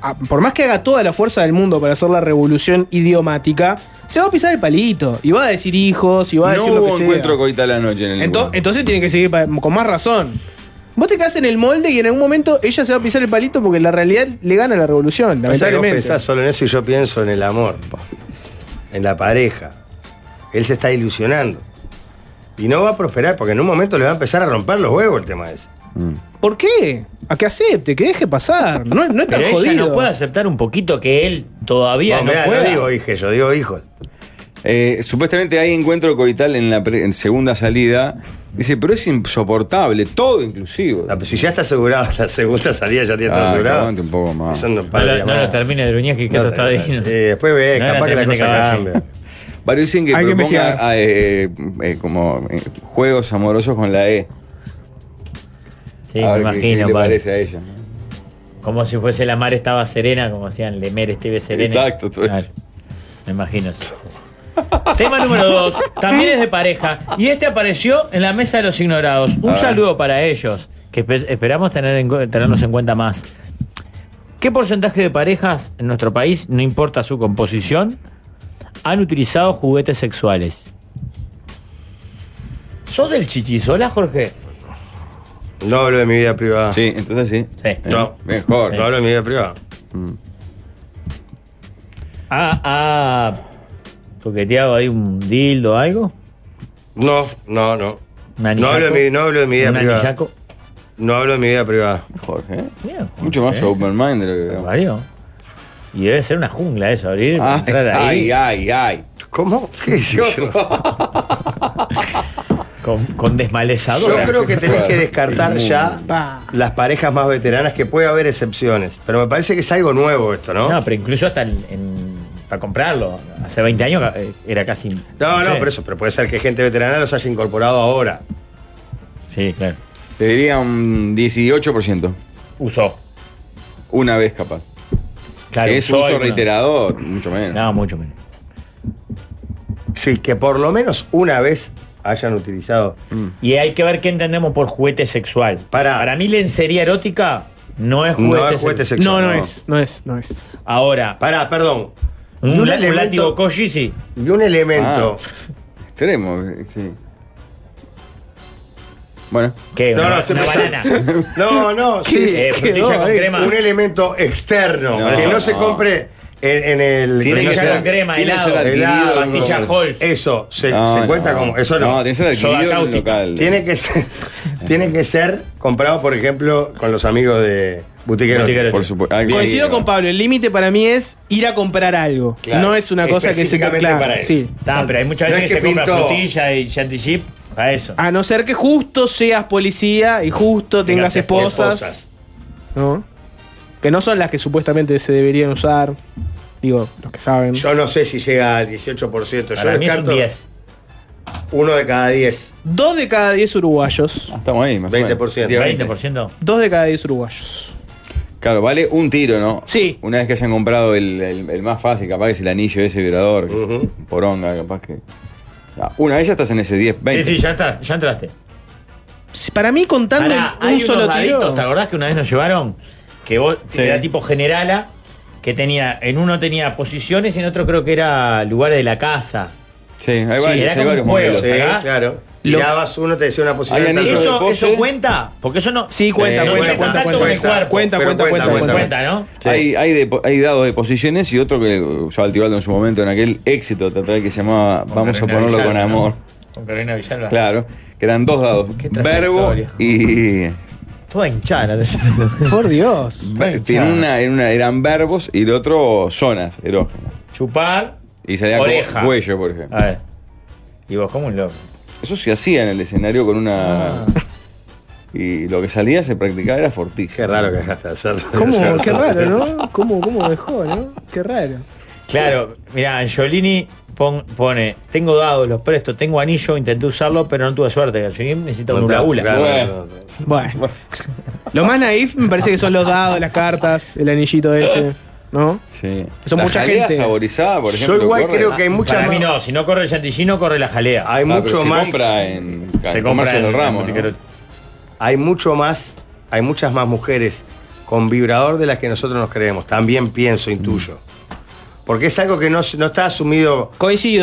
[SPEAKER 4] a- por más que haga toda la fuerza del mundo para hacer la revolución idiomática, se va a pisar el palito y va a decir hijos y va a
[SPEAKER 2] no
[SPEAKER 4] decir lo que
[SPEAKER 2] hubo
[SPEAKER 4] sea.
[SPEAKER 2] encuentro coital anoche en el
[SPEAKER 4] Ento-
[SPEAKER 2] lugar.
[SPEAKER 4] entonces tiene que seguir pa- con más razón. Vos te quedás en el molde y en algún momento ella se va a pisar el palito porque la realidad le gana a la revolución,
[SPEAKER 1] O sea, que vos
[SPEAKER 4] lamentablemente.
[SPEAKER 1] pensás solo en eso y yo pienso en el amor, po. en la pareja. Él se está ilusionando. Y no va a prosperar porque en un momento le va a empezar a romper los huevos el tema ese.
[SPEAKER 4] ¿Por qué? A que acepte, que deje pasar. No, no es tan
[SPEAKER 3] Pero ella
[SPEAKER 4] jodido.
[SPEAKER 3] no puede aceptar un poquito que él todavía
[SPEAKER 1] Vos,
[SPEAKER 3] no
[SPEAKER 1] mirá,
[SPEAKER 3] pueda.
[SPEAKER 1] no digo hije, yo digo hijo.
[SPEAKER 2] Eh, supuestamente hay encuentro coital en la pre- en segunda salida. Dice, pero es insoportable, todo inclusivo.
[SPEAKER 1] Ah, pues Si ya está asegurado, la segunda salida ya tiene
[SPEAKER 2] Ah,
[SPEAKER 1] todo asegurado.
[SPEAKER 2] aguante un poco más.
[SPEAKER 1] Son dos
[SPEAKER 3] No,
[SPEAKER 1] pares de
[SPEAKER 3] lo- no lo
[SPEAKER 1] llamadas.
[SPEAKER 3] termine de gruñar que
[SPEAKER 1] No,
[SPEAKER 3] esto está
[SPEAKER 1] no,
[SPEAKER 3] diciendo.
[SPEAKER 1] sí, después ves,
[SPEAKER 3] No era
[SPEAKER 1] Eh, capaz que la
[SPEAKER 3] tremendo
[SPEAKER 1] cosa
[SPEAKER 3] caballo.
[SPEAKER 1] cambia.
[SPEAKER 2] Varios dicen que
[SPEAKER 4] Hay que
[SPEAKER 2] proponga
[SPEAKER 4] investigar.
[SPEAKER 2] ah, eh, eh, como eh, juegos amorosos con la E.
[SPEAKER 3] Sí, me
[SPEAKER 2] a ver qué- qué,
[SPEAKER 3] imagino,
[SPEAKER 2] le
[SPEAKER 3] padre.
[SPEAKER 2] parece a ella.
[SPEAKER 3] Como si fuese la mar estaba serena, como decían, Lemer esteve serena.
[SPEAKER 2] Exacto, pues. todo eso.
[SPEAKER 3] Me imagino eso. Tema número dos, también es de pareja. Y este apareció en la mesa de los ignorados. Un
[SPEAKER 2] A ver.
[SPEAKER 3] saludo para ellos, que espe- esperamos tener en cu- tenerlos en cuenta más. ¿Qué porcentaje de parejas en nuestro país, no importa su composición, han utilizado juguetes sexuales? ¿Sos del chichizola, Jorge?
[SPEAKER 1] No hablo de mi vida privada.
[SPEAKER 2] Sí, entonces sí.
[SPEAKER 3] Sí.
[SPEAKER 2] Eh,
[SPEAKER 1] No.
[SPEAKER 2] Mejor.
[SPEAKER 1] No hablo de mi vida privada.
[SPEAKER 3] Ah, ah. ¿Coqueteado ahí un dildo o algo?
[SPEAKER 1] No, no, no.
[SPEAKER 3] ¿Un
[SPEAKER 1] No hablo, de mi, no hablo de mi vida
[SPEAKER 3] ¿Un
[SPEAKER 1] privada.
[SPEAKER 3] anillaco?
[SPEAKER 1] No hablo de mi vida privada.
[SPEAKER 2] Mejor, ¿eh?
[SPEAKER 3] Bien,
[SPEAKER 2] Mucho más
[SPEAKER 3] ¿eh?
[SPEAKER 2] open mind de lo que veo.
[SPEAKER 3] Varios. Y debe ser una jungla eso, abrir, entrar ahí.
[SPEAKER 2] Ay, ay, ay, ay.
[SPEAKER 1] ¿Cómo? ¿Qué hice yo?
[SPEAKER 3] Con, con
[SPEAKER 1] Yo
[SPEAKER 3] desmalezadora.
[SPEAKER 1] creo que tenés que descartar
[SPEAKER 2] Muy
[SPEAKER 1] ya
[SPEAKER 4] Pa.
[SPEAKER 1] las parejas más veteranas, que puede haber excepciones. Pero me parece que es algo nuevo esto, ¿no?
[SPEAKER 3] No,
[SPEAKER 1] No,
[SPEAKER 3] pero incluso hasta en- en- para comprarlo. Hace 20 años eh, era casi.
[SPEAKER 1] no,
[SPEAKER 3] sé.
[SPEAKER 1] pero eso, pero puede ser que gente veterana los haya incorporado ahora.
[SPEAKER 3] Sí, claro.
[SPEAKER 2] Te diría un 18%.
[SPEAKER 3] Usó.
[SPEAKER 2] Una vez capaz.
[SPEAKER 3] Claro,
[SPEAKER 2] si es
[SPEAKER 3] usó
[SPEAKER 2] uso
[SPEAKER 3] alguna-
[SPEAKER 2] reiterado, mucho menos.
[SPEAKER 3] No, mucho menos.
[SPEAKER 1] Sí, que por lo menos una vez hayan utilizado.
[SPEAKER 2] Mm.
[SPEAKER 3] Y hay que ver qué entendemos por juguete sexual.
[SPEAKER 1] Pará.
[SPEAKER 3] Para mí, lencería erótica no es juguete,
[SPEAKER 1] no es juguete
[SPEAKER 3] sexual.
[SPEAKER 1] sexual.
[SPEAKER 4] no, no, es, no es, no es.
[SPEAKER 3] Ahora,
[SPEAKER 1] Pará, perdón.
[SPEAKER 3] un,
[SPEAKER 1] Y
[SPEAKER 3] un
[SPEAKER 1] elemento-
[SPEAKER 3] látigo Koji, sí.
[SPEAKER 1] Y un
[SPEAKER 2] Ah.
[SPEAKER 1] elemento.
[SPEAKER 2] Extremo, eh, sí. Bueno.
[SPEAKER 3] ¿Qué?
[SPEAKER 1] No,
[SPEAKER 3] una,
[SPEAKER 1] no, estoy
[SPEAKER 3] una
[SPEAKER 1] pensando.
[SPEAKER 3] banana.
[SPEAKER 1] No, no, sí.
[SPEAKER 3] Eh, frutilla
[SPEAKER 4] quedó
[SPEAKER 3] con
[SPEAKER 4] ahí?
[SPEAKER 3] crema.
[SPEAKER 1] Un elemento externo.
[SPEAKER 2] No,
[SPEAKER 1] que no,
[SPEAKER 2] no.
[SPEAKER 1] se compre en, en el.
[SPEAKER 2] Tiene
[SPEAKER 1] que
[SPEAKER 3] Frutilla
[SPEAKER 1] no
[SPEAKER 2] ser-
[SPEAKER 3] con crema,
[SPEAKER 2] tiene que
[SPEAKER 3] helado,
[SPEAKER 2] ser adquirido
[SPEAKER 3] helado,
[SPEAKER 2] en un
[SPEAKER 3] pastilla
[SPEAKER 2] lugar.
[SPEAKER 3] Halls.
[SPEAKER 1] Eso, se,
[SPEAKER 2] No,
[SPEAKER 1] se cuenta
[SPEAKER 2] no.
[SPEAKER 1] como. Eso no.
[SPEAKER 2] No, tiene que ser
[SPEAKER 3] Soda
[SPEAKER 2] adquirido en un
[SPEAKER 3] cáustica.
[SPEAKER 2] local.
[SPEAKER 1] Tiene que ser, tiene que ser comprado, por ejemplo, con los amigos de, Butiquero.
[SPEAKER 2] Por supuesto. Ah, Algo
[SPEAKER 4] Coincido
[SPEAKER 2] así.
[SPEAKER 4] con Pablo, el límite para mí es ir a comprar algo. No es una cosa que se te claro, sí.
[SPEAKER 3] Está, pero hay muchas
[SPEAKER 4] No
[SPEAKER 3] veces
[SPEAKER 4] es que
[SPEAKER 3] que, se compra
[SPEAKER 4] pintó.
[SPEAKER 3] frutilla y shanty chip para eso.
[SPEAKER 4] A no ser que justo seas policía y justo tengas, esposas, ¿no? Que no son las que supuestamente se deberían usar. Digo, los que saben.
[SPEAKER 1] Yo no sé si llega al 18%.
[SPEAKER 4] Para
[SPEAKER 1] Yo
[SPEAKER 4] mí es un
[SPEAKER 1] descarto
[SPEAKER 4] 10.
[SPEAKER 1] Uno de cada 10.
[SPEAKER 4] Dos de cada diez uruguayos.
[SPEAKER 2] Estamos ahí, más
[SPEAKER 1] 20%.
[SPEAKER 3] 20%.
[SPEAKER 4] Dos de cada diez uruguayos.
[SPEAKER 2] Claro, vale un tiro, ¿no?
[SPEAKER 4] Sí.
[SPEAKER 2] Una vez que hayan comprado el, el- el más fácil, capaz que es el anillo ese vibrador, que es un poronga, capaz que. Ah, Una vez ya estás en ese 10, 20.
[SPEAKER 3] Sí, sí, ya, está, ya entraste.
[SPEAKER 4] Para mí, contando
[SPEAKER 3] Pará,
[SPEAKER 4] un
[SPEAKER 3] hay unos
[SPEAKER 4] solo
[SPEAKER 3] daditos,
[SPEAKER 4] tiro.
[SPEAKER 3] ¿te acordás que una vez nos llevaron? Que vos era tipo generala, que tenía, en uno tenía posiciones y en otro creo que era lugares de la casa.
[SPEAKER 2] Sí, hay varios,
[SPEAKER 3] era
[SPEAKER 2] hay
[SPEAKER 3] como
[SPEAKER 2] varios
[SPEAKER 3] un juego,
[SPEAKER 2] modelos.
[SPEAKER 3] ¿te acordás?
[SPEAKER 2] Sí,
[SPEAKER 1] Claro.
[SPEAKER 3] Lo-
[SPEAKER 1] Tirabas uno, te decía una posición.
[SPEAKER 3] Hay
[SPEAKER 1] de
[SPEAKER 3] anillos
[SPEAKER 1] tal-
[SPEAKER 3] de pose. cuenta? Porque eso no.
[SPEAKER 4] Sí, cuenta,
[SPEAKER 1] no
[SPEAKER 4] cuenta,
[SPEAKER 1] tiene
[SPEAKER 4] cuenta,
[SPEAKER 1] contacto con el
[SPEAKER 4] cuenta,
[SPEAKER 1] cuerpo,
[SPEAKER 4] cuenta,
[SPEAKER 1] pero
[SPEAKER 4] cuenta,
[SPEAKER 1] cuenta,
[SPEAKER 4] cuenta,
[SPEAKER 1] cuenta.
[SPEAKER 4] cuenta.
[SPEAKER 3] ¿no?
[SPEAKER 2] Hay, hay, de- hay dados de posiciones y otro que usaba el Tibaldo en su momento en aquel éxito teatral que se llamaba Vamos a
[SPEAKER 3] Carolina
[SPEAKER 2] ponerlo
[SPEAKER 3] Villalba,
[SPEAKER 2] con
[SPEAKER 3] ¿no?
[SPEAKER 2] amor.
[SPEAKER 3] Con Carolina Villalba.
[SPEAKER 2] Claro, que eran dos dados. Verbo y.
[SPEAKER 3] Toda hinchada.
[SPEAKER 4] Por Dios.
[SPEAKER 2] Tiene una, en una- eran verbos y el otro zonas erógenas.
[SPEAKER 3] Chupar.
[SPEAKER 2] Y salía
[SPEAKER 3] Oreja.
[SPEAKER 2] como cuello, por ejemplo.
[SPEAKER 3] A ver. Y vos, como un loco.
[SPEAKER 2] Eso se hacía en el escenario con una. Y lo que salía se practicaba era fortísimo. Qué
[SPEAKER 1] raro que dejaste de hacerlo.
[SPEAKER 4] ¿Cómo? Qué raro, ¿no? ¿Cómo, cómo dejó, no? Qué raro.
[SPEAKER 3] Claro, mira, Angiolini pon- pone: Tengo dados, los presto, tengo anillo, intenté usarlo, pero no tuve suerte. Angiolini necesita un hula hula.
[SPEAKER 4] Bueno. Lo más naif me parece que son los dados, las cartas, el anillito ese, ¿no?
[SPEAKER 2] Sí.
[SPEAKER 4] Eso mucha gente.
[SPEAKER 2] por ejemplo, corre.
[SPEAKER 3] Para
[SPEAKER 4] más-
[SPEAKER 3] mí no, si no corre el chantilly, no corre la jalea.
[SPEAKER 1] Hay
[SPEAKER 2] Ah, pero
[SPEAKER 1] mucho
[SPEAKER 2] se
[SPEAKER 1] más.
[SPEAKER 2] compra en- en
[SPEAKER 1] se
[SPEAKER 2] comercios
[SPEAKER 1] compra
[SPEAKER 2] del ramo,
[SPEAKER 1] en- Hay mucho más. Hay muchas más mujeres con vibrador de las que nosotros nos creemos. También
[SPEAKER 2] Mm.
[SPEAKER 1] pienso, intuyo. Porque es algo que no, no está asumido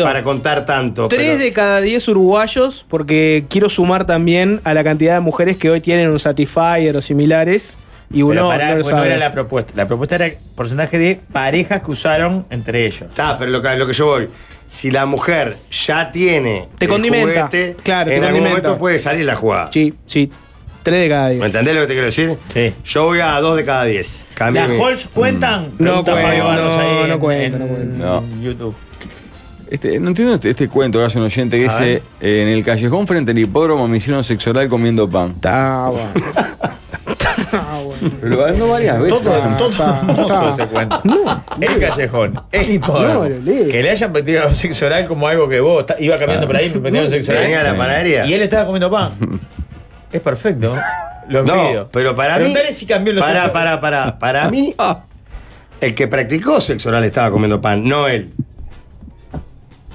[SPEAKER 1] para contar tanto.
[SPEAKER 4] Tres
[SPEAKER 1] pero-
[SPEAKER 4] de cada diez uruguayos, porque quiero sumar también a la cantidad de mujeres que hoy tienen un Satisfyer o similares. Y
[SPEAKER 3] Pero
[SPEAKER 4] uno
[SPEAKER 3] pará,
[SPEAKER 4] no lo
[SPEAKER 3] pues no
[SPEAKER 4] sabe.
[SPEAKER 3] era la propuesta. La propuesta era porcentaje de parejas que usaron entre ellos.
[SPEAKER 1] Está, pero lo que, lo que yo voy. Si la mujer ya tiene.
[SPEAKER 4] Te
[SPEAKER 1] el
[SPEAKER 4] condimenta,
[SPEAKER 1] juguete,
[SPEAKER 4] claro, te
[SPEAKER 1] en algún
[SPEAKER 4] condimenta.
[SPEAKER 1] momento puede salir la jugada.
[SPEAKER 4] Sí, sí. Tres de cada diez.
[SPEAKER 1] ¿Me entendés lo que te quiero decir?
[SPEAKER 3] Sí.
[SPEAKER 1] Yo voy a dos de cada diez. Cambié
[SPEAKER 3] ¿Las
[SPEAKER 1] mi-
[SPEAKER 3] Halls cuentan?
[SPEAKER 4] Mm.
[SPEAKER 1] No
[SPEAKER 3] Pregunta
[SPEAKER 1] cuentan,
[SPEAKER 3] Fabio Barros
[SPEAKER 1] no,
[SPEAKER 3] ahí
[SPEAKER 1] no
[SPEAKER 3] en-
[SPEAKER 1] cuentan,
[SPEAKER 3] en-
[SPEAKER 2] No.
[SPEAKER 3] YouTube.
[SPEAKER 2] Este, no entiendo este, este cuento que hace un oyente que
[SPEAKER 3] A
[SPEAKER 2] dice:
[SPEAKER 3] ver.
[SPEAKER 2] eh, En el callejón frente al hipódromo me hicieron sexual comiendo pan.
[SPEAKER 4] Está bueno.
[SPEAKER 2] Lo ganó varias veces.
[SPEAKER 3] Todo, todo
[SPEAKER 4] Ah,
[SPEAKER 3] hermoso ese cuento. el callejón, el hipódromo.
[SPEAKER 1] No,
[SPEAKER 3] que le hayan practicado sexo oral como algo que vos ta- iba caminando por ahí, me practicaron sexo oral.
[SPEAKER 1] Ah. Venía a la panadería.
[SPEAKER 3] ¿Eh? Y él estaba comiendo pan. es perfecto. Lo
[SPEAKER 1] no,
[SPEAKER 3] envidio.
[SPEAKER 1] pero para mí.
[SPEAKER 3] Preguntale si cambió los
[SPEAKER 1] para,
[SPEAKER 3] ojos.
[SPEAKER 1] para, para, para mí.
[SPEAKER 4] Ah.
[SPEAKER 1] El que practicó sexo oral estaba comiendo pan, no él.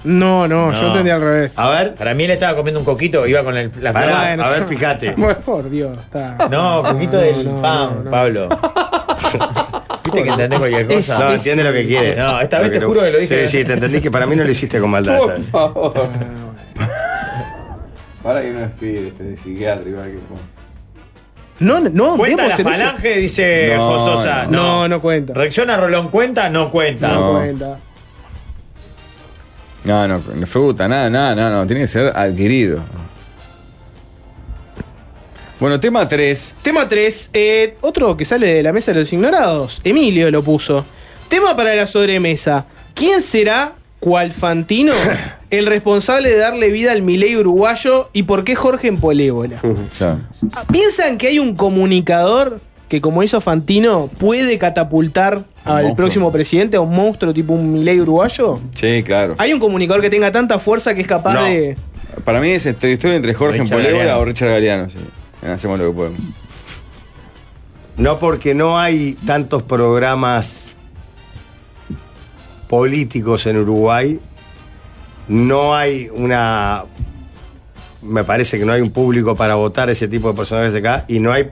[SPEAKER 4] No, no, yo
[SPEAKER 3] No.
[SPEAKER 4] entendí al revés.
[SPEAKER 1] A ver.
[SPEAKER 3] Para mí él estaba comiendo un coquito, iba con el- la
[SPEAKER 4] Pará,
[SPEAKER 3] flama.
[SPEAKER 4] a ver,
[SPEAKER 1] fíjate.
[SPEAKER 4] Por Dios, está.
[SPEAKER 3] No, coquito del pan, Pablo. Viste que entendés cualquier cosa.
[SPEAKER 1] No, entiende lo que quiere.
[SPEAKER 3] No, esta vez te
[SPEAKER 1] lo-
[SPEAKER 3] juro que lo dije.
[SPEAKER 1] Sí, sí, te entendí que para mí no lo hiciste con maldad.
[SPEAKER 2] Por
[SPEAKER 1] ¿sabes?
[SPEAKER 2] favor. Para que no despide este de psiquiatra igual que.
[SPEAKER 4] No, no,
[SPEAKER 3] ¿Cuenta la
[SPEAKER 4] demos en ese-
[SPEAKER 3] falange? Dice
[SPEAKER 2] No,
[SPEAKER 3] Jososa.
[SPEAKER 4] no.
[SPEAKER 3] No.
[SPEAKER 4] No, cuenta.
[SPEAKER 3] ¿Reacciona Rolón cuenta? No cuenta.
[SPEAKER 2] No.
[SPEAKER 4] cuenta.
[SPEAKER 2] No, no, no fruta, nada, nada, nada, no. Tiene que ser adquirido. Bueno, tema 3.
[SPEAKER 4] Tema 3, otro que sale de la mesa de los ignorados. Emilio lo puso. Tema para la sobremesa. ¿Quién será, cual Fantino, el responsable de darle vida al Milei uruguayo y por qué Jorge en Polébola? Ah, ¿Piensan que hay un comunicador que, como hizo Fantino, puede catapultar al
[SPEAKER 2] monstruo.
[SPEAKER 4] próximo presidente, a un monstruo tipo un Milei uruguayo?
[SPEAKER 2] Sí, claro.
[SPEAKER 4] ¿Hay un comunicador que tenga tanta fuerza que es capaz
[SPEAKER 2] No.
[SPEAKER 4] de.?
[SPEAKER 2] Para mí es este, estoy entre Jorge
[SPEAKER 1] Richard
[SPEAKER 2] Empoleola
[SPEAKER 1] Galeano.
[SPEAKER 2] o Richard Galeano, sí. Eh, Hacemos lo que podemos.
[SPEAKER 1] No porque no hay tantos programas políticos en Uruguay, no hay una... Me parece que no hay un público para votar ese tipo de personajes de acá y no hay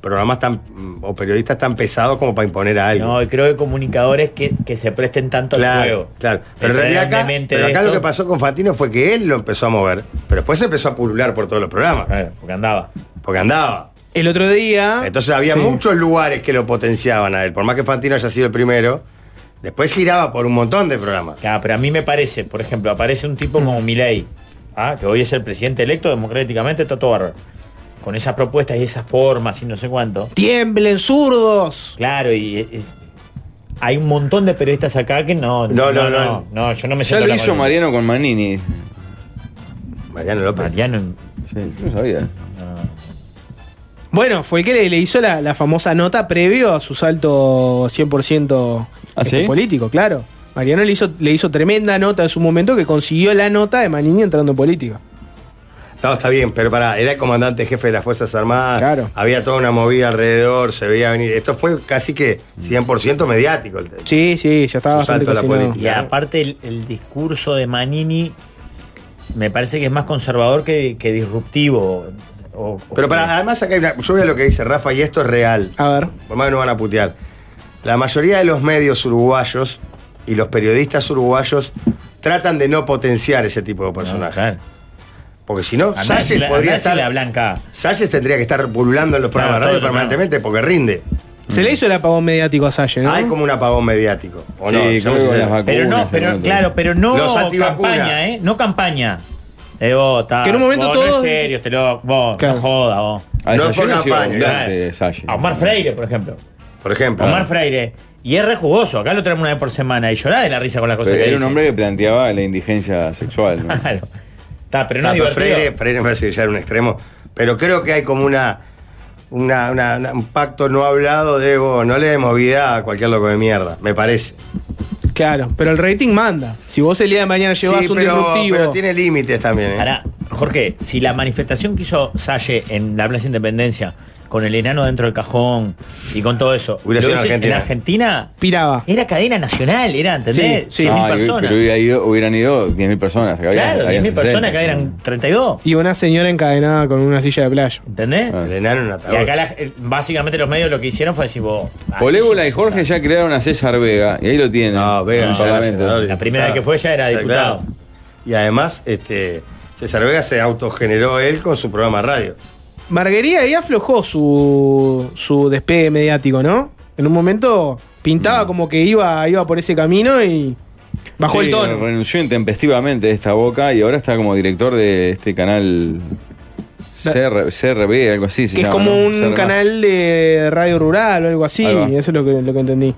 [SPEAKER 1] programas tan o periodistas tan pesados como para imponer a alguien.
[SPEAKER 3] No, y creo que comunicadores que, que se presten tanto al
[SPEAKER 1] Claro,
[SPEAKER 3] juego.
[SPEAKER 1] claro. Pero en
[SPEAKER 3] Traer
[SPEAKER 1] realidad
[SPEAKER 3] un
[SPEAKER 1] acá,
[SPEAKER 3] demente
[SPEAKER 1] pero
[SPEAKER 3] de
[SPEAKER 1] acá lo
[SPEAKER 3] esto.
[SPEAKER 1] que pasó con Fantino fue que él lo empezó a mover, pero después empezó a pulular por todos los programas.
[SPEAKER 3] porque andaba.
[SPEAKER 1] Porque andaba.
[SPEAKER 4] El otro día.
[SPEAKER 1] Entonces había
[SPEAKER 4] Sí.
[SPEAKER 1] muchos lugares que lo potenciaban a él, por más que Fantino haya sido el primero. Después giraba por un montón de programas.
[SPEAKER 3] Claro, pero a mí me parece, por ejemplo, aparece un tipo como Milei, ¿ah? que hoy es el presidente electo democráticamente, está todo bárbaro. con esas propuestas y esas formas y no sé cuánto.
[SPEAKER 4] ¡Tiemblen zurdos!
[SPEAKER 3] Claro, y es- es- hay un montón de periodistas acá que no.
[SPEAKER 2] No, no, no.
[SPEAKER 3] no, no, yo no me
[SPEAKER 2] Ya
[SPEAKER 3] siento
[SPEAKER 2] lo
[SPEAKER 3] la
[SPEAKER 2] hizo
[SPEAKER 3] columna.
[SPEAKER 2] Mariano con Manini.
[SPEAKER 1] Mariano López.
[SPEAKER 3] Mariano.
[SPEAKER 2] Sí, yo no sabía.
[SPEAKER 4] Bueno, fue el que le, le hizo la, la famosa nota previo a su salto 100%
[SPEAKER 1] ¿Ah,
[SPEAKER 4] este,
[SPEAKER 2] sí?
[SPEAKER 4] político, claro. Mariano le hizo, le hizo tremenda nota en su momento que consiguió la nota de Manini entrando en política.
[SPEAKER 1] No, está bien, pero pará, era el comandante jefe de las Fuerzas Armadas. Había toda una movida alrededor, se veía venir. Esto fue casi que 100% mediático. el tema.
[SPEAKER 4] Sí, sí, ya estaba
[SPEAKER 1] Un
[SPEAKER 4] bastante
[SPEAKER 1] salto a la
[SPEAKER 4] cocinado.
[SPEAKER 1] política.
[SPEAKER 3] Y aparte el, el discurso de Manini me parece que es más conservador que, que disruptivo. O- o-
[SPEAKER 1] Pero para, además acá hay una. Yo veo lo que dice Rafa y esto es real.
[SPEAKER 4] A ver.
[SPEAKER 1] Por más que no van a putear. La mayoría de los medios uruguayos y los periodistas uruguayos tratan de no potenciar ese tipo de personajes. Porque si no,
[SPEAKER 3] Andá,
[SPEAKER 1] Salles
[SPEAKER 3] la-
[SPEAKER 1] podría
[SPEAKER 3] andá,
[SPEAKER 1] estar.
[SPEAKER 3] la blanca.
[SPEAKER 1] Salles tendría que estar pululando en los
[SPEAKER 3] Claro,
[SPEAKER 1] programas de radio
[SPEAKER 3] todo el programa.
[SPEAKER 1] permanentemente porque rinde.
[SPEAKER 4] Se le hizo el apagón mediático a Salle, ¿no?
[SPEAKER 1] Hay como un apagón mediático. ¿o
[SPEAKER 2] Sí,
[SPEAKER 1] no?
[SPEAKER 2] creo
[SPEAKER 1] Seamos
[SPEAKER 2] que con
[SPEAKER 1] sinceros.
[SPEAKER 2] las vacunas. este
[SPEAKER 3] Pero no, pero claro, pero no
[SPEAKER 1] Los antivacunas.
[SPEAKER 3] campaña, ¿eh? No campaña. Eh, vos, ta,
[SPEAKER 4] Que en un momento
[SPEAKER 3] vos,
[SPEAKER 4] todos-
[SPEAKER 3] No es serio, este loco. Vos,
[SPEAKER 4] Claro.
[SPEAKER 3] no joda, vos.
[SPEAKER 2] A
[SPEAKER 3] no
[SPEAKER 2] desayuno ha sido abundante,
[SPEAKER 3] Claro.
[SPEAKER 2] Salle.
[SPEAKER 3] A Omar Freire, por ejemplo.
[SPEAKER 1] Por ejemplo.
[SPEAKER 3] Omar Freire. Y es re jugoso. Acá lo traemos una vez por semana y llorá de la risa con las cosas
[SPEAKER 2] Pero
[SPEAKER 3] que
[SPEAKER 2] era
[SPEAKER 3] dice.
[SPEAKER 2] un hombre que planteaba la indigencia sexual. ¿no?
[SPEAKER 3] Claro. Está, pero no
[SPEAKER 1] Ah,
[SPEAKER 3] es
[SPEAKER 1] pero
[SPEAKER 3] divertido.
[SPEAKER 1] Freire, Freire me parece que ya era un extremo. Pero creo que hay como una, una- una- una- un pacto no hablado de vos, no le demos vida a cualquier loco de mierda, me parece.
[SPEAKER 4] Claro, pero el rating manda. Si vos el día de mañana llevas
[SPEAKER 1] Sí,
[SPEAKER 4] un
[SPEAKER 1] pero-
[SPEAKER 4] disruptivo.
[SPEAKER 1] pero tiene límites también. ¿eh?
[SPEAKER 3] Ahora, Jorge, si la manifestación que hizo Salle en la Plaza Independencia, con el enano dentro del cajón y con todo eso,
[SPEAKER 1] Hubiera
[SPEAKER 3] lo
[SPEAKER 1] sido en
[SPEAKER 3] hubiese- en
[SPEAKER 1] Argentina.
[SPEAKER 3] Argentina,
[SPEAKER 4] piraba.
[SPEAKER 3] era cadena nacional, era, ¿entendés?
[SPEAKER 2] Sí,
[SPEAKER 3] 100.000
[SPEAKER 2] Ah, y-
[SPEAKER 3] personas.
[SPEAKER 2] Pero hubiera ido- hubieran ido 10.000 personas. acá habían-
[SPEAKER 3] claro,
[SPEAKER 2] habían
[SPEAKER 3] 10.000 personas,
[SPEAKER 2] 60.
[SPEAKER 3] acá eran 32,
[SPEAKER 4] Y una señora encadenada con una silla de playa. Ah.
[SPEAKER 3] ¿entendés?
[SPEAKER 2] Ah.
[SPEAKER 1] El enano en un
[SPEAKER 3] Y
[SPEAKER 1] ataúd.
[SPEAKER 3] acá la- eh, básicamente los medios lo que hicieron fue decir, vos, ah,
[SPEAKER 2] Polévola y Jorge ya crearon a César Vega. Y ahí lo tienen. Ah,
[SPEAKER 1] No, Ah, Vega
[SPEAKER 2] En el
[SPEAKER 1] ya era
[SPEAKER 2] Parlamento.
[SPEAKER 1] senador y
[SPEAKER 3] La primera vez que fue ya era diputado.
[SPEAKER 1] Y además, este, César Vega se autogeneró él con su programa de radio.
[SPEAKER 4] Marguerita ahí aflojó su, su despegue mediático, ¿no? En un momento
[SPEAKER 1] Mm.
[SPEAKER 4] pintaba como que iba, iba por ese camino y bajó
[SPEAKER 2] Sí,
[SPEAKER 4] el tono.
[SPEAKER 2] Renunció intempestivamente de esta boca y ahora está como director de este canal CR, CRB, algo así. se
[SPEAKER 4] Que es
[SPEAKER 2] llama,
[SPEAKER 4] como
[SPEAKER 2] ¿no?
[SPEAKER 4] un
[SPEAKER 2] CR+.
[SPEAKER 4] canal de radio rural o algo así,
[SPEAKER 2] Ahí va.
[SPEAKER 4] eso es lo que, lo que entendí.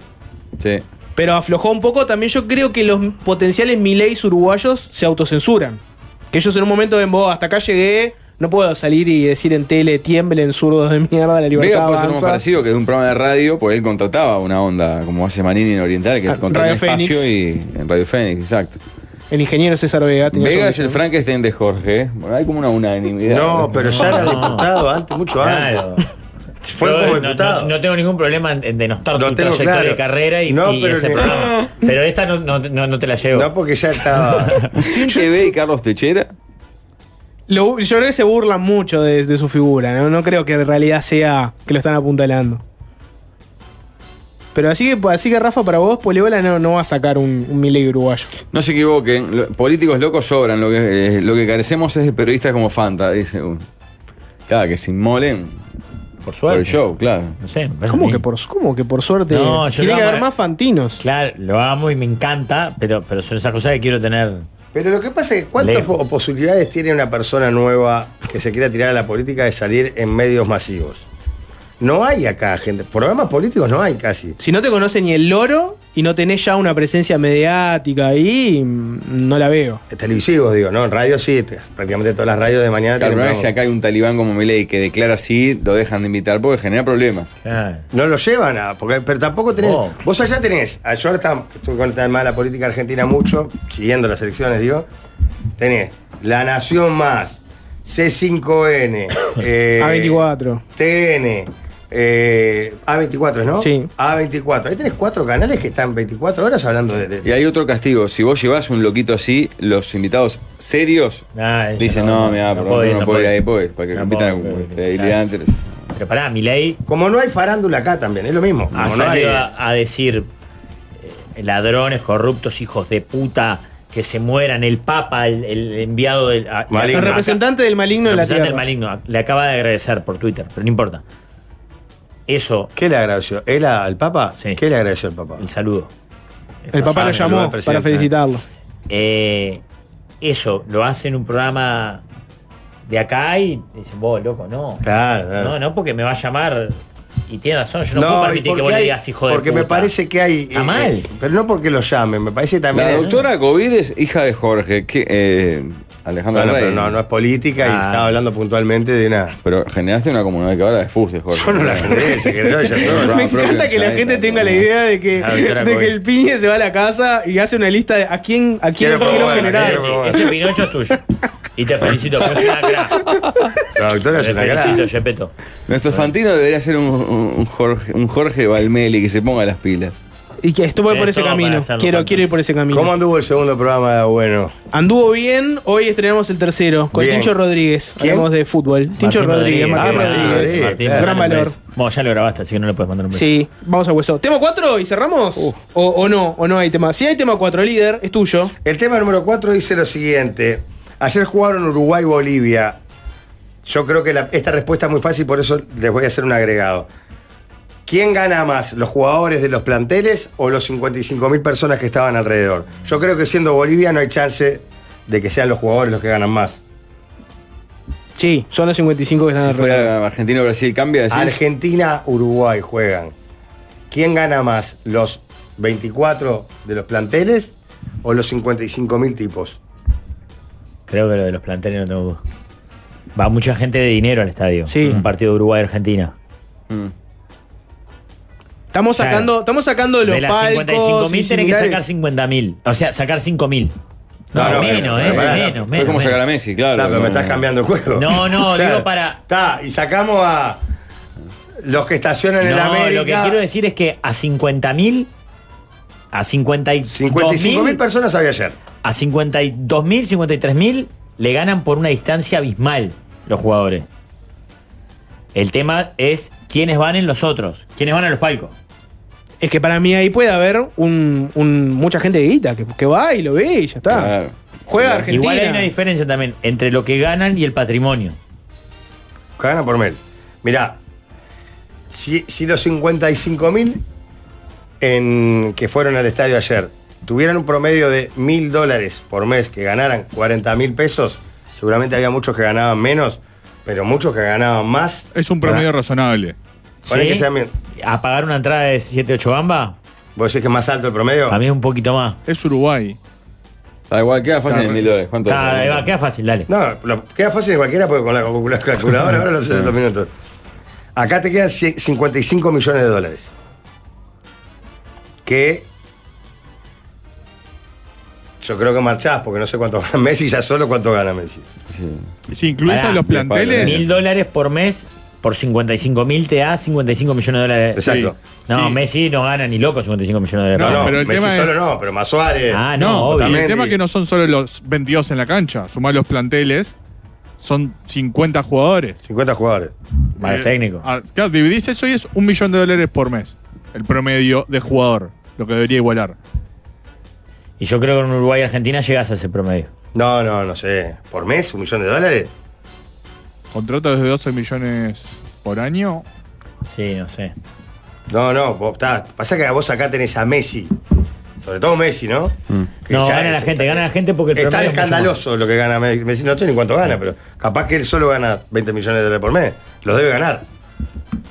[SPEAKER 2] Sí.
[SPEAKER 4] Pero aflojó un poco, también yo creo que los potenciales mileys uruguayos se autocensuran. Que ellos en un momento ven, vos, hasta acá llegué, no puedo salir y decir en tele, tiemblen zurdos de mierda, la libertad
[SPEAKER 2] Vega puede ser lo más
[SPEAKER 4] avanza".
[SPEAKER 2] parecido que es un programa de radio, porque él contrataba una onda como hace Manini en Oriental, que
[SPEAKER 4] Ah,
[SPEAKER 2] contrata
[SPEAKER 4] Radio
[SPEAKER 2] un espacio
[SPEAKER 4] Fénix.
[SPEAKER 2] y en Radio Fénix, exacto.
[SPEAKER 4] El ingeniero César Vega tenía
[SPEAKER 2] Vega
[SPEAKER 4] su
[SPEAKER 2] es el Frankenstein de Jorge. ¿eh? Bueno, hay como una unanimidad.
[SPEAKER 1] No, pero ya era
[SPEAKER 3] No.
[SPEAKER 1] diputado antes, mucho antes.
[SPEAKER 3] Claro.
[SPEAKER 1] Fue
[SPEAKER 3] Yo
[SPEAKER 1] como
[SPEAKER 3] no-
[SPEAKER 1] diputado.
[SPEAKER 3] No, no tengo ningún problema en, en denostar
[SPEAKER 1] Lo
[SPEAKER 3] tu
[SPEAKER 1] tengo
[SPEAKER 3] trayectoria
[SPEAKER 1] claro.
[SPEAKER 3] de carrera y,
[SPEAKER 1] No,
[SPEAKER 3] y
[SPEAKER 1] pero
[SPEAKER 3] ese
[SPEAKER 1] ni-
[SPEAKER 3] programa. Pero esta no, no- no- no te la llevo.
[SPEAKER 1] No, porque ya estaba.
[SPEAKER 2] Vicente B y Carlos Techera.
[SPEAKER 4] Lo- yo creo que se burlan mucho de, de su figura, ¿no? No creo que en realidad sea que lo están apuntalando. Pero así que, así que Rafa, para vos, Poleola no, no va a sacar un, un Milei uruguayo.
[SPEAKER 2] No se equivoquen, lo- políticos locos sobran. Lo que, eh, lo que carecemos es de periodistas como Fanta, dice uno. Claro, que se inmolen
[SPEAKER 3] por
[SPEAKER 2] por
[SPEAKER 3] suerte.
[SPEAKER 2] el show, claro.
[SPEAKER 3] No sé, me parece
[SPEAKER 4] ¿Cómo
[SPEAKER 3] a mí.
[SPEAKER 4] que por, su- cómo que por suerte?
[SPEAKER 3] No, yo
[SPEAKER 4] Tiene
[SPEAKER 3] lo
[SPEAKER 4] que
[SPEAKER 3] amo,
[SPEAKER 4] haber
[SPEAKER 3] eh.
[SPEAKER 4] más fantinos.
[SPEAKER 3] Claro, lo amo y me encanta, pero, pero son esas cosas que quiero tener.
[SPEAKER 1] Pero lo que pasa es que ¿cuántas
[SPEAKER 3] Lejos.
[SPEAKER 1] po- posibilidades tiene una persona nueva que se quiera tirar a la política de salir en medios masivos? No hay acá, gente. Programas políticos no hay casi.
[SPEAKER 4] Si no te conoce ni el loro y no tenés ya una presencia mediática ahí, mm, no la veo.
[SPEAKER 1] Televisivos, digo, ¿no? En radio sí, te- prácticamente todas las radios de mañana
[SPEAKER 2] Claro,
[SPEAKER 1] tienen
[SPEAKER 2] pero si
[SPEAKER 1] programas.
[SPEAKER 2] acá hay un talibán como Milei que declara así, lo dejan de invitar porque genera problemas.
[SPEAKER 3] Claro.
[SPEAKER 1] No lo llevan a. Porque, pero tampoco tenés.
[SPEAKER 3] No.
[SPEAKER 1] Vos allá tenés. a- Yo ahora tam- estuve con el tema de la política argentina mucho, siguiendo las elecciones, digo. Tenés La Nación Más, C5N, eh,
[SPEAKER 4] A24.
[SPEAKER 1] TN, eh, A24, ¿no?
[SPEAKER 4] Sí.
[SPEAKER 1] A24. Ahí tenés cuatro canales que están 24 horas hablando de. de-
[SPEAKER 2] Y hay otro castigo, si vos llevás un loquito así, los invitados serios
[SPEAKER 3] Nah, eso
[SPEAKER 2] dicen, no, mira, no,
[SPEAKER 3] puedo ir,
[SPEAKER 2] no, puedo ir ahí, pues, para que
[SPEAKER 3] No
[SPEAKER 2] compitan
[SPEAKER 3] puedo,
[SPEAKER 2] con
[SPEAKER 3] pero-
[SPEAKER 2] este, Billy
[SPEAKER 3] claro.
[SPEAKER 2] Antes.
[SPEAKER 3] Pero pará, Milei
[SPEAKER 1] Como no hay farándula acá también, es lo mismo.
[SPEAKER 3] ha
[SPEAKER 1] Como no hay-
[SPEAKER 3] salido a, a decir eh, ladrones, corruptos, hijos de puta, que se mueran, el Papa, el, el enviado del. a-
[SPEAKER 1] Maligno.
[SPEAKER 4] El
[SPEAKER 1] Acá-
[SPEAKER 4] representante del maligno en la
[SPEAKER 3] representante
[SPEAKER 4] tierra.
[SPEAKER 3] del maligno. Le acaba de agradecer por Twitter, pero no importa. Eso,
[SPEAKER 1] ¿Qué le agradeció? ¿Él a- al Papa?
[SPEAKER 3] Sí.
[SPEAKER 1] ¿Qué le agradeció al Papa?
[SPEAKER 3] el saludo.
[SPEAKER 4] El papá lo
[SPEAKER 1] Sabe, saluda al
[SPEAKER 4] llamó para
[SPEAKER 1] presidente.
[SPEAKER 4] felicitarlo.
[SPEAKER 3] Eh, eso lo hace en un programa de acá y dicen, vos, loco, no.
[SPEAKER 1] Claro, claro.
[SPEAKER 3] No, no, porque me va a llamar. Y tiene razón, yo no,
[SPEAKER 1] No,
[SPEAKER 3] puedo
[SPEAKER 1] y
[SPEAKER 3] permitir que
[SPEAKER 1] porque
[SPEAKER 3] vos le
[SPEAKER 1] hay-
[SPEAKER 3] digas hijo de
[SPEAKER 1] Porque me
[SPEAKER 3] puta.
[SPEAKER 1] parece que hay. eh,
[SPEAKER 3] Está mal.
[SPEAKER 1] pero no porque lo llamen, me parece también. ¿eh?
[SPEAKER 2] La doctora COVID es hija de Jorge, que, eh, Alejandro
[SPEAKER 1] Bueno,
[SPEAKER 2] Rey.
[SPEAKER 1] pero no, no es política
[SPEAKER 4] Ah.
[SPEAKER 1] y estaba hablando puntualmente de una.
[SPEAKER 2] Pero generaste una comunidad que ahora de FUS de Jorge.
[SPEAKER 1] Yo no la generé, se generó ella sola.
[SPEAKER 2] Un programa
[SPEAKER 4] Me
[SPEAKER 2] propio
[SPEAKER 4] encanta
[SPEAKER 2] en
[SPEAKER 4] que la
[SPEAKER 2] Planeta.
[SPEAKER 4] gente tenga la idea de que,
[SPEAKER 3] Ah,
[SPEAKER 2] La doctora
[SPEAKER 4] de
[SPEAKER 2] Cohen.
[SPEAKER 4] que el piñe se va a la casa y hace una lista de a quién, a quién
[SPEAKER 3] Quiero
[SPEAKER 4] quiero,
[SPEAKER 3] probar,
[SPEAKER 4] generar.
[SPEAKER 3] quiero probar. Ese pinocho es tuyo. Y te felicito, pero es una cra.
[SPEAKER 1] La doctora
[SPEAKER 2] es
[SPEAKER 3] Te
[SPEAKER 2] una
[SPEAKER 3] felicito,
[SPEAKER 2] cra.
[SPEAKER 3] Gepetto.
[SPEAKER 2] Nuestro Fantino debería ser un, un Jorge, un Jorge Valmeli que se ponga las pilas.
[SPEAKER 4] Y que estuve por
[SPEAKER 2] Tenés
[SPEAKER 4] ese
[SPEAKER 2] todo para
[SPEAKER 4] camino.
[SPEAKER 2] hacerlo,
[SPEAKER 4] Quiero,
[SPEAKER 2] Juanma.
[SPEAKER 4] quiero ir por ese camino.
[SPEAKER 1] ¿Cómo anduvo el segundo programa de Bueno?
[SPEAKER 4] Anduvo bien, hoy estrenamos el tercero con
[SPEAKER 1] Bien.
[SPEAKER 4] Tincho Rodríguez.
[SPEAKER 1] ¿Quién?
[SPEAKER 4] Hablamos de fútbol. Tincho Rodríguez, Martín
[SPEAKER 3] Martín
[SPEAKER 4] Rodríguez.
[SPEAKER 3] Martín,
[SPEAKER 4] Gran
[SPEAKER 3] mandale un
[SPEAKER 4] valor.
[SPEAKER 3] beso. Bueno, ya lo grabaste, así que no le puedes mandar un beso.
[SPEAKER 4] Sí, vamos a hueso. ¿Tema 4 y cerramos?
[SPEAKER 3] Uh.
[SPEAKER 4] O, o no, o no hay tema. Si hay tema 4, líder, es tuyo.
[SPEAKER 1] El tema número 4 dice lo siguiente. Ayer jugaron Uruguay-Bolivia. Yo creo que la- esta respuesta es muy fácil, por eso les voy a hacer un agregado. ¿Quién gana más, los jugadores de los planteles o los 55.000 personas que estaban alrededor? Yo creo que siendo Bolivia no hay chance de que sean los jugadores los que ganan más.
[SPEAKER 4] Sí, son los 55 que están
[SPEAKER 2] Si
[SPEAKER 4] alrededor.
[SPEAKER 2] fuera Argentino-Brasil, cambia. decís.
[SPEAKER 1] Argentina-Uruguay juegan. ¿Quién gana más, los 24 de los planteles o los 55.000 tipos?
[SPEAKER 3] Creo que lo de los planteles no tengo duda. Va mucha gente de dinero al estadio. Sí. Un partido de Uruguay-Argentina. Mm.
[SPEAKER 4] Estamos
[SPEAKER 3] Claro.
[SPEAKER 4] sacando, estamos sacando de los
[SPEAKER 3] de las
[SPEAKER 4] palcos.
[SPEAKER 3] 55.000
[SPEAKER 4] y
[SPEAKER 3] tiene que sacar
[SPEAKER 4] similares.
[SPEAKER 3] 50.000. O sea, sacar 5.000. No, menos, ¿eh? menos, menos. menos.
[SPEAKER 2] Messi, claro.
[SPEAKER 1] pero me estás
[SPEAKER 3] Mm.
[SPEAKER 1] cambiando el juego.
[SPEAKER 3] No, no, digo para-
[SPEAKER 1] Está, y sacamos a los que estacionan en
[SPEAKER 3] No,
[SPEAKER 1] América.
[SPEAKER 3] lo que quiero decir es que a 50.000, a
[SPEAKER 1] 55.000
[SPEAKER 3] 55.000
[SPEAKER 1] personas había ayer.
[SPEAKER 3] A 52.000, 53.000 le ganan por una distancia abismal los jugadores. El tema es quiénes van en los otros, quiénes van a los palcos.
[SPEAKER 4] Es que para mí ahí puede haber un, un- mucha gente de guita que, que va y lo ve y ya está. Juega Argentina.
[SPEAKER 3] Igual hay una diferencia también entre lo que ganan y el patrimonio.
[SPEAKER 1] Gana por Mel. Mirá, si, si los 55.000 en- que fueron al estadio ayer tuvieran un promedio de mil dólares por mes que ganaran 40 mil pesos, seguramente había muchos que ganaban menos, pero muchos que ganaban más.
[SPEAKER 9] Es un promedio razonable.
[SPEAKER 1] Poné
[SPEAKER 3] ¿Sí?
[SPEAKER 1] que sea mil.
[SPEAKER 3] ¿A pagar una entrada de 7-8 bamba?
[SPEAKER 1] ¿Vos decís que es más alto el promedio?
[SPEAKER 3] A mí es un poquito más.
[SPEAKER 9] Es Uruguay.
[SPEAKER 2] Está igual, queda fácil
[SPEAKER 1] Claro.
[SPEAKER 2] en mil dólares. ¿Cuánto?
[SPEAKER 1] Está, ahí va,
[SPEAKER 3] queda fácil, dale.
[SPEAKER 1] No, lo- queda fácil de cualquiera porque con la calcula- calculadora ahora lo haces en dos minutos. Acá te quedan cie- 55 millones de dólares. Que yo creo que marchás, porque no sé cuánto gana Messi, ya solo cuánto gana Messi.
[SPEAKER 9] Si incluís
[SPEAKER 3] Pará,
[SPEAKER 9] a los planteles.
[SPEAKER 3] Mil dólares por mes por 55 mil te da 55 millones de dólares.
[SPEAKER 9] Exacto.
[SPEAKER 3] No,
[SPEAKER 9] Sí.
[SPEAKER 3] Messi no gana ni loco 55 millones de dólares.
[SPEAKER 9] No,
[SPEAKER 3] por mes.
[SPEAKER 9] pero el tema es...
[SPEAKER 1] pero más Suárez.
[SPEAKER 3] Ah, no, obvio.
[SPEAKER 9] pero El
[SPEAKER 3] Otamendi.
[SPEAKER 9] tema es que no son solo los 22 en la cancha, sumás los planteles, son 50 jugadores.
[SPEAKER 1] 50 jugadores.
[SPEAKER 3] Más el técnico.
[SPEAKER 9] ah, claro, dividís eso y es un millón de dólares por mes, el promedio de jugador, lo que debería igualar.
[SPEAKER 3] Y yo creo que en Uruguay y Argentina llegas a ese promedio.
[SPEAKER 1] No, no, no sé. ¿Por mes? ¿Un millón de dólares?
[SPEAKER 9] Contratos de 12 millones por año.
[SPEAKER 3] Sí, no sé.
[SPEAKER 1] No, no, vos, está. pasa que vos acá tenés a Messi. Sobre todo Messi, ¿no?
[SPEAKER 9] Mm.
[SPEAKER 1] Que
[SPEAKER 3] No,
[SPEAKER 1] ya
[SPEAKER 3] gana la
[SPEAKER 1] es-
[SPEAKER 3] gente, gana la gente porque el
[SPEAKER 1] Es tan
[SPEAKER 3] promedio es mucho
[SPEAKER 1] escandaloso lo que gana Messi. Messi, No sé ni cuánto gana, pero capaz que él solo gana 20 millones de dólares por mes. Los debe ganar.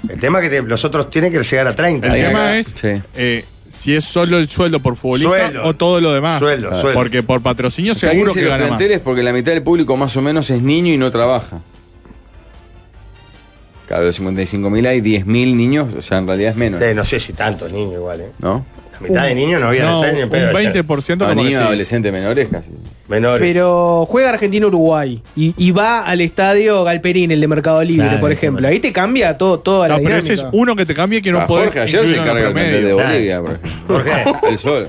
[SPEAKER 1] El tema es que te- los otros tienen que llegar a 30.
[SPEAKER 9] El
[SPEAKER 1] Tienen que
[SPEAKER 9] tema
[SPEAKER 1] ganar.
[SPEAKER 9] es eh, si es solo el sueldo por futbolista
[SPEAKER 1] Sueldo.
[SPEAKER 9] o todo lo
[SPEAKER 2] Ah,
[SPEAKER 9] demás.
[SPEAKER 1] Sueldo,
[SPEAKER 9] Claro.
[SPEAKER 1] sueldo.
[SPEAKER 9] Porque por patrocinio
[SPEAKER 2] Acá
[SPEAKER 9] seguro
[SPEAKER 2] dice
[SPEAKER 9] que
[SPEAKER 2] los
[SPEAKER 9] gana más.
[SPEAKER 2] planteles porque la mitad del público más o menos es niño y no trabaja. Claro, los 55.000 hay 10.000 niños, o sea, en realidad es menos.
[SPEAKER 1] Sí, no sé si tantos niños igual, ¿eh?
[SPEAKER 2] ¿No?
[SPEAKER 1] La mitad
[SPEAKER 4] Uh.
[SPEAKER 1] de niños no había
[SPEAKER 2] No,
[SPEAKER 1] en el estadio ni en pedo
[SPEAKER 2] un
[SPEAKER 1] ayer.
[SPEAKER 9] 20%
[SPEAKER 2] No,
[SPEAKER 9] como
[SPEAKER 2] niños,
[SPEAKER 9] decís.
[SPEAKER 2] adolescentes menores casi.
[SPEAKER 1] Menores.
[SPEAKER 4] Pero juega Argentina-Uruguay y, y va al estadio Galperín, el de Mercado Libre,
[SPEAKER 2] Claro,
[SPEAKER 4] por ejemplo. Ahí te cambia todo, toda la
[SPEAKER 9] No, pero
[SPEAKER 4] dinámica.
[SPEAKER 9] ese es uno que te cambia que no
[SPEAKER 2] Ah,
[SPEAKER 9] puede.
[SPEAKER 2] Jorge ayer se encarga el plantel de Bolivia, por ejemplo.
[SPEAKER 3] ¿Por qué?
[SPEAKER 2] El sol.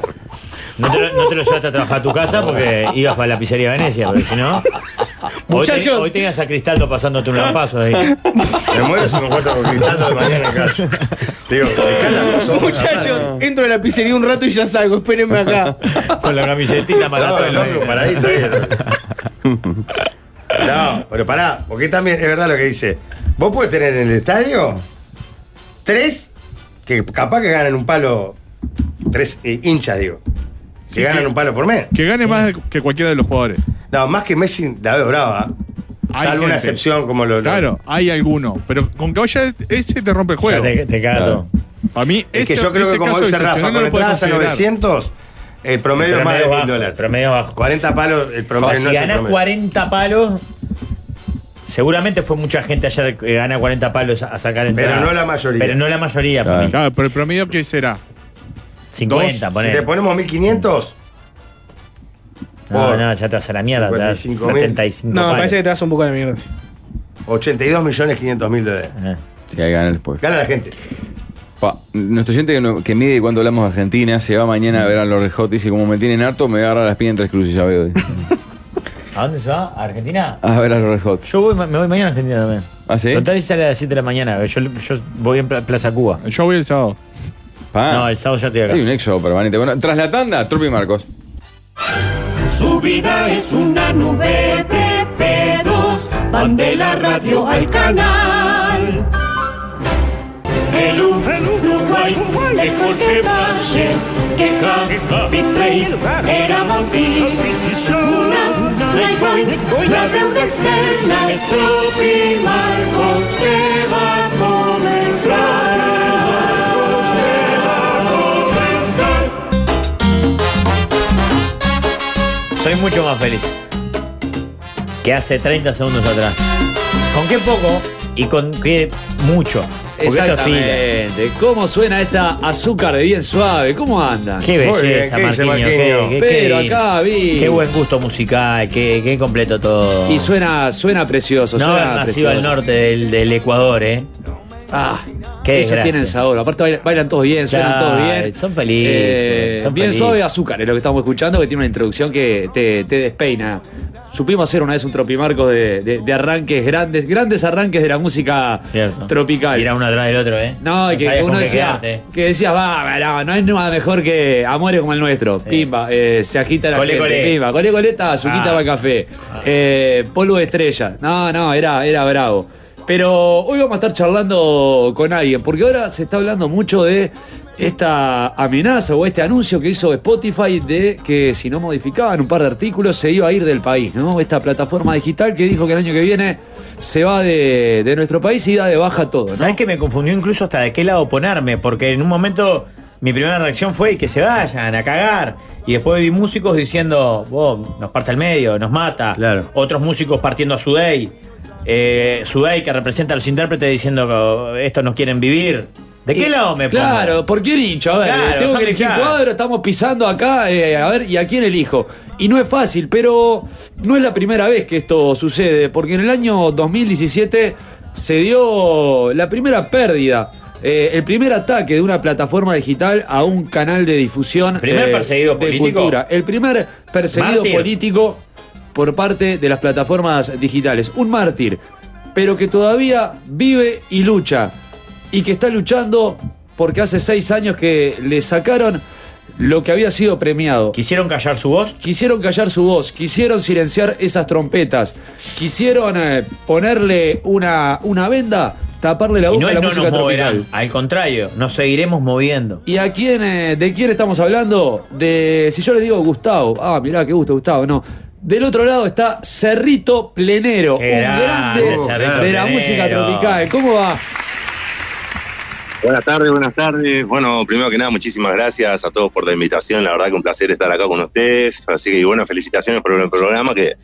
[SPEAKER 3] No te, lo, no te lo llevaste a trabajar a tu casa porque ibas para la pizzería Venecia, pero si no. Hoy, te,
[SPEAKER 1] Muchachos.
[SPEAKER 3] hoy tenías a Cristaldo pasándote un lampazo ahí.
[SPEAKER 1] Me muero si me encuentro con Cristaldo de mañana en casa. Digo, Cristaldo, somos
[SPEAKER 4] Muchachos, entro a la pizzería un rato y ya salgo, espérenme acá.
[SPEAKER 3] Con la camisetita
[SPEAKER 1] No,
[SPEAKER 3] maratón.
[SPEAKER 1] el otro paradito ahí, el otro. No, pero pará, porque también es verdad lo que dice. Vos podés tener en el estadio tres que capaz que ganan un palo, tres eh, hinchas, digo. Que
[SPEAKER 9] Sí,
[SPEAKER 1] ganan
[SPEAKER 9] que-
[SPEAKER 1] un palo por mes.
[SPEAKER 9] Que gane más de- que cualquiera de los jugadores.
[SPEAKER 1] No, más que Messi, David Brava.
[SPEAKER 9] Hay
[SPEAKER 1] Salvo
[SPEAKER 9] gente.
[SPEAKER 1] una excepción como lo.
[SPEAKER 9] Claro, hay alguno. Pero con que vaya ese te rompe el
[SPEAKER 1] Ya
[SPEAKER 9] juego.
[SPEAKER 1] te- te cago. Claro.
[SPEAKER 9] A mí,
[SPEAKER 1] Es que
[SPEAKER 9] ese-
[SPEAKER 1] yo creo
[SPEAKER 9] ese
[SPEAKER 1] que como
[SPEAKER 9] caso
[SPEAKER 1] dice Rafa,
[SPEAKER 9] excepcional no
[SPEAKER 1] con
[SPEAKER 9] lo puedes
[SPEAKER 1] entradas a
[SPEAKER 9] considerar.
[SPEAKER 1] 900, el promedio, es más de
[SPEAKER 3] Promedio
[SPEAKER 1] 1000
[SPEAKER 3] bajo,
[SPEAKER 1] dólares.
[SPEAKER 3] Promedio bajo.
[SPEAKER 1] 40 palos, el promedio
[SPEAKER 3] si
[SPEAKER 1] no es el
[SPEAKER 3] ganás
[SPEAKER 1] promedio.
[SPEAKER 3] 40 palos, seguramente fue mucha gente ayer que gana 40 palos a a sacar entrada.
[SPEAKER 1] Pero no la mayoría.
[SPEAKER 3] Pero no la mayoría, para
[SPEAKER 9] Claro.
[SPEAKER 3] mí.
[SPEAKER 9] Claro, pero el promedio que será.
[SPEAKER 3] 50,
[SPEAKER 9] Dos,
[SPEAKER 1] Si
[SPEAKER 3] ponele.
[SPEAKER 1] le ponemos 1500,
[SPEAKER 3] No,
[SPEAKER 1] por
[SPEAKER 3] no, ya te vas a la mierda. te das
[SPEAKER 1] 55.000.
[SPEAKER 3] 75
[SPEAKER 4] No, me
[SPEAKER 3] palos.
[SPEAKER 4] parece que te das un poco a la mierda.
[SPEAKER 1] 82 millones 500 mil dólares.
[SPEAKER 3] Eh.
[SPEAKER 2] Si hay ganas después.
[SPEAKER 1] Gana la gente.
[SPEAKER 2] Pa, nuestro oyente que, no- que mide cuando hablamos de Argentina se va mañana a ver a los Red Hot. Dice: Como me tienen harto, me voy a agarrar las piñas en tres cruces. Ya veo.
[SPEAKER 3] ¿A dónde se va? ¿A Argentina?
[SPEAKER 2] A ver a los Red Hot.
[SPEAKER 3] Yo voy, ma- me voy mañana a Argentina también.
[SPEAKER 2] ¿Ah, sí?
[SPEAKER 3] Total y sale a las 7 de la mañana. Yo, yo voy en Pla- Plaza Cuba.
[SPEAKER 9] Yo voy el sábado.
[SPEAKER 2] Pa.
[SPEAKER 3] No, el sábado ya te voy acá.
[SPEAKER 2] Hay un éxodo permanente. Bueno, tras la tanda, Trupi Marcos.
[SPEAKER 11] Su vida es una nube de pedos, van de la radio al canal. El U, Uruguay, de Jorge Valle, que Happy Place era Montis. Unas, Playboy, la deuda externa es Tropi Marcos, que va a comenzar. Marcos, que va a comenzar.
[SPEAKER 3] Soy mucho más feliz que hace 30 segundos atrás. ¿Con qué poco y con qué mucho? Porque esto es
[SPEAKER 12] Exactamente. ¿Cómo suena esta azúcar de bien suave? ¿Cómo andan?
[SPEAKER 3] Qué belleza, Marquinhos. Qué, qué-
[SPEAKER 12] Pero
[SPEAKER 3] qué-
[SPEAKER 12] acá vi.
[SPEAKER 3] Qué buen gusto musical, qué, qué completo todo.
[SPEAKER 12] Y suena, suena precioso.
[SPEAKER 3] no haber
[SPEAKER 12] suena
[SPEAKER 3] nacido al
[SPEAKER 12] precioso.
[SPEAKER 3] norte del, del Ecuador, ¿eh?
[SPEAKER 12] Ah,
[SPEAKER 3] qué
[SPEAKER 12] Ellos
[SPEAKER 3] desgracia.
[SPEAKER 12] tienen sabor. Aparte bailan, bailan todos bien, suenan
[SPEAKER 3] Claro,
[SPEAKER 12] todos bien. Eh,
[SPEAKER 3] son felices, son
[SPEAKER 12] bien
[SPEAKER 3] felices.
[SPEAKER 12] suave azúcar es lo que estamos escuchando, que tiene una introducción que te, te despeina. Supimos hacer una vez un tropimarco de, de- de arranques grandes, grandes arranques de la música tropical.
[SPEAKER 3] Y era uno atrás del otro, ¿eh?
[SPEAKER 12] No, y
[SPEAKER 3] sabías
[SPEAKER 12] que
[SPEAKER 3] con
[SPEAKER 12] uno
[SPEAKER 3] qué
[SPEAKER 12] decía,
[SPEAKER 3] quedarte.
[SPEAKER 12] que decías, va, no, no hay nada mejor que amores como el nuestro. Pimba, eh, se agita la
[SPEAKER 3] Cole,
[SPEAKER 12] gente.
[SPEAKER 3] cole.
[SPEAKER 12] Pimba, cole, coleta, azuquita
[SPEAKER 3] Ah.
[SPEAKER 12] para café. Eh, polvo de estrella. No, no, era, era bravo. Pero hoy vamos a estar charlando con alguien, porque ahora se está hablando mucho de esta amenaza o este anuncio que hizo Spotify de que si no modificaban un par de artículos se iba a ir del país, ¿no? Esta plataforma digital que dijo que el año que viene se va de, de nuestro país y da de baja todo, ¿no?
[SPEAKER 3] ¿Sabes que me confundió incluso hasta de qué lado ponerme? Porque en un momento mi primera reacción fue que se vayan a cagar. Y después vi músicos diciendo, "Vos, nos parte al medio, nos mata. Otros músicos partiendo a Sudey. Eh, Sudey que representa a los intérpretes diciendo, estos nos quieren vivir. ¿De qué
[SPEAKER 12] Y-
[SPEAKER 3] lado me pongo?
[SPEAKER 12] Claro, ¿por qué hincho? A ver,
[SPEAKER 3] Claro,
[SPEAKER 12] eh, tengo
[SPEAKER 3] son
[SPEAKER 12] que elegir
[SPEAKER 3] hinchadas.
[SPEAKER 12] cuadro, estamos pisando acá, eh, a ver, ¿y a quién elijo? Y no es fácil, pero no es la primera vez que esto sucede, porque en el año 2017 se dio la primera pérdida. eh, el primer ataque de una plataforma digital a un canal de difusión eh,
[SPEAKER 3] ¿Primer perseguido
[SPEAKER 12] de
[SPEAKER 3] político?
[SPEAKER 12] cultura. El primer perseguido
[SPEAKER 3] Mártir.
[SPEAKER 12] político por parte de las plataformas digitales. Un mártir, pero que todavía vive y lucha. Y que está luchando porque hace seis años que le sacaron lo que había sido premiado.
[SPEAKER 3] ¿Quisieron callar su voz?
[SPEAKER 12] Quisieron callar su voz, quisieron silenciar esas trompetas, quisieron eh, ponerle una, una venda, taparle la
[SPEAKER 3] Y
[SPEAKER 12] boca
[SPEAKER 3] no
[SPEAKER 12] a
[SPEAKER 3] es
[SPEAKER 12] la
[SPEAKER 3] no nos
[SPEAKER 12] música tropical.
[SPEAKER 3] moverán. Al contrario, nos seguiremos moviendo.
[SPEAKER 12] ¿Y a quién, eh, de quién estamos hablando? De, si yo les digo Gustavo, ah, mirá, qué gusto Gustavo, no. Del otro lado está Cerrito Plenero,
[SPEAKER 3] Qué
[SPEAKER 12] un
[SPEAKER 3] grande,
[SPEAKER 12] grande
[SPEAKER 3] Cerrito
[SPEAKER 12] de la
[SPEAKER 3] Plenero.
[SPEAKER 12] música tropical. ¿Cómo va?
[SPEAKER 13] Buenas tardes, buenas tardes. Bueno, primero que nada, muchísimas gracias a todos por la invitación. La verdad que un placer estar acá con ustedes. Así que, bueno, felicitaciones por el programa que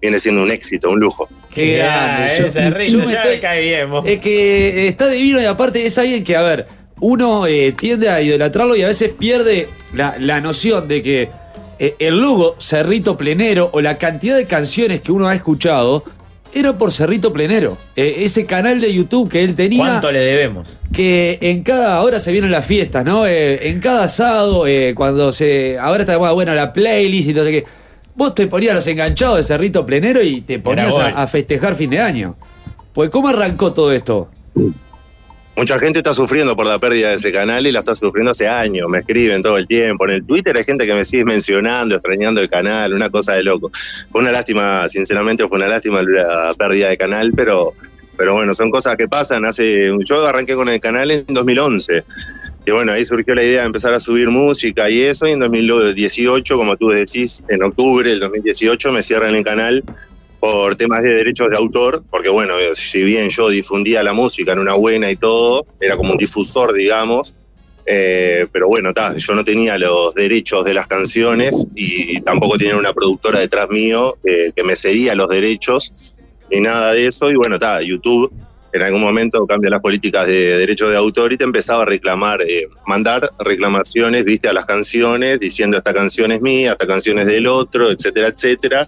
[SPEAKER 13] viene siendo un éxito, un lujo.
[SPEAKER 12] Qué grande.
[SPEAKER 3] Ya,
[SPEAKER 12] Yo-
[SPEAKER 3] Eh, ese
[SPEAKER 12] yo
[SPEAKER 3] ritmo,
[SPEAKER 12] me
[SPEAKER 3] ya
[SPEAKER 12] estoy-
[SPEAKER 3] me cae bien, vos.
[SPEAKER 12] Es que eh, está divino y aparte es alguien que, a ver, uno eh, tiende a idolatrarlo y a veces pierde la, la noción de que eh, el Lugo, Cerrito Plenero o la cantidad de canciones que uno ha escuchado era por Cerrito Plenero. Eh, ese canal de YouTube que él tenía.
[SPEAKER 3] ¿Cuánto le debemos?
[SPEAKER 12] que en cada hora se vienen las fiestas, ¿no? Eh, en cada asado, eh, cuando se. Ahora está bueno, bueno la playlist y no sé qué. Vos te ponías los enganchados de Cerrito Plenero y te ponías
[SPEAKER 13] Era
[SPEAKER 12] a,
[SPEAKER 13] gol.
[SPEAKER 12] a festejar fin de año. Pues, ¿cómo arrancó todo esto?
[SPEAKER 13] Mucha gente está sufriendo por la pérdida de ese canal y la está sufriendo hace años. Me escriben todo el tiempo. En el Twitter hay gente que me sigue mencionando, extrañando el canal, una cosa de loco. Fue una lástima, sinceramente, fue una lástima la pérdida de canal, pero, pero bueno, son cosas que pasan. Hace, yo arranqué con el canal en 2011. Y bueno, ahí surgió la idea de empezar a subir música y eso. Y en 2018, como tú decís, en octubre del 2018 me cierran el canal por temas de derechos de autor, porque bueno, eh, si bien yo difundía la música en una buena y todo, era como un difusor, digamos, eh, pero bueno, ta, yo no tenía los derechos de las canciones y tampoco tenía una productora detrás mío eh, que me cedía los derechos ni nada de eso. Y bueno, ta, YouTube en algún momento cambia las políticas de derechos de autor y te empezaba a reclamar, eh, mandar reclamaciones, viste, a las canciones, diciendo esta canción es mía, esta canción es del otro, etcétera, etcétera.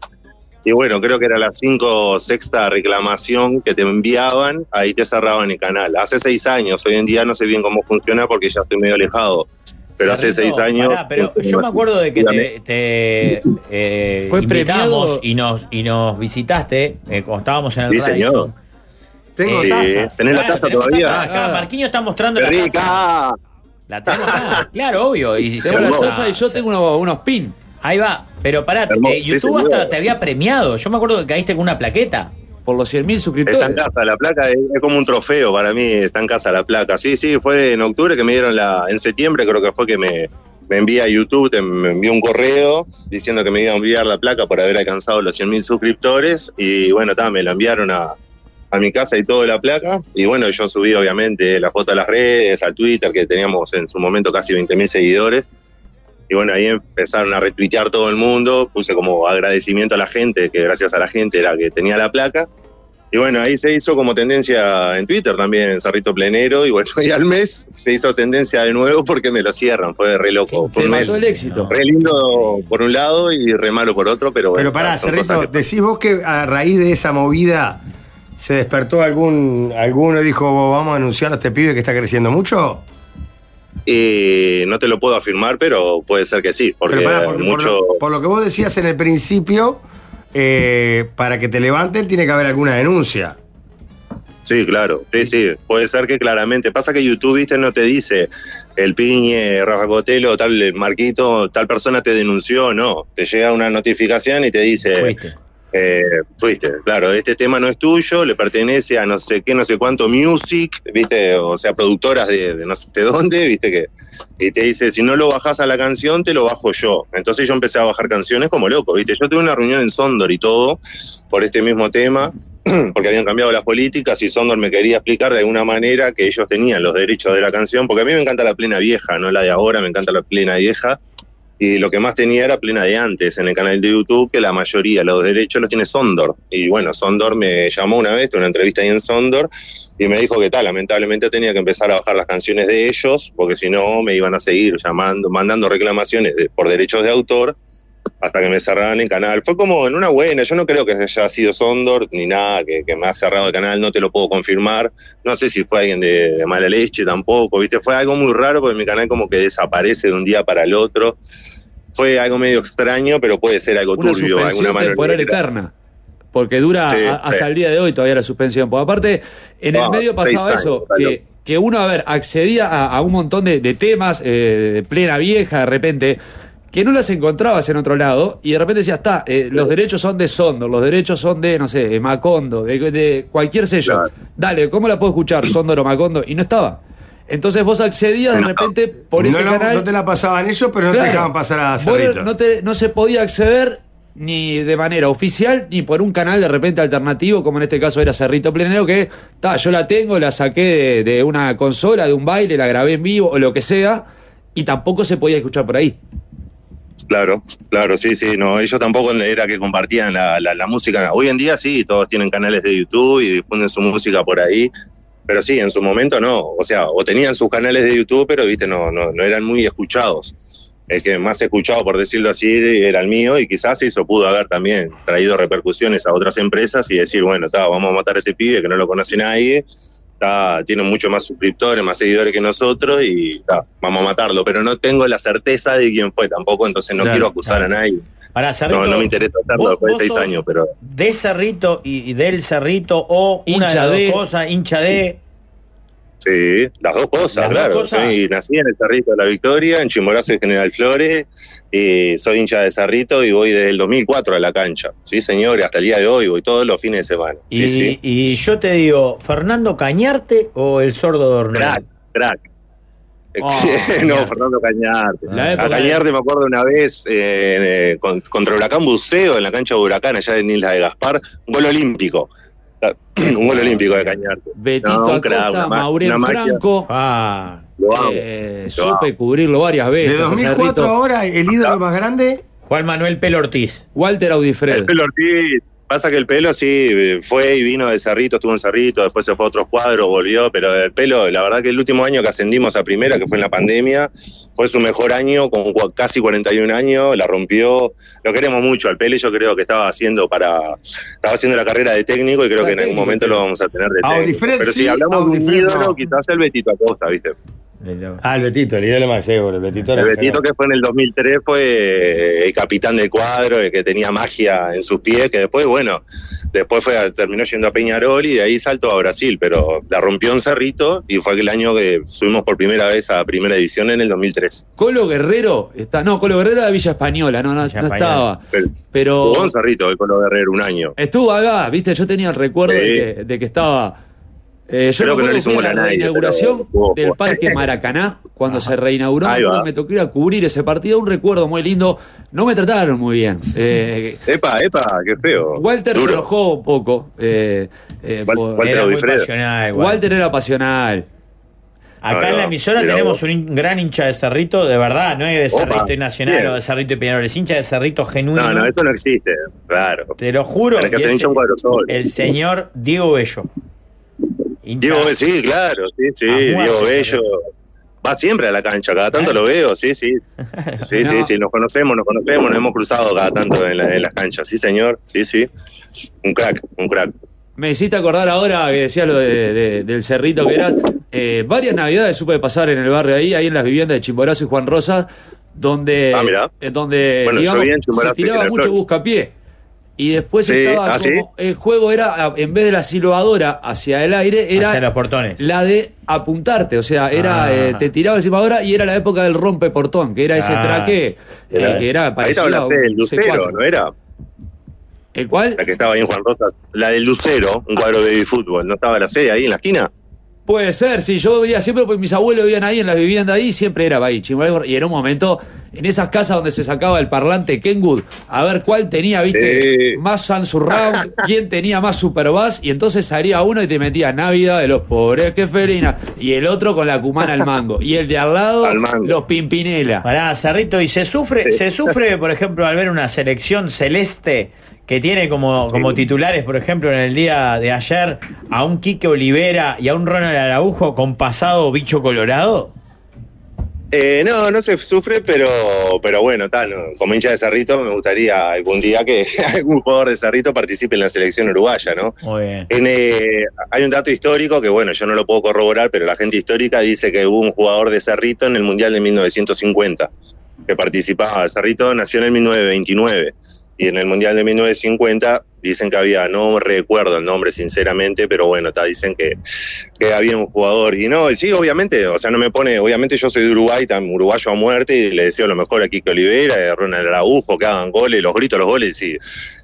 [SPEAKER 13] Y bueno, creo que era la cinco o sexta reclamación que te enviaban, ahí te cerraban el canal. Hace seis años, hoy en día no sé bien cómo funciona porque ya estoy medio alejado. Pero hace
[SPEAKER 3] Cerrito,
[SPEAKER 13] seis años.
[SPEAKER 3] pará, pero yo me acuerdo de que te, te, eh,
[SPEAKER 13] Fue
[SPEAKER 3] invitamos
[SPEAKER 13] premiado.
[SPEAKER 3] y nos, y nos visitaste eh, cuando estábamos en el
[SPEAKER 13] Sí,
[SPEAKER 3] Radisson.
[SPEAKER 13] señor. Tengo taza. Eh, ¿Tenés la
[SPEAKER 3] Claro,
[SPEAKER 13] taza
[SPEAKER 3] tenemos
[SPEAKER 13] todavía?
[SPEAKER 3] taza acá.
[SPEAKER 13] Ah.
[SPEAKER 3] Marquinho está mostrando
[SPEAKER 13] ¡Qué
[SPEAKER 3] la
[SPEAKER 13] rica!
[SPEAKER 3] taza. La tengo acá, claro, obvio. Y
[SPEAKER 12] Tengo la taza y
[SPEAKER 3] yo tengo unos pin. Ahí va. Pero pará,
[SPEAKER 12] Hermoso,
[SPEAKER 3] eh,
[SPEAKER 12] sí,
[SPEAKER 3] YouTube
[SPEAKER 12] señor.
[SPEAKER 3] hasta te había premiado. Yo me acuerdo que caíste con una plaqueta.
[SPEAKER 12] Por los 100.000 suscriptores.
[SPEAKER 13] Está en casa, la placa es, es como un trofeo para mí, está en casa la placa. Sí, sí, fue en octubre que me dieron la. En septiembre creo que fue que me, me envía a YouTube, te- me envió un correo diciendo que me iba a enviar la placa por haber alcanzado los 100.000 suscriptores. Y bueno, ta, me la enviaron a, a mi casa y todo la placa. Y bueno, yo subí obviamente la foto a las redes, a Twitter, que teníamos en su momento casi 20.000 seguidores. Y bueno, ahí empezaron a retuitear todo el mundo. Puse como agradecimiento a la gente, que gracias a la gente era que tenía la placa. Y bueno, ahí se hizo como tendencia en Twitter también, en Cerrito Plenero. Y bueno, y al mes se hizo tendencia de nuevo porque me lo cierran. Fue re loco. Fue
[SPEAKER 12] te
[SPEAKER 13] un
[SPEAKER 12] mató
[SPEAKER 13] mes
[SPEAKER 12] el éxito.
[SPEAKER 13] Re lindo por un lado y re malo por otro, pero bueno.
[SPEAKER 1] Pero pará,
[SPEAKER 13] son cosas
[SPEAKER 1] Cerrito, decís vos que a raíz de esa movida se despertó algún alguno y dijo, "Vos, vamos a anunciar a este pibe que está creciendo mucho.
[SPEAKER 13] Eh, no te lo puedo afirmar, pero puede ser que sí, porque
[SPEAKER 1] Pero pará, por, por
[SPEAKER 13] mucho...
[SPEAKER 1] lo, por lo que vos decías en el principio, eh, para que te levanten tiene que haber alguna denuncia.
[SPEAKER 13] Sí, claro, sí, sí, puede ser que claramente. Pasa que YouTube, viste, no te dice el piñe, Rafa Cotelo, tal eh, Marquito, tal persona te denunció, no. Te llega una notificación y te dice... Fuiste. fuiste, claro, este tema no es tuyo, le pertenece a no sé qué, no sé cuánto, music, viste, o sea, productoras de, de no sé de dónde, viste que... Y te dice, si no lo bajás a la canción, te lo bajo yo. Entonces yo empecé a bajar canciones como loco, viste. Yo tuve una reunión en Sondor y todo, por este mismo tema, porque habían cambiado las políticas y Sondor me quería explicar de alguna manera que ellos tenían los derechos de la canción, porque a mí me encanta la plena vieja, no la de ahora, me encanta la plena vieja. Y lo que más tenía era plena de antes en el canal de YouTube, que la mayoría, los derechos los tiene Sondor. Y bueno, Sondor me llamó una vez, tuve una entrevista ahí en Sondor, y me dijo que tal, lamentablemente tenía que empezar a bajar las canciones de ellos, porque si no me iban a seguir llamando, mandando reclamaciones de- por derechos de autor hasta que me cerraran el canal. Fue como en una buena, yo no creo que haya sido Sondor ni nada que, que me ha cerrado el canal, no te lo puedo confirmar. No sé si fue alguien de, de mala leche tampoco, ¿viste? Fue algo muy raro porque mi canal como que desaparece de un día para el otro. Fue algo medio extraño, pero puede ser algo
[SPEAKER 12] Una
[SPEAKER 13] turbio, alguna
[SPEAKER 12] suspensión
[SPEAKER 13] mano
[SPEAKER 12] temporal
[SPEAKER 13] negra.
[SPEAKER 12] eterna. Porque dura
[SPEAKER 13] Sí,
[SPEAKER 12] a-
[SPEAKER 13] sí.
[SPEAKER 12] hasta el día de hoy todavía la suspensión. Porque aparte, en
[SPEAKER 13] Ah,
[SPEAKER 12] el medio
[SPEAKER 13] seis
[SPEAKER 12] pasaba
[SPEAKER 13] años,
[SPEAKER 12] eso,
[SPEAKER 13] está
[SPEAKER 12] que, que uno, a ver, accedía a, a un montón de, de temas eh, de plena vieja de repente, que no las encontrabas en otro lado, y de repente decías, está, eh, los derechos son de Sondor, los derechos son de, no sé, de Macondo, de, de cualquier sello. Dale, ¿cómo la puedo escuchar, Sondor o Macondo? Y no estaba. Entonces vos accedías de repente por
[SPEAKER 1] no,
[SPEAKER 12] ese
[SPEAKER 1] lo-
[SPEAKER 12] canal.
[SPEAKER 1] no te la pasaban ellos, pero no te
[SPEAKER 12] Claro.
[SPEAKER 1] dejaban pasar a
[SPEAKER 12] Vos no-
[SPEAKER 1] Cerrito.
[SPEAKER 12] no, te- no se podía acceder ni de manera oficial ni por un canal de repente alternativo, como en este caso era Cerrito Plenero, que ta, yo la tengo, la saqué de, de una consola, de un baile, la grabé en vivo o lo que sea, y tampoco se podía escuchar por ahí.
[SPEAKER 13] Claro, claro, sí, sí, no, ellos tampoco era que compartían la, la- la música. Hoy en día sí, todos tienen canales de YouTube y difunden su música por ahí, pero sí, en su momento no, o sea, o tenían sus canales de YouTube, pero viste, no, no, no eran muy escuchados. El que más escuchado, por decirlo así, era el mío y quizás eso pudo haber también traído repercusiones a otras empresas y decir, bueno, ta, vamos a matar a este pibe que no lo conoce nadie, está, tiene mucho más suscriptores, más seguidores que nosotros y ta, vamos a matarlo. Pero no tengo la certeza de quién fue tampoco, entonces no
[SPEAKER 3] Claro,
[SPEAKER 13] quiero acusar a nadie.
[SPEAKER 3] Para
[SPEAKER 13] no, no me interesa hacerlo después de seis años, pero
[SPEAKER 3] De Cerrito y y del Cerrito o una
[SPEAKER 13] Hincha
[SPEAKER 3] de
[SPEAKER 13] de.
[SPEAKER 3] las dos cosas, hincha de.
[SPEAKER 13] sí, las dos cosas,
[SPEAKER 3] Las dos
[SPEAKER 13] claro.
[SPEAKER 3] cosas.
[SPEAKER 13] sí, nací en el Cerrito de la Victoria, en Chimborazo de General Flores, y soy hincha de Cerrito y voy desde el 2004 a la cancha. Sí, señor, y hasta el día de hoy voy todos los fines de semana. Sí,
[SPEAKER 3] Y,
[SPEAKER 13] sí.
[SPEAKER 3] y yo te digo, ¿Fernando Cañarte o el sordo de Hornero?
[SPEAKER 13] Crack, crack. no, Fernando Cañarte.
[SPEAKER 12] Ah, La época
[SPEAKER 13] A Cañarte me acuerdo una vez eh, eh, con- contra Huracán Buceo en la cancha de Huracán, allá en Isla de Gaspar, un gol olímpico. Un gol olímpico de Cañarte.
[SPEAKER 12] Betito
[SPEAKER 13] No, un crack,
[SPEAKER 12] Acosta,
[SPEAKER 13] una ma-
[SPEAKER 12] Maurel
[SPEAKER 13] una máquina. Ah,
[SPEAKER 12] Franco.
[SPEAKER 13] Lo amo,
[SPEAKER 12] Eh,
[SPEAKER 13] lo
[SPEAKER 12] supe
[SPEAKER 13] amo.
[SPEAKER 12] cubrirlo varias veces.
[SPEAKER 13] De 2004
[SPEAKER 1] ahora, el ídolo más grande.
[SPEAKER 12] Juan Manuel Pel Ortiz. Walter Audifred.
[SPEAKER 13] El pelo Ortiz. Pasa que el pelo sí, eh, fue y vino de Cerrito, estuvo en Cerrito, después se fue a otros cuadros, volvió, pero el pelo, la verdad que el último año que ascendimos a primera, que fue en la pandemia, fue su mejor año, con cua- casi 41 años, la rompió, lo queremos mucho al pelo, y yo creo que estaba haciendo para, estaba haciendo la carrera de técnico y creo que en algún momento lo vamos a tener de técnico.
[SPEAKER 1] Audifred
[SPEAKER 13] pero si
[SPEAKER 1] sí,
[SPEAKER 13] hablamos de un
[SPEAKER 1] Audifred
[SPEAKER 13] ídolo,
[SPEAKER 1] no.
[SPEAKER 13] quizás el Betito Acosta, ¿viste?
[SPEAKER 1] Ah, el Betito, el ídolo más ciego, el Betito. era
[SPEAKER 13] El
[SPEAKER 1] más
[SPEAKER 13] Betito
[SPEAKER 1] ciego.
[SPEAKER 13] que fue en el 2003 fue eh, el capitán del cuadro, el que tenía magia en sus pies, que después, bueno, después fue, a- terminó yendo a Peñarol y de ahí saltó a Brasil, pero la rompió en Cerrito y fue aquel año que subimos por primera vez a primera división en el 2003.
[SPEAKER 12] Colo Guerrero está. No, Colo Guerrero era de Villa Española, no, no, no estaba.
[SPEAKER 13] Pero,
[SPEAKER 12] pero-
[SPEAKER 13] jugó en Cerrito eh, el Colo Guerrero un año.
[SPEAKER 12] Estuvo acá, viste, yo tenía el recuerdo de, que, de que estaba. Eh, yo
[SPEAKER 13] Creo que no
[SPEAKER 12] recuerdo
[SPEAKER 13] le hicimos
[SPEAKER 12] fui a
[SPEAKER 13] gol
[SPEAKER 12] la
[SPEAKER 13] a nadie,
[SPEAKER 12] reinauguración
[SPEAKER 13] pero jugó,
[SPEAKER 12] del
[SPEAKER 13] jugó.
[SPEAKER 12] Parque Maracaná, cuando se reinauguró,
[SPEAKER 13] Ahí
[SPEAKER 12] me acuerdo,
[SPEAKER 13] va.
[SPEAKER 12] me tocó ir a cubrir ese partido, un recuerdo muy lindo. No me trataron muy bien. Eh,
[SPEAKER 13] Epa, epa, qué feo.
[SPEAKER 12] Walter se enojó un poco. eh, eh, por-
[SPEAKER 13] Walter Era muy Odifredo.
[SPEAKER 3] pasional, Walter.
[SPEAKER 12] Walter era pasional.
[SPEAKER 3] Acá en la emisora tenemos un hin- gran hincha de Cerrito, de verdad, no es de
[SPEAKER 13] Opa,
[SPEAKER 3] Cerrito y Nacional
[SPEAKER 13] bien.
[SPEAKER 3] o de Cerrito y Peñarol, es hincha de Cerrito genuino.
[SPEAKER 13] No, no, eso no existe, claro.
[SPEAKER 3] Te lo juro.
[SPEAKER 13] Tenés que
[SPEAKER 3] y
[SPEAKER 13] hacer
[SPEAKER 3] es
[SPEAKER 13] hincha un cuadro solo.
[SPEAKER 3] El señor Diego Bello.
[SPEAKER 13] Diego Bello, sí, claro, sí, sí,
[SPEAKER 3] Ajá,
[SPEAKER 13] Diego
[SPEAKER 3] sí,
[SPEAKER 13] Bello. Va siempre a la cancha, cada tanto lo veo, sí, sí. Sí, sí, sí, nos conocemos, nos conocemos, nos hemos cruzado cada tanto en, la- en las canchas, sí, señor, sí, sí. Un crack, un crack.
[SPEAKER 12] Me hiciste acordar ahora que decía lo de- de- del cerrito que eras. eh, varias navidades supe pasar en el barrio ahí, ahí en las viviendas de Chimborazo y Juan Rosa, donde,
[SPEAKER 13] Ah, mirá.
[SPEAKER 12] eh, donde
[SPEAKER 13] Bueno, yo
[SPEAKER 12] digamos,
[SPEAKER 13] vi en Chimborazo
[SPEAKER 12] se
[SPEAKER 13] y
[SPEAKER 12] tiraba
[SPEAKER 13] General
[SPEAKER 12] mucho
[SPEAKER 13] Flores.
[SPEAKER 12] buscapié. Y después
[SPEAKER 13] Sí,
[SPEAKER 12] estaba
[SPEAKER 13] ¿ah, sí?
[SPEAKER 12] como- el juego era, a- en vez de la silbadora hacia el aire, era
[SPEAKER 3] Hacia los portones.
[SPEAKER 12] la de apuntarte. O sea, era
[SPEAKER 3] Ah.
[SPEAKER 12] eh, te tiraba la silbadora y era la época del rompeportón, que era ese
[SPEAKER 13] Ah.
[SPEAKER 12] traque eh, que era
[SPEAKER 13] Ahí
[SPEAKER 12] parecido
[SPEAKER 13] estaba la
[SPEAKER 12] a un
[SPEAKER 13] del Lucero,
[SPEAKER 12] C4.
[SPEAKER 13] ¿no era?
[SPEAKER 12] ¿El cuál?
[SPEAKER 13] La que estaba ahí en Juan Rosa. La del Lucero, un cuadro de baby fútbol. ¿No estaba la sede ahí en la esquina?
[SPEAKER 12] Puede ser, sí, yo veía siempre, pues mis abuelos vivían ahí en las viviendas ahí, siempre era ahí, Chimborazo, y en un momento, en esas casas donde se sacaba el parlante Kenwood, a ver cuál tenía, viste, más Sans Round, quién tenía más Superbass, y entonces salía uno y te metía Navidad de los pobres, qué felina, y el otro con la cumana al mango, y el de al lado, los Pimpinela.
[SPEAKER 3] Pará, Cerrito, y se sufre,
[SPEAKER 12] Sí.
[SPEAKER 3] se sufre, por ejemplo, al ver una selección celeste que tiene como, como titulares, por ejemplo, en el día de ayer, a un Quique Olivera y a un Ronald Araujo con pasado bicho colorado.
[SPEAKER 13] Eh, no, no se sufre, pero, pero bueno, tal, no, como hincha de Cerrito, me gustaría algún día que algún jugador de Cerrito participe en la selección uruguaya, ¿no?
[SPEAKER 3] Muy bien.
[SPEAKER 13] En, eh, hay un dato histórico que, bueno, yo no lo puedo corroborar, pero la gente histórica dice que hubo un jugador de Cerrito en el Mundial de 1950, que participaba. Cerrito nació en el 1929 y en el Mundial de 1950 dicen que había, no recuerdo el nombre sinceramente, pero bueno, ta, dicen que, que había un jugador. Y no, y sí, obviamente, o sea, no me pone, obviamente yo soy de Uruguay, tan uruguayo a muerte, y le deseo lo mejor a Kike Olivera, a Ronald Araujo, que hagan goles, los gritos, los goles, sí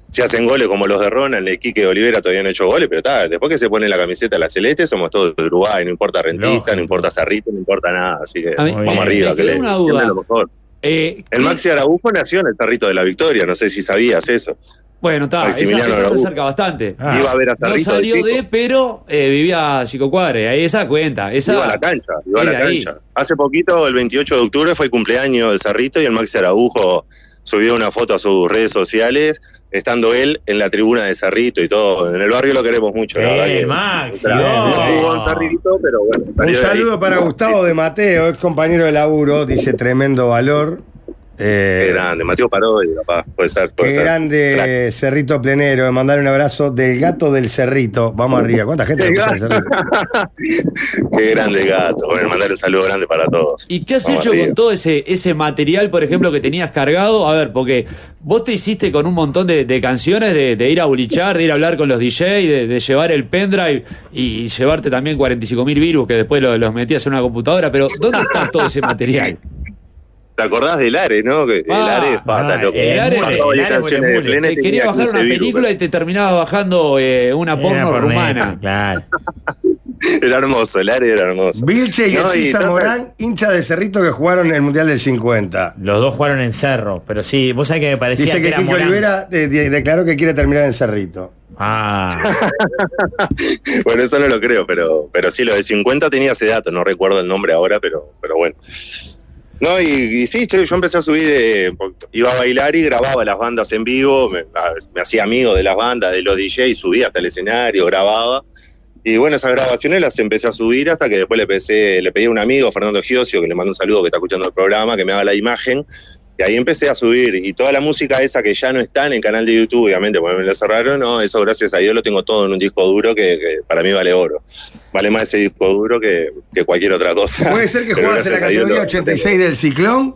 [SPEAKER 13] si hacen goles como los de Ronald, el Quique Olivera todavía no ha hecho goles, pero está, después que se pone la camiseta de la celeste, somos todos de Uruguay, no importa rentista, no importa zarrito, no importa nada, así que
[SPEAKER 12] A mí-
[SPEAKER 13] vamos
[SPEAKER 12] me-
[SPEAKER 13] arriba,
[SPEAKER 12] me
[SPEAKER 13] que
[SPEAKER 12] quedó
[SPEAKER 13] le-
[SPEAKER 12] una
[SPEAKER 13] que le
[SPEAKER 12] duda.
[SPEAKER 13] lo mejor.
[SPEAKER 12] Eh,
[SPEAKER 13] El Maxi Araujo nació en el tarrito de la victoria, no sé si sabías eso.
[SPEAKER 12] Bueno, está, esa,
[SPEAKER 13] Maximiliano
[SPEAKER 12] esa se
[SPEAKER 13] Araujo.
[SPEAKER 12] acerca bastante.
[SPEAKER 13] Ah. Iba a ver a
[SPEAKER 12] no
[SPEAKER 13] Cerrito de
[SPEAKER 12] salió
[SPEAKER 13] chico.
[SPEAKER 12] de, pero eh, vivía a cinco cuadras, ahí esa cuenta, esa...
[SPEAKER 13] Iba a la cancha, iba a la
[SPEAKER 12] era ahí.
[SPEAKER 13] cancha. Hace poquito, el 28 de octubre, fue el cumpleaños del Cerrito y el Maxi Araujo subió una foto a sus redes sociales, estando él en la tribuna de Cerrito y todo. En el barrio lo queremos mucho, la
[SPEAKER 3] Sí,
[SPEAKER 13] verdad. que-
[SPEAKER 3] Maxi,
[SPEAKER 13] Otra
[SPEAKER 11] Oh.
[SPEAKER 13] vez,
[SPEAKER 3] no.
[SPEAKER 13] jugó en Cerrito, pero bueno,
[SPEAKER 1] Un
[SPEAKER 13] salió de ahí.
[SPEAKER 1] saludo para Gustavo de Mateo, es compañero de laburo, dice tremendo valor.
[SPEAKER 13] Qué grande, Mateo Parodi, capaz, puede ser, puede
[SPEAKER 1] Eh, Qué
[SPEAKER 13] ser.
[SPEAKER 1] grande Cerrito Plenero, eh, mandar un abrazo del gato del Cerrito.
[SPEAKER 13] Uh.
[SPEAKER 1] Vamos arriba, ¿cuánta gente? le gusta el Cerrito?
[SPEAKER 13] Qué grande el gato. Bueno, mandar un saludo grande para todos.
[SPEAKER 12] ¿Y qué has
[SPEAKER 13] Vamos
[SPEAKER 12] hecho
[SPEAKER 13] arriba.
[SPEAKER 12] con todo ese, ese material, por ejemplo, que tenías cargado? A ver, porque vos te hiciste con un montón de, de canciones, de, de ir a bulichar, de ir a hablar con los DJ, de, de llevar el pendrive y, y llevarte también 45.000 virus que después lo- los metías en una computadora, pero ¿dónde está todo ese material?
[SPEAKER 13] ¿Te acordás del Ares, no? Que el
[SPEAKER 12] Ah,
[SPEAKER 13] Ares, pa, está loco.
[SPEAKER 12] El Ares,
[SPEAKER 13] Pasaba
[SPEAKER 12] el
[SPEAKER 13] diez
[SPEAKER 12] Ares
[SPEAKER 13] canciones de Plenet,
[SPEAKER 12] te
[SPEAKER 13] tenía
[SPEAKER 12] quería bajar
[SPEAKER 13] 15
[SPEAKER 12] una
[SPEAKER 13] virus,
[SPEAKER 12] película y te terminabas bajando eh, una porno
[SPEAKER 3] porneta,
[SPEAKER 12] rumana.
[SPEAKER 3] Claro.
[SPEAKER 13] Era hermoso, el área era hermoso.
[SPEAKER 1] Vilche y
[SPEAKER 13] No, y
[SPEAKER 1] Estiza
[SPEAKER 13] no sé-
[SPEAKER 1] Morán, hinchas de Cerrito que jugaron en el Mundial del 50.
[SPEAKER 3] Los dos jugaron en Cerro, pero sí, vos sabés que me parecía
[SPEAKER 1] Dice que,
[SPEAKER 3] era
[SPEAKER 1] Kike
[SPEAKER 3] Morán.
[SPEAKER 1] Olivera eh, de- declaró que quiere terminar en Cerrito.
[SPEAKER 3] Ah.
[SPEAKER 13] Bueno, eso no lo creo, pero, pero sí, lo de 50 tenía ese dato, no recuerdo el nombre ahora, pero, pero bueno. No, y, y sí, che, yo empecé a subir, eh, iba a bailar y grababa las bandas en vivo, me, a- me hacía amigo de las bandas, de los DJs, subía hasta el escenario, grababa. Y bueno, esas grabaciones las empecé a subir hasta que después le, empecé- le pedí a un amigo, Fernando Giosio, que le mando un saludo que está escuchando el programa, que me haga la imagen. Y ahí empecé a subir. Y toda la música esa que ya no está en el canal de YouTube, obviamente, porque me la cerraron, no, eso gracias a Dios lo tengo todo en un disco duro que, que para mí vale oro. Vale más ese disco duro que, que cualquier otra cosa.
[SPEAKER 1] Puede ser que
[SPEAKER 13] Pero
[SPEAKER 1] jugase la
[SPEAKER 13] gracias a Dios
[SPEAKER 1] categoría
[SPEAKER 13] lo-
[SPEAKER 1] 86 del Ciclón.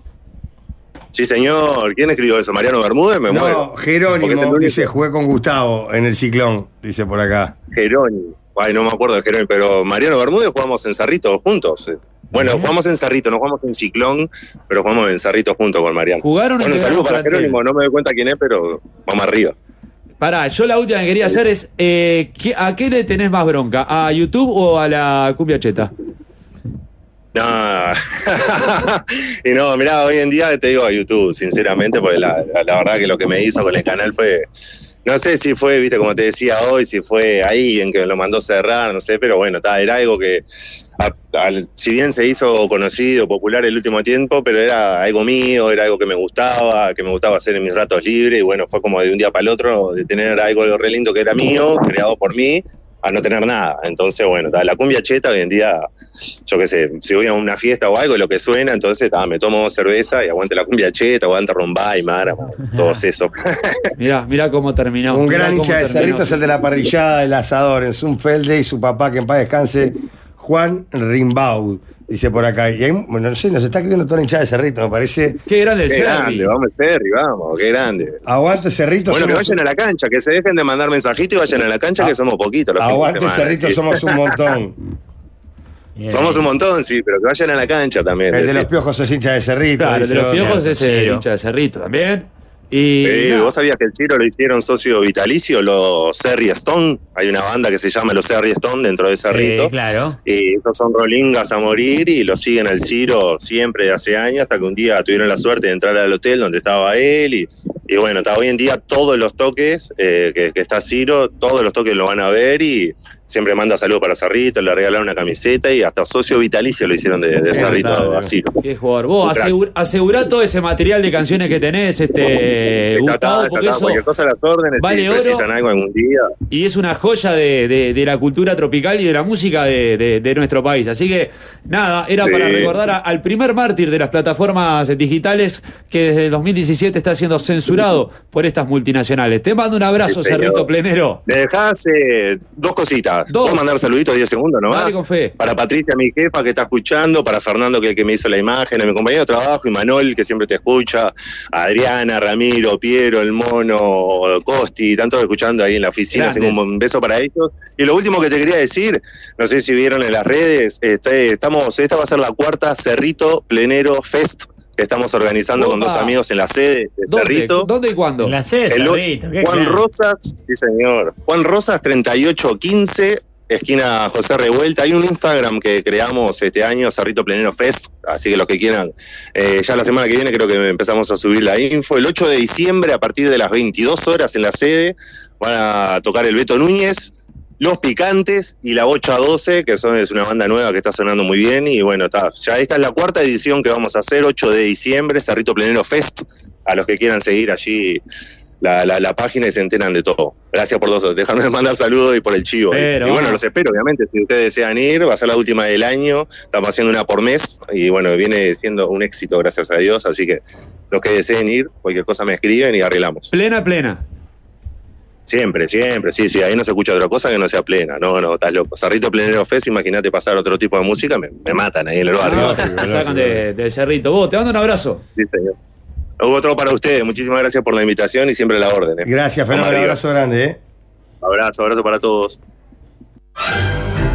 [SPEAKER 13] Sí, señor. ¿Quién escribió eso? ¿Mariano Bermúdez? Me muero.
[SPEAKER 1] No,
[SPEAKER 13] Porque
[SPEAKER 1] Jerónimo
[SPEAKER 13] te lo
[SPEAKER 1] dice, jugué con Gustavo en el Ciclón, dice por acá.
[SPEAKER 13] Jerónimo. Ay, no me acuerdo de Jerónimo, pero Mariano Bermúdez jugamos en Cerrito juntos. Eh, Bueno, jugamos en Cerrito, no jugamos en Ciclón, pero jugamos en Cerrito juntos con Mariano.
[SPEAKER 12] Jugaron
[SPEAKER 13] bueno,
[SPEAKER 12] en el
[SPEAKER 13] saludo
[SPEAKER 12] mismo
[SPEAKER 13] para
[SPEAKER 12] plantel.
[SPEAKER 13] Jerónimo, no me doy cuenta quién es, pero vamos arriba.
[SPEAKER 12] Pará, yo la última que quería hacer es, eh, ¿qué- ¿a qué le tenés más bronca? ¿A YouTube o a la cumbia cheta?
[SPEAKER 13] No. y no, mirá, hoy en día te digo a YouTube, sinceramente, porque la, la- la verdad que lo que me hizo con el canal fue. No sé si fue, viste, como te decía hoy, si fue ahí en que lo mandó cerrar, no sé, pero bueno, ta, era algo que, a- al- si bien se hizo conocido, popular el último tiempo, pero era algo mío, era algo que me gustaba, que me gustaba hacer en mis ratos libres, y bueno, fue como de un día para el otro, de tener algo re lindo que era mío, creado por mí, a no tener nada. Entonces, bueno, ta, la cumbia cheta hoy en día yo qué sé, si voy a una fiesta o algo, lo que suena, entonces ta, me tomo cerveza y aguante la cumbia cheta, aguante y mara, todos esos.
[SPEAKER 12] Mirá, mirá cómo terminó.
[SPEAKER 1] Un
[SPEAKER 12] mirá
[SPEAKER 1] gran
[SPEAKER 12] cómo
[SPEAKER 1] hincha de
[SPEAKER 12] terminó.
[SPEAKER 1] Cerrito es el de la parrillada, el asador, en Zunfelde y su papá, que en paz descanse, Juan Rimbaud, dice por acá. Y hay- bueno, no sé, nos está escribiendo toda la hinchada de Cerrito, me parece.
[SPEAKER 12] Qué grande
[SPEAKER 13] Qué grande, vamos Cerri, vamos, qué grande.
[SPEAKER 1] Aguante Cerrito.
[SPEAKER 13] Bueno, que
[SPEAKER 1] somos- Ah,
[SPEAKER 13] vayan a la cancha, que se dejen de mandar mensajitos y vayan a la cancha, que somos poquitos. los fines de
[SPEAKER 1] Aguante
[SPEAKER 13] semana,
[SPEAKER 1] Cerrito,
[SPEAKER 13] sí.
[SPEAKER 1] somos un montón.
[SPEAKER 13] Somos un montón, sí, pero que vayan a la cancha también.
[SPEAKER 1] El de
[SPEAKER 13] decir.
[SPEAKER 1] los piojos es hincha de Cerrito.
[SPEAKER 13] Claro, el de
[SPEAKER 1] dice
[SPEAKER 13] los
[SPEAKER 1] otro.
[SPEAKER 13] piojos es el
[SPEAKER 1] Cero.
[SPEAKER 13] hincha
[SPEAKER 12] de Cerrito también. Y
[SPEAKER 13] Sí,
[SPEAKER 12] nada.
[SPEAKER 13] vos sabías que el Ciro lo hicieron socio vitalicio, los Serri Stone. Hay una banda que se llama los Serri Stone dentro de Cerrito.
[SPEAKER 3] claro.
[SPEAKER 13] Y estos Eh, son rolingas a morir y lo siguen al Ciro siempre hace años, hasta que un día tuvieron la suerte de entrar al hotel donde estaba él. Y, y bueno, está hoy en día todos los toques eh, que, que está Ciro, todos los toques lo van a ver y siempre manda saludos para Cerrito, le regalaron una camiseta y hasta socio vitalicio lo hicieron de, de Cerrito a Ciro.
[SPEAKER 12] Qué jugador. Vos asegu- asegurá todo ese material de canciones que tenés, este,
[SPEAKER 13] Está, está,
[SPEAKER 12] Gustavo,
[SPEAKER 13] está,
[SPEAKER 12] porque eso
[SPEAKER 13] cualquier cosa a las órdenes,
[SPEAKER 12] vale
[SPEAKER 13] si
[SPEAKER 12] oro.
[SPEAKER 13] precisan algo algún día.
[SPEAKER 12] y es una joya de, de- de la cultura tropical y de la música de, de- de nuestro país. Así que, nada, era para
[SPEAKER 13] Sí.
[SPEAKER 12] recordar a- al primer mártir de las plataformas digitales que desde el 2017 está siendo censurado por estas multinacionales. Te mando un abrazo,
[SPEAKER 13] Sí, señor.
[SPEAKER 12] Cerrito Plenero.
[SPEAKER 13] Le Este, dejás eh, dos cositas.
[SPEAKER 12] Dos.
[SPEAKER 13] Dos. mandar saluditos 10 segundos nomás.
[SPEAKER 12] Dale con fe.
[SPEAKER 13] Para Patricia, mi jefa, que está escuchando, para Fernando, que, que me hizo la imagen, a mi compañero de trabajo, y Manuel, que siempre te escucha, a Adriana, Ramiro, Piero, el mono, Costi, tantos escuchando ahí en la oficina.
[SPEAKER 12] Grandes.
[SPEAKER 13] Así que un buen beso para ellos. Y lo último que te quería decir, no sé si vieron en las redes, este, estamos, esta va a ser la cuarta Cerrito Plenero Fest que estamos organizando con dos amigos en la sede de Cerrito.
[SPEAKER 12] ¿Dónde y cuándo?
[SPEAKER 3] La sede de
[SPEAKER 13] El-
[SPEAKER 3] Cerrito, qué
[SPEAKER 13] Juan
[SPEAKER 3] claro.
[SPEAKER 13] Rosas, sí señor. Juan Rosas 3815, esquina José Revuelta. Hay un Instagram que creamos este año, Cerrito Plenero Fest, así que los que quieran, eh, ya la semana que viene creo que empezamos a subir la info. El 8 de diciembre a partir de las 22 horas en la sede van a tocar el Beto Núñez. Los Picantes y La Bocha 12, que son, es una banda nueva que está sonando muy bien. Y bueno, está, ya esta es la cuarta edición que vamos a hacer, 8 de diciembre, Cerrito Plenero Fest. A los que quieran seguir allí la, la, la página y se enteran de todo. Gracias por dos. Déjame mandar saludos y por el chivo. Y-
[SPEAKER 12] Pero,
[SPEAKER 13] y, bueno,
[SPEAKER 12] ah.
[SPEAKER 13] los espero, obviamente. Si ustedes desean ir, va a ser la última del año. Estamos haciendo una por mes. Y bueno, viene siendo un éxito, gracias a Dios. Así que los que deseen ir, cualquier cosa me escriben y arreglamos.
[SPEAKER 12] Plena, plena.
[SPEAKER 13] Siempre, siempre, sí, sí, ahí no se escucha otra cosa que no sea plena, no, no, estás loco. Cerrito Plenero Fest, imagínate pasar otro tipo de música, me, me matan ahí en el barrio.
[SPEAKER 12] No, te sacan de, del Cerrito. Vos, te mando un abrazo.
[SPEAKER 13] Sí, señor. Hugo, otro para ustedes, muchísimas gracias por la invitación y siempre la orden. eh.
[SPEAKER 1] Gracias,
[SPEAKER 13] Vamos
[SPEAKER 1] Fernando. Un
[SPEAKER 13] arriba.
[SPEAKER 1] abrazo grande, ¿eh?
[SPEAKER 13] Abrazo, abrazo para todos.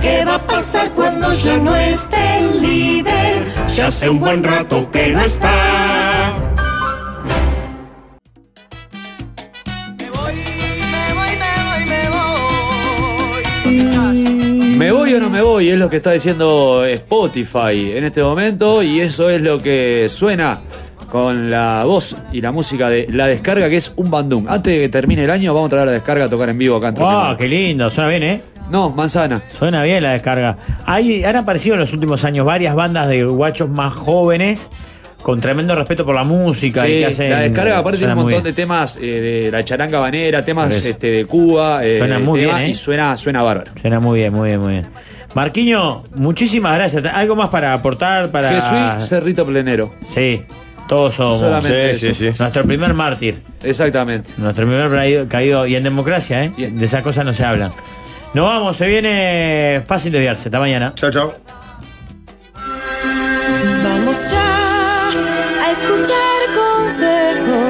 [SPEAKER 11] ¿Qué va a pasar cuando ya no esté el líder? Ya hace un buen rato que no está.
[SPEAKER 12] Me voy voy o no me voy, es lo que está diciendo Spotify en este momento y eso es lo que suena con la voz y la música de La Descarga, que es un bandung. Antes de que termine el año, vamos a traer La Descarga a tocar en vivo acá en
[SPEAKER 3] ¡Wow! Ah, ¡Qué lindo! Suena bien, ¿eh?
[SPEAKER 12] No, manzana.
[SPEAKER 3] Suena bien la descarga. Hay, han aparecido en los últimos años varias bandas de guachos más jóvenes con tremendo respeto por la música
[SPEAKER 12] Sí,
[SPEAKER 3] y que hacen.
[SPEAKER 12] la descarga aparte tiene
[SPEAKER 3] suena
[SPEAKER 12] un
[SPEAKER 3] muy
[SPEAKER 12] montón de
[SPEAKER 3] bien.
[SPEAKER 12] temas eh, de la charanga banera, temas
[SPEAKER 3] Por eso.
[SPEAKER 12] este, de Cuba. eh,
[SPEAKER 3] Suena muy
[SPEAKER 12] temas-
[SPEAKER 3] bien, ¿eh?
[SPEAKER 12] Y suena, suena bárbaro.
[SPEAKER 3] Suena muy bien, muy bien, muy bien. Marquiño, muchísimas gracias. ¿Algo más para aportar? Para...
[SPEAKER 12] Jesuí Cerrito Plenero.
[SPEAKER 3] Sí, todos somos.
[SPEAKER 12] Solamente Sí, eso. sí,
[SPEAKER 3] Nuestro primer mártir.
[SPEAKER 12] Exactamente.
[SPEAKER 3] Nuestro primer caído, caído. Y en democracia, ¿eh? De esas cosas no se hablan. Nos vamos, se viene fácil de desviarse. Hasta mañana.
[SPEAKER 1] Chao, chao.
[SPEAKER 11] Vamos ya a escuchar consejos.